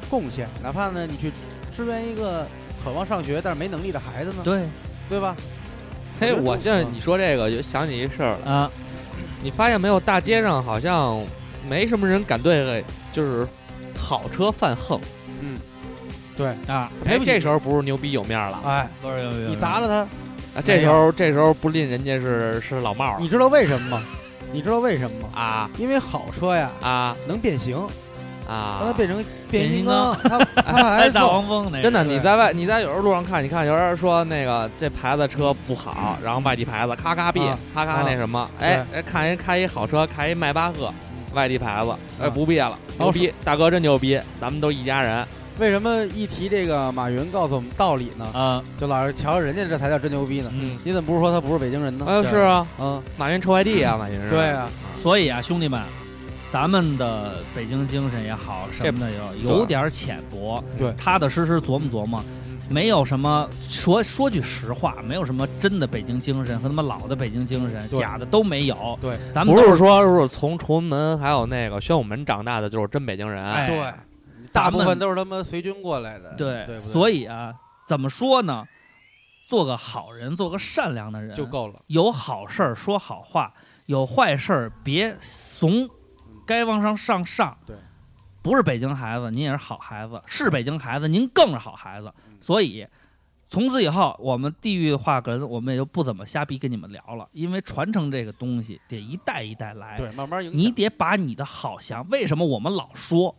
Speaker 3: 贡献，哪怕呢你去支援一个渴望上学但是没能力的孩子呢，对
Speaker 2: 对
Speaker 3: 吧？
Speaker 4: 嘿，
Speaker 3: 觉得
Speaker 4: 我
Speaker 3: 这
Speaker 4: 现在
Speaker 3: 嗯
Speaker 4: 你说这个就想起一事儿了，
Speaker 2: 啊，
Speaker 4: 嗯你发现没有？大街上好像没什么人敢对就是好车犯横，
Speaker 3: 对，
Speaker 2: 啊，
Speaker 4: 哎，
Speaker 3: 赔不起
Speaker 4: 这时候不是牛逼有面儿了，
Speaker 3: 哎，
Speaker 2: 不是
Speaker 3: 你砸了他，
Speaker 4: 啊这时候这时候不吝人家是是老帽儿
Speaker 3: 你知道为什么吗？你知道为什么吗？
Speaker 4: 啊
Speaker 3: 因为好车呀
Speaker 4: 啊
Speaker 3: 能变形，
Speaker 4: 啊！
Speaker 3: 让它变成
Speaker 2: 变
Speaker 3: 变形
Speaker 2: 形
Speaker 3: 金刚，它 它
Speaker 2: 哎
Speaker 3: 还
Speaker 2: 大
Speaker 3: 送
Speaker 2: 黄蜂那
Speaker 4: 真的，
Speaker 3: 对
Speaker 4: 你在外你在有时候路上看，你看有人说那个这牌子车不好，然后外地牌子咔咔毙
Speaker 3: 啊，
Speaker 4: 咔咔
Speaker 3: 啊
Speaker 4: 那什么，哎哎，看人开一好车，开一迈巴赫，外地牌子，哎
Speaker 3: 啊
Speaker 4: 不毙了，牛
Speaker 3: 哦
Speaker 4: 逼，大哥真牛逼，咱们都一家人，
Speaker 3: 为什么一提这个马云告诉我们道理呢？
Speaker 2: 啊，
Speaker 3: 就老是瞧瞧人家这才叫真牛逼呢。
Speaker 2: 嗯，
Speaker 3: 你怎么不是说他不是北京人呢？
Speaker 4: 哎呦是啊，
Speaker 3: 嗯，
Speaker 4: 马云臭外地啊，马云是，
Speaker 3: 对啊，
Speaker 2: 所以啊，兄弟们，咱们的北京精神也好，什么的也好，有点浅薄，
Speaker 3: 对
Speaker 2: 踏踏实实琢磨琢磨。没有什么说说句实话，没有什么真的北京精神和他妈老的北京精神，
Speaker 3: 对
Speaker 2: 假的都没有。
Speaker 3: 对，
Speaker 2: 咱们
Speaker 4: 不
Speaker 2: 都
Speaker 4: 是说是从崇文门还有那个宣武门长大的就是真北京人，啊
Speaker 2: 哎
Speaker 3: 对，大部分都是他妈随军过来的，
Speaker 2: 对，
Speaker 3: 对不对
Speaker 2: 所以啊，怎么说呢？做个好人，做个善良的人
Speaker 3: 就够了。
Speaker 2: 有好事儿说好话，有坏事儿别怂，该往上上上。
Speaker 3: 对，
Speaker 2: 不是北京孩子，您也是好孩子；是北京孩子，您更是好孩子
Speaker 3: 嗯。
Speaker 2: 所以，从此以后，我们地域化梗，我们也就不怎么瞎逼跟你们聊了，因为传承这个东西得一代一代来。
Speaker 3: 对，慢慢影响。
Speaker 2: 你得把你的好想，为什么我们老说？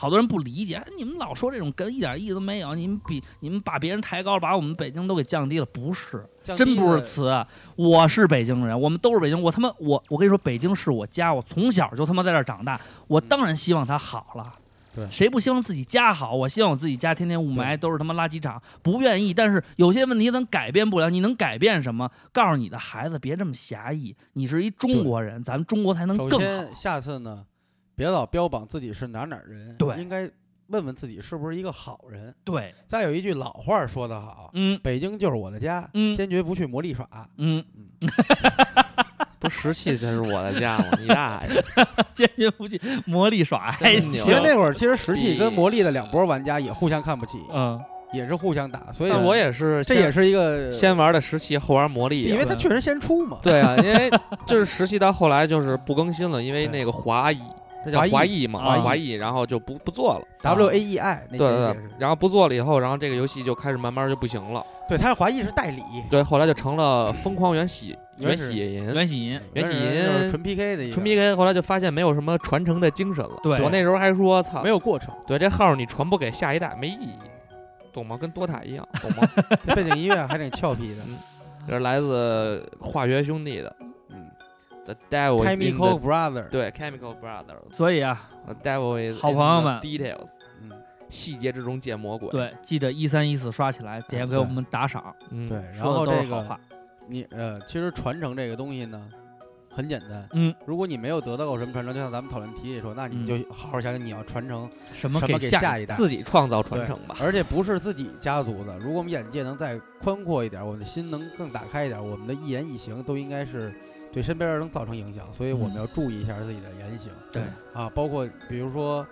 Speaker 2: 好多人不理解，哎你们老说这种梗一点意义都没有，你们比你们把别人抬高，把我们北京都给降低了，不是？
Speaker 3: 降低
Speaker 2: 真不是
Speaker 3: 了
Speaker 2: 词啊！我是北京人，我们都是北京。我他妈，我我跟你说，北京是我家，我从小就他妈在这儿长大，我当然希望它好了。
Speaker 3: 嗯对
Speaker 2: 谁不希望自己家好？我希望我自己家天天雾霾，都是他妈垃圾场，不愿意。但是有些问题咱改变不了，你能改变什么？告诉你的孩子别这么狭义，你是一中国人，咱们中国才能
Speaker 3: 首
Speaker 2: 更好。
Speaker 3: 先，下次呢，别老标榜自己是哪儿哪儿人，
Speaker 2: 对
Speaker 3: 应该问问自己是不是一个好人。
Speaker 2: 对，
Speaker 3: 再有一句老话说得好，
Speaker 2: 嗯
Speaker 3: 北京就是我的家，
Speaker 2: 嗯
Speaker 3: 坚决不去魔力耍。
Speaker 2: 嗯，
Speaker 4: 不是石器才是我的家吗？你大 爷！
Speaker 2: 坚决不去魔力耍还
Speaker 4: 真
Speaker 2: 行
Speaker 3: 因为
Speaker 4: 牛。
Speaker 3: 那会儿其实石器跟
Speaker 4: 比呃
Speaker 3: 魔力的两波玩家也互相看不起，
Speaker 2: 嗯，
Speaker 3: 也是互相打，所以
Speaker 4: 但我也是
Speaker 3: 这
Speaker 4: 先，
Speaker 3: 也是一个，
Speaker 4: 先玩的石器，后玩魔力。啊
Speaker 3: 因为他确实先出 嘛。
Speaker 4: 对啊，因为就是石器到后来就是不更新了，因为
Speaker 3: 对
Speaker 4: 那个华裔，它叫
Speaker 3: 华裔
Speaker 4: 华裔嘛，
Speaker 3: 华
Speaker 4: 啊
Speaker 3: 裔
Speaker 4: 华裔，然后就不不做了。
Speaker 3: W A E I 那
Speaker 4: 对
Speaker 3: 集
Speaker 4: 对
Speaker 3: 也
Speaker 4: 对
Speaker 3: 是，，
Speaker 4: 然后不做了以后，然后这个游戏就开始慢慢就不行了。
Speaker 3: 对，他是华裔是代理，
Speaker 4: 对，后来就成了疯狂原喜
Speaker 3: 原
Speaker 4: 原
Speaker 3: 始
Speaker 4: 喜银。
Speaker 2: 袁喜银，
Speaker 4: 袁启
Speaker 3: 人
Speaker 4: 银
Speaker 3: 嗯就是纯 PK 的一个，
Speaker 4: 纯 PK 后来就发现没有什么传承的精神了。
Speaker 2: 对
Speaker 4: 我那时候还说，操
Speaker 3: 没，有过 程，
Speaker 4: 对这号你传播给下一代没意义，懂吗？跟多塔一样，懂 吗？
Speaker 3: 这背景音乐还挺俏皮的。
Speaker 4: 这是来自化学兄弟的
Speaker 3: 嗯
Speaker 4: The Devil is in
Speaker 3: ，Chemical
Speaker 4: the
Speaker 3: Brother，
Speaker 4: 对 Chemical Brother
Speaker 2: 所以啊，
Speaker 4: The Devil is
Speaker 2: 好
Speaker 4: in
Speaker 2: 朋友
Speaker 4: the
Speaker 2: 们
Speaker 4: details
Speaker 3: 嗯，
Speaker 4: 细节之中见魔鬼。，
Speaker 2: 对，记得一三一四刷起来，
Speaker 3: 哎
Speaker 2: 点给我们打赏，
Speaker 4: 嗯，
Speaker 3: 对，，然
Speaker 2: 说
Speaker 3: 后
Speaker 2: 的都
Speaker 3: 这
Speaker 2: 是好
Speaker 3: 个
Speaker 2: 话。
Speaker 3: 你呃，其实传承这个东西呢，很简单。
Speaker 2: 嗯，
Speaker 3: 如果你没有得到过什么传承，就像咱们讨论题里说，那你
Speaker 2: 嗯
Speaker 3: 就好好想想你要传承
Speaker 2: 什么
Speaker 3: 什么给
Speaker 2: 下
Speaker 3: 下一代
Speaker 4: 自己创造 传承吧。
Speaker 3: 而且不是自己家族的。如果我们眼界能再宽阔一点，我们的心能更打开一点，我们的一言一行都应该是对身边人能造成影响，所以我们
Speaker 2: 嗯
Speaker 3: 要注意一下自己的言行。
Speaker 2: 对
Speaker 3: 啊，包括比如说，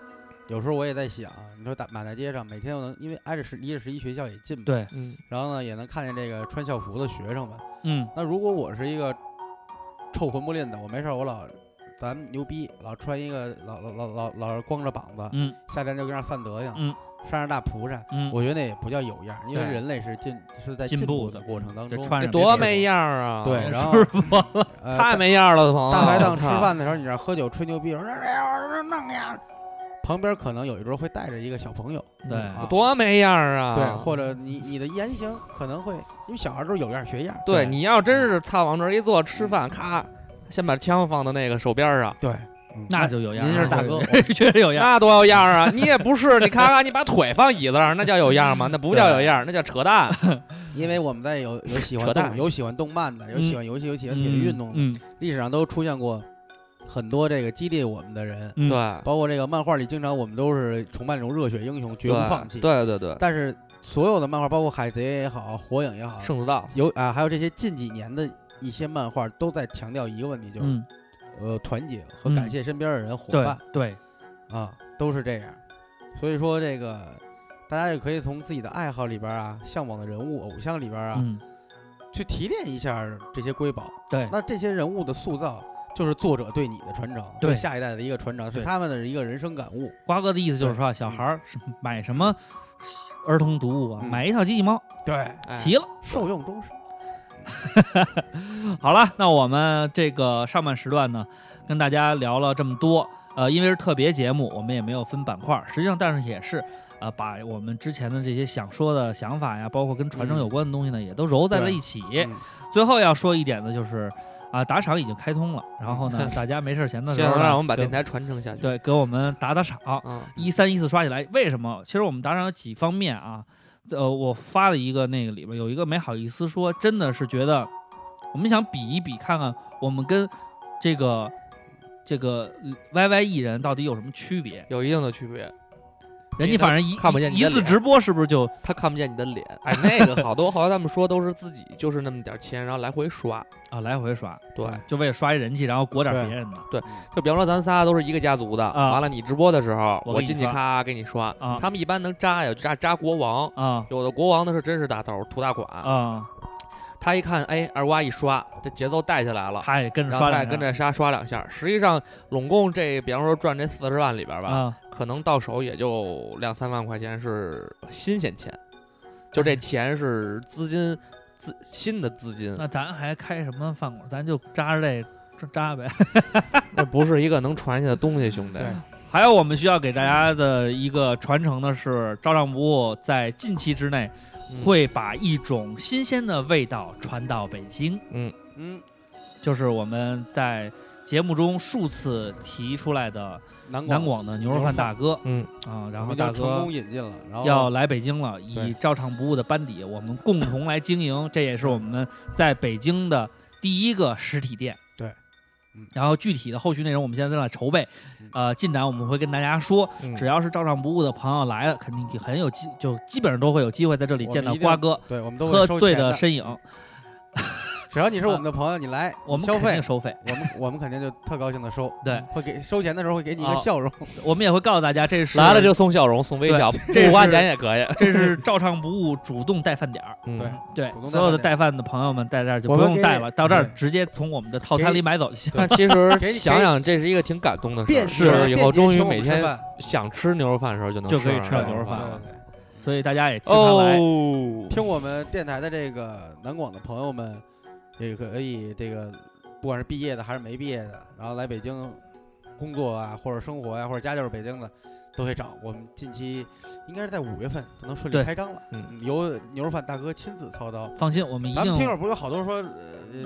Speaker 3: 有时候我也在想，你说打马大街上每天我能因为挨着十离着十一学校也近嘛，
Speaker 2: 对
Speaker 4: 嗯，
Speaker 3: 然后呢也能看见这个穿校服的学生们。
Speaker 2: 嗯
Speaker 3: 那如果我是一个臭魂不吝的，我没事儿我老咱们牛逼，老穿一个老老老老老是光着膀子，
Speaker 2: 嗯
Speaker 3: 夏天就跟那儿散德行，
Speaker 2: 嗯
Speaker 3: 山上大菩萨。
Speaker 2: 嗯，
Speaker 3: 我觉得那也不叫有样儿，因为
Speaker 2: 对
Speaker 3: 人类是进是在
Speaker 2: 进步
Speaker 3: 步
Speaker 2: 的
Speaker 3: 过程当
Speaker 2: 这
Speaker 3: 中，
Speaker 2: 穿
Speaker 4: 这
Speaker 2: 上
Speaker 4: 多
Speaker 2: 没
Speaker 4: 没样儿啊！
Speaker 3: 对，然后
Speaker 2: 是
Speaker 3: 呃
Speaker 4: 太没样儿了，朋友。
Speaker 3: 大排档
Speaker 4: 我
Speaker 3: 吃
Speaker 4: 操
Speaker 3: 饭的时候，你这儿喝酒吹牛逼，说这这这弄呀，旁边可能有一桌会带着一个小朋友，
Speaker 2: 对
Speaker 3: 啊
Speaker 4: 多没样儿啊！
Speaker 3: 对，或者你你的言行可能会，因为小孩都是有样儿学样儿，
Speaker 4: 对，
Speaker 2: 对
Speaker 4: 你要
Speaker 3: 嗯
Speaker 4: 真是操往这儿一坐吃饭，咔，先把枪放到那个手边儿上，
Speaker 3: 对，哎
Speaker 2: 那就有样儿
Speaker 3: 您
Speaker 2: 了。
Speaker 3: 是大哥，
Speaker 2: 确实有样儿。
Speaker 4: 那多有样儿啊！你也不是，你咔咔，你把腿放椅子上，那叫有样儿吗？那不叫有样儿，那叫扯淡。
Speaker 3: 因为我们在有有喜欢
Speaker 4: 扯淡
Speaker 3: 动有喜欢动漫的，有喜欢游戏，有喜欢体育运动的，
Speaker 2: 嗯
Speaker 3: 历史上都出现过很多这个激励我们的人，
Speaker 2: 嗯
Speaker 4: 对，
Speaker 3: 包括这个漫画里，经常我们都是崇拜那种热血英雄，绝不放弃。啊
Speaker 4: 对对对对，
Speaker 3: 但是所有的漫画，包括海贼也好，火影也好，
Speaker 4: 圣子道，
Speaker 3: 有啊，还有这些近几年的一些漫画，都在强调一个问题，就是、
Speaker 2: 嗯，
Speaker 3: 呃团结和感谢身边的人伙
Speaker 2: 对
Speaker 3: 伴、
Speaker 2: 对，
Speaker 3: 啊，都是这样。所以说这个。大家也可以从自己的爱好里边啊，向往的人物、偶像里边啊，
Speaker 2: 嗯
Speaker 3: 去提炼一下这些瑰宝。
Speaker 2: 对
Speaker 3: 啊那这些人物的塑造，就是作者对你的传承，
Speaker 2: 对
Speaker 3: 下一代的一个传承，是
Speaker 2: 对
Speaker 3: 他们的一个人生感悟。
Speaker 2: 瓜哥的意思就是说，小孩儿是买什么儿童读物啊，
Speaker 3: 嗯
Speaker 2: 买一套机器猫，
Speaker 3: 对，
Speaker 4: 哎
Speaker 2: 齐了。
Speaker 3: 受用终身。
Speaker 2: 好了，那我们这个上半时段呢，跟大家聊了这么多。呃，因为是特别节目，我们也没有分板块儿，实际上但是也是。呃，把我们之前的这些想说的想法呀，包括跟传承有关的东西呢，也都揉在了一起。
Speaker 4: 啊
Speaker 3: 嗯
Speaker 2: 最后要说一点的就是，啊，打赏已经开通了，然后 呢，大家没事儿闲的
Speaker 4: 希
Speaker 2: 时候
Speaker 4: 望
Speaker 2: 呢，
Speaker 4: 能让我们把
Speaker 2: 给
Speaker 4: 电台传承下去。，
Speaker 2: 对给我们打打赏，
Speaker 4: 啊，
Speaker 2: 一三一四刷起来，为什么？其实我们打赏有几方面啊，呃，我发了一个那个里边有一个没好意思说，真的是觉得我们想比一比，看看我们跟这个这个 YY 艺人到底有什么区别。
Speaker 4: 有一定的区别。
Speaker 2: 人家反正一
Speaker 4: 看不见你
Speaker 2: 一
Speaker 4: 的
Speaker 2: 次
Speaker 4: 脸
Speaker 2: 直播是不是就
Speaker 4: 他看不见你 的脸。哎，那个好多后来他们说都是自己就是那么点儿钱，然后来回刷。
Speaker 2: 啊来回刷，
Speaker 4: 对，
Speaker 2: 就为了刷一人气，然后裹点别人的
Speaker 4: 就比方说咱仨都是一个家族的，
Speaker 2: 啊
Speaker 4: 完了你直播的时候，
Speaker 2: 我
Speaker 4: 我
Speaker 2: 给你
Speaker 4: 进去
Speaker 2: 刷
Speaker 4: 咔给你刷
Speaker 2: 啊，
Speaker 4: 他们一般能扎呀，扎扎国王。
Speaker 2: 啊
Speaker 4: 有的国王的是真是大头图大款，
Speaker 2: 啊，
Speaker 4: 他一看，哎，二瓜一刷，这节奏带起来了，
Speaker 2: 他也跟着
Speaker 4: 然
Speaker 2: 刷啊
Speaker 4: 后
Speaker 2: 两下，
Speaker 4: 他也跟着刷刷两下。实际上，拢共这，比方说赚这四十万里边吧，
Speaker 2: 啊，
Speaker 4: 可能到手也就两三万块钱是新鲜钱，就
Speaker 2: 哎
Speaker 4: 这钱是资金资新的资金，
Speaker 2: 那咱还开什么饭馆？咱就扎着这扎呗。
Speaker 4: 那不是一个能传下的东西，兄弟。
Speaker 3: 对
Speaker 2: 还有我们需要给大家的一个传承的是，照账不误在近期之内
Speaker 4: 嗯
Speaker 2: 会把一种新鲜的味道传到北京，
Speaker 3: 嗯，
Speaker 2: 就是我们在节目中数次提出来的
Speaker 3: 南
Speaker 2: 南广的牛肉饭大哥
Speaker 4: 嗯，
Speaker 2: 啊，
Speaker 3: 我
Speaker 2: 然后
Speaker 3: 们
Speaker 2: 大
Speaker 3: 就成
Speaker 2: 哥
Speaker 3: 功引进了，然后
Speaker 2: 要来北京了，
Speaker 3: 对
Speaker 2: 以照常不误的班底，我们共同来经营，这也是我们在北京的第一个实体店。
Speaker 3: 对嗯
Speaker 2: 然后具体的后续内容，我们现在正在筹备
Speaker 3: 嗯，
Speaker 2: 呃，进展我们会跟大家说。
Speaker 4: 嗯
Speaker 2: 只要是照常不误的朋友来了，肯定很有机，就基本上都会有机会在这里
Speaker 3: 我们
Speaker 2: 见到
Speaker 3: 一定
Speaker 2: 瓜哥
Speaker 3: 对我们都会
Speaker 2: 和
Speaker 3: 收
Speaker 2: 队
Speaker 3: 钱
Speaker 2: 的
Speaker 3: 的，
Speaker 2: 身影。
Speaker 3: 只要你是我们的朋友，你来
Speaker 2: 我们
Speaker 3: 消
Speaker 2: 肯
Speaker 3: 费
Speaker 2: 定，收费，
Speaker 3: 我们我们肯定就特高兴的收，
Speaker 2: 对，啊
Speaker 3: 会给收钱的时候会给你一个
Speaker 4: 哦
Speaker 3: 笑容，
Speaker 2: 我们也会告诉大家，这是
Speaker 4: 来了就送笑容，送微笑，
Speaker 2: 这
Speaker 4: 不花
Speaker 2: 是
Speaker 4: 钱也可以。
Speaker 2: 这是照常不误主动带饭点 儿。
Speaker 4: 嗯
Speaker 3: 对
Speaker 2: 对
Speaker 3: 主动，带
Speaker 2: 所有的
Speaker 3: 饭点
Speaker 2: 带
Speaker 3: 儿
Speaker 2: 饭的朋友们在这儿就不
Speaker 3: 我们
Speaker 2: 用
Speaker 3: 给
Speaker 2: 带了，到这儿
Speaker 3: 对
Speaker 2: 直接从我们的套餐
Speaker 3: 给
Speaker 2: 里买走就行。
Speaker 4: 但其实
Speaker 3: 给你
Speaker 4: 想想，这是一个挺感动的事儿。
Speaker 3: 便
Speaker 4: 是
Speaker 3: 捷
Speaker 4: 以后
Speaker 3: 便捷
Speaker 4: 终于
Speaker 3: 请我
Speaker 4: 每
Speaker 3: 们吃
Speaker 4: 天
Speaker 3: 饭
Speaker 4: 想吃牛肉饭的时候就能
Speaker 2: 就可以吃
Speaker 4: 吃
Speaker 2: 到
Speaker 4: 到
Speaker 2: 牛肉饭
Speaker 3: 对
Speaker 2: 了
Speaker 3: 对对
Speaker 2: 所以大家也经常来。
Speaker 4: 哦，
Speaker 3: 听我们电台的这个南广的朋友们，也可以这个，不管是毕业的还是没毕业的，然后来北京工作啊，或者生活呀、或者家就是北京的，都可以找我们。近期应该是在五月份就能顺利
Speaker 2: 对
Speaker 3: 开张了，
Speaker 4: 嗯
Speaker 3: 由牛肉饭大哥亲自操刀。
Speaker 2: 放心，我们一
Speaker 3: 咱们听
Speaker 2: 定
Speaker 3: 友不是有好多说，呃，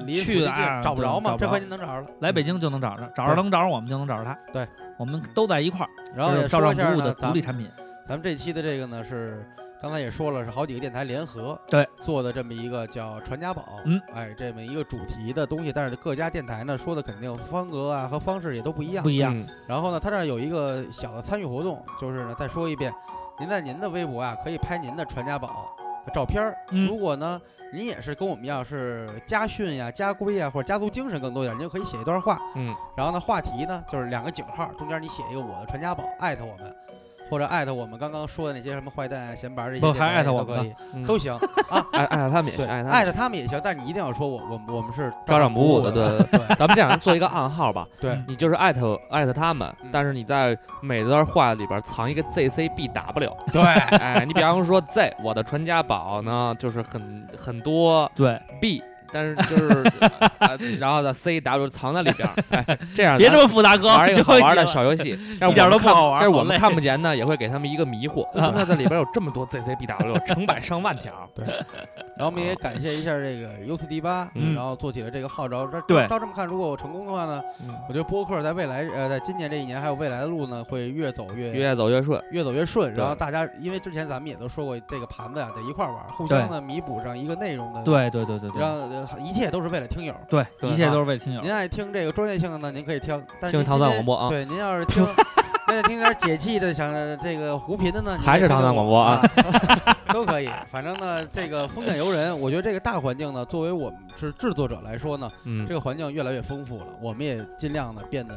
Speaker 3: 离
Speaker 2: 去
Speaker 3: 附近
Speaker 2: 了啊
Speaker 3: 找不
Speaker 2: 对
Speaker 3: 着吗
Speaker 2: 找？不着
Speaker 3: 这回您能找着了。
Speaker 2: 来北京就能找着，找着能找着我们就能找着他。
Speaker 3: 对，
Speaker 2: 我们都在一块儿，
Speaker 3: 然后
Speaker 2: 这
Speaker 3: 也
Speaker 2: 是照
Speaker 3: 说
Speaker 2: 账
Speaker 3: 一下
Speaker 2: 不误的
Speaker 3: 呢，
Speaker 2: 独
Speaker 3: 咱
Speaker 2: 立
Speaker 3: 们
Speaker 2: 产品。
Speaker 3: 咱们这期的这个呢是，刚才也说了，是好几个电台联合
Speaker 2: 对
Speaker 3: 做的这么一个叫“传家宝”，
Speaker 2: 嗯，
Speaker 3: 哎，这么一个主题的东西，但是各家电台呢说的肯定风格啊和方式也都不一样
Speaker 2: 不。一样，
Speaker 4: 嗯
Speaker 3: 然后呢，它这儿有一个小的参与活动，就是呢再说一遍，您在您的微博啊可以拍您的传家宝。的照片儿
Speaker 2: 嗯
Speaker 3: 如果呢，您也是跟我们一样是家训呀、家规呀，或者家族精神更多一点，您就可以写一段话，
Speaker 4: 嗯，
Speaker 3: 然后呢，话题呢就是两个井号，中间你写一个我的传家宝，艾特我们，或者艾特我们刚刚说的那些什么坏蛋啊、闲白儿这些
Speaker 2: 不
Speaker 3: 电台
Speaker 2: 还艾特
Speaker 3: 都
Speaker 2: 我
Speaker 3: 可
Speaker 2: 们
Speaker 3: 以，
Speaker 4: 嗯
Speaker 3: 都行。
Speaker 4: 爱爱他们也
Speaker 3: 对，
Speaker 4: 爱他
Speaker 3: 艾特
Speaker 4: 们。
Speaker 3: 他们也行，但你一定要说我我们我们是账
Speaker 4: 照账不误
Speaker 3: 的，
Speaker 4: 的
Speaker 3: 对对
Speaker 4: 咱们这样做一个暗号吧，
Speaker 3: 对
Speaker 4: 你就是艾特艾特他们
Speaker 3: 嗯，
Speaker 4: 但是你在每段话里边藏一个 ZCBW。
Speaker 3: 对，
Speaker 4: 哎，你比方说 Z，我的传家宝呢，就是很很多
Speaker 2: 对，
Speaker 4: B，但是就是 呃然后呢 CW 藏在里边儿，哎，这
Speaker 3: 嗯
Speaker 4: 样
Speaker 2: 别
Speaker 4: 咱
Speaker 2: 这么复杂哥，
Speaker 4: 玩一个
Speaker 2: 就
Speaker 4: 好玩的
Speaker 2: 已经
Speaker 4: 小游 戏，
Speaker 2: 一点都不好玩
Speaker 4: 但是我
Speaker 2: 好
Speaker 4: 们
Speaker 2: 累
Speaker 4: 看不见呢，也会给他们一个迷 惑。为什么在里边有这么多 ZCBW，成百上万条？
Speaker 3: 然后我们也感谢一下这个 U 四 D 八，
Speaker 4: 嗯
Speaker 3: 然后做起了这个号召。这
Speaker 2: 对
Speaker 3: 照这么看，如果我成功的话呢，我觉得播客在未来呃，在今年这一年还有未来的路呢，会越走越
Speaker 4: 越走越顺，
Speaker 3: 越走越顺。然后
Speaker 4: 对
Speaker 3: 大家因为之前咱们也都说过，这个盘子呀、啊得一块儿玩，互相呢弥补上一个内容的
Speaker 2: 对对对对对
Speaker 3: 让呃一切都是为了听友。
Speaker 2: 对，
Speaker 4: 对
Speaker 2: 一切
Speaker 3: 啊
Speaker 2: 都是为听友。
Speaker 3: 您爱听这个专业性的呢，您可以听，但是
Speaker 4: 听
Speaker 3: 您
Speaker 4: 唐
Speaker 3: 今
Speaker 4: 三
Speaker 3: 天
Speaker 4: 广播啊
Speaker 3: 对，您要是 听，那听点解气的，想这个胡频的呢，您
Speaker 4: 还
Speaker 3: 可以
Speaker 4: 是
Speaker 3: 听
Speaker 4: 唐
Speaker 3: 听
Speaker 4: 三
Speaker 3: 我
Speaker 4: 广播啊，
Speaker 3: 都可以。反正呢，这个风卷游人，我觉得这个大环境呢，作为我们是制作者来说呢，
Speaker 4: 嗯
Speaker 3: 这，个环境越来越丰富了，我们也尽量的变得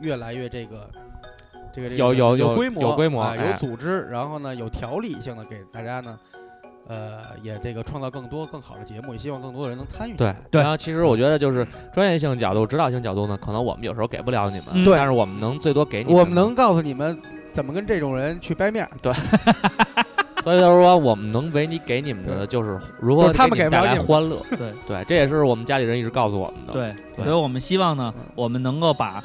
Speaker 3: 越来越这个。这个这个
Speaker 4: 有有
Speaker 3: 有
Speaker 4: 有
Speaker 3: 规模
Speaker 4: 有规模
Speaker 3: 啊有
Speaker 4: 哎
Speaker 3: 组织，然后呢有条理性的给大家呢，呃也这个创造更多更好的节目，也希望更多的人能参与。
Speaker 4: 对，
Speaker 2: 对
Speaker 4: 然后其实我觉得就是专业性角度、指导性角度呢，可能我们有时候给不了你们，
Speaker 2: 嗯
Speaker 3: 对
Speaker 4: 但是我们能最多给你
Speaker 3: 我们能告诉你们怎么跟这种人去掰面儿，
Speaker 4: 所以就是说，我们能为你给你们的，就是如何
Speaker 3: 就是他们给
Speaker 4: 给你
Speaker 3: 不了
Speaker 4: 带
Speaker 3: 你
Speaker 4: 来
Speaker 3: 们
Speaker 4: 欢乐。
Speaker 2: 对
Speaker 4: 对，这也是我们家里人一直告诉我
Speaker 3: 啊
Speaker 4: 们的。，
Speaker 2: 对，
Speaker 4: 对
Speaker 2: 所以我们希望呢，
Speaker 3: 嗯
Speaker 2: 我们能够把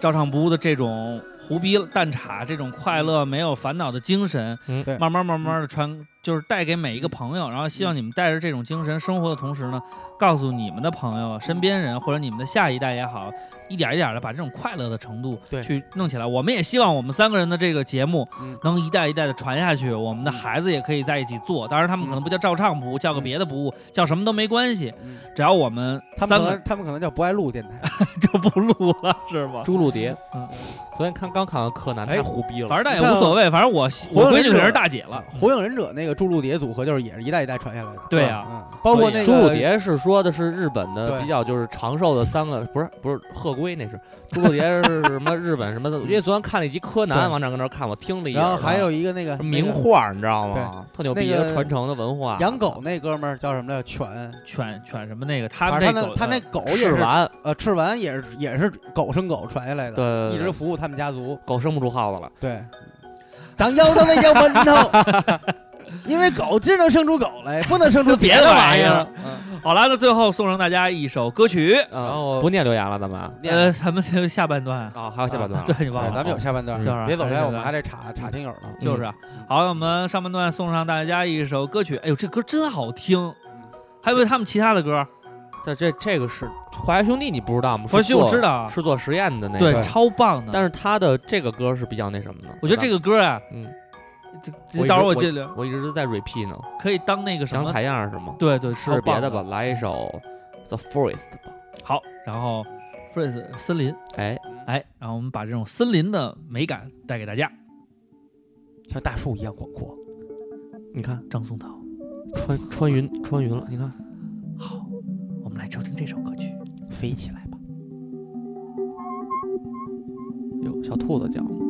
Speaker 2: 照唱不误的这种胡逼蛋挞、这种快乐没有烦恼的精神，
Speaker 4: 嗯
Speaker 3: 嗯对
Speaker 2: 慢慢慢慢的传，就是带给每一个朋友。然后希望你们带着这种精神生活的同时呢，告诉你们的朋友、身边人或者你们的下一代也好，一点一点的把这种快乐的程度
Speaker 3: 对
Speaker 2: 去弄起来。我们也希望我们三个人的这个节目
Speaker 3: 嗯
Speaker 2: 能一代一代的传下去，我们的孩子也可以在一起做。当然，他们可能不叫照唱不误，叫个别的不误，叫什么都没关系
Speaker 3: 嗯，
Speaker 2: 只要我们
Speaker 3: 他
Speaker 2: 三
Speaker 3: 们可
Speaker 2: 个
Speaker 3: 能他们可能叫不爱录电台，
Speaker 2: 就 不录了，是吗？
Speaker 4: 朱露蝶，
Speaker 2: 嗯，
Speaker 4: 昨天看刚看完柯南，
Speaker 3: 哎
Speaker 4: 太胡逼了，
Speaker 2: 反正但也无所谓，反正我
Speaker 3: 火
Speaker 2: 我
Speaker 3: 影
Speaker 2: 闺
Speaker 3: 忍
Speaker 2: 女
Speaker 3: 者
Speaker 2: 可是大姐了
Speaker 3: 啊，
Speaker 4: 嗯
Speaker 3: 火影忍者那个《筑路蝶》组合就是也是一代一代传下来的。
Speaker 2: 对啊
Speaker 3: 嗯，包括那个
Speaker 4: 朱露蝶是说的是日本的
Speaker 3: 对
Speaker 4: 比较就是长寿的三个，不是不是鹤龟那是朱露蝶是什么日本什么的？因为昨天看了一集柯南，
Speaker 3: 对
Speaker 4: 王长跟那儿看，我听了一耳
Speaker 3: 然
Speaker 4: 朵，
Speaker 3: 后还有一个那个
Speaker 4: 什么啊名画，你知道吗？特牛逼，
Speaker 3: 那
Speaker 4: 一
Speaker 3: 个
Speaker 4: 个传承的文化
Speaker 3: 那。个养狗那哥们儿叫什么来着？犬，
Speaker 2: 犬犬什么那个，他
Speaker 3: 反
Speaker 2: 们
Speaker 3: 正
Speaker 2: 那
Speaker 3: 他那
Speaker 2: 狗
Speaker 3: 他那
Speaker 2: 的
Speaker 3: 狗也
Speaker 4: 赤
Speaker 3: 是
Speaker 4: 丸，
Speaker 3: 呃赤丸也是也是狗生狗传下来的，
Speaker 4: 对，
Speaker 3: 一直服务他们家族。
Speaker 4: 狗生不出耗子了。
Speaker 3: 对，长腰的那叫馒头，因为狗只能生出狗来，不能生出
Speaker 2: 这
Speaker 3: 别
Speaker 2: 别的
Speaker 3: 的
Speaker 2: 玩
Speaker 3: 玩
Speaker 2: 意
Speaker 3: 意
Speaker 2: 儿
Speaker 3: 儿。嗯
Speaker 2: 好了，那最后送上大家一首歌曲，
Speaker 4: 嗯
Speaker 3: 然后
Speaker 4: 不念留言了，咱们啊，
Speaker 3: 念
Speaker 2: 呃，咱们就下半段，
Speaker 4: 哦还有下半段 啊，
Speaker 2: 对，你忘
Speaker 3: 嗯对，
Speaker 2: 了，
Speaker 3: 咱们有下半段
Speaker 4: 嗯，
Speaker 2: 就是
Speaker 3: 别走
Speaker 2: 还是
Speaker 3: 开，
Speaker 2: 下
Speaker 3: 我们
Speaker 2: 半
Speaker 3: 还得查查听友呢。
Speaker 2: 就是啊好，我们上半段送上大家一首歌曲，哎呦，这歌真好听，
Speaker 4: 嗯
Speaker 2: 还有没有他们其他的歌？
Speaker 4: 但这这个是华谊兄弟，你不知道吗？
Speaker 2: 我
Speaker 4: 是
Speaker 2: 徐我
Speaker 4: 做
Speaker 2: 知道啊，
Speaker 4: 是做实验的那
Speaker 2: 对，
Speaker 4: 个，
Speaker 2: 超棒的。
Speaker 4: 但是他的这个歌是比较那什么的。
Speaker 2: 我觉得这
Speaker 4: 个
Speaker 2: 个歌啊，
Speaker 4: 嗯，
Speaker 2: 这
Speaker 4: 我
Speaker 2: 这
Speaker 4: 一
Speaker 2: 到时
Speaker 4: 直
Speaker 2: 候我
Speaker 4: 我
Speaker 2: 这里
Speaker 4: 我一直在 repeat 呢，
Speaker 2: 可以当那个什
Speaker 4: 想
Speaker 2: 么，
Speaker 4: 采样是吗？
Speaker 2: 对对，
Speaker 4: 是
Speaker 2: 超棒
Speaker 4: 别的嗯吧，。来一首 The Forest 吧。
Speaker 2: 好，然后 Freeze 森林，
Speaker 4: 哎，
Speaker 2: 哎，然后我们把这种森林的美感带给大家。
Speaker 3: 像大树一样广阔，
Speaker 4: 你看
Speaker 2: 张松涛，
Speaker 4: 穿穿云穿云了，你看
Speaker 2: 好，我们来收听这首歌曲。
Speaker 3: 飞起来吧。
Speaker 4: 有小兔子叫呢。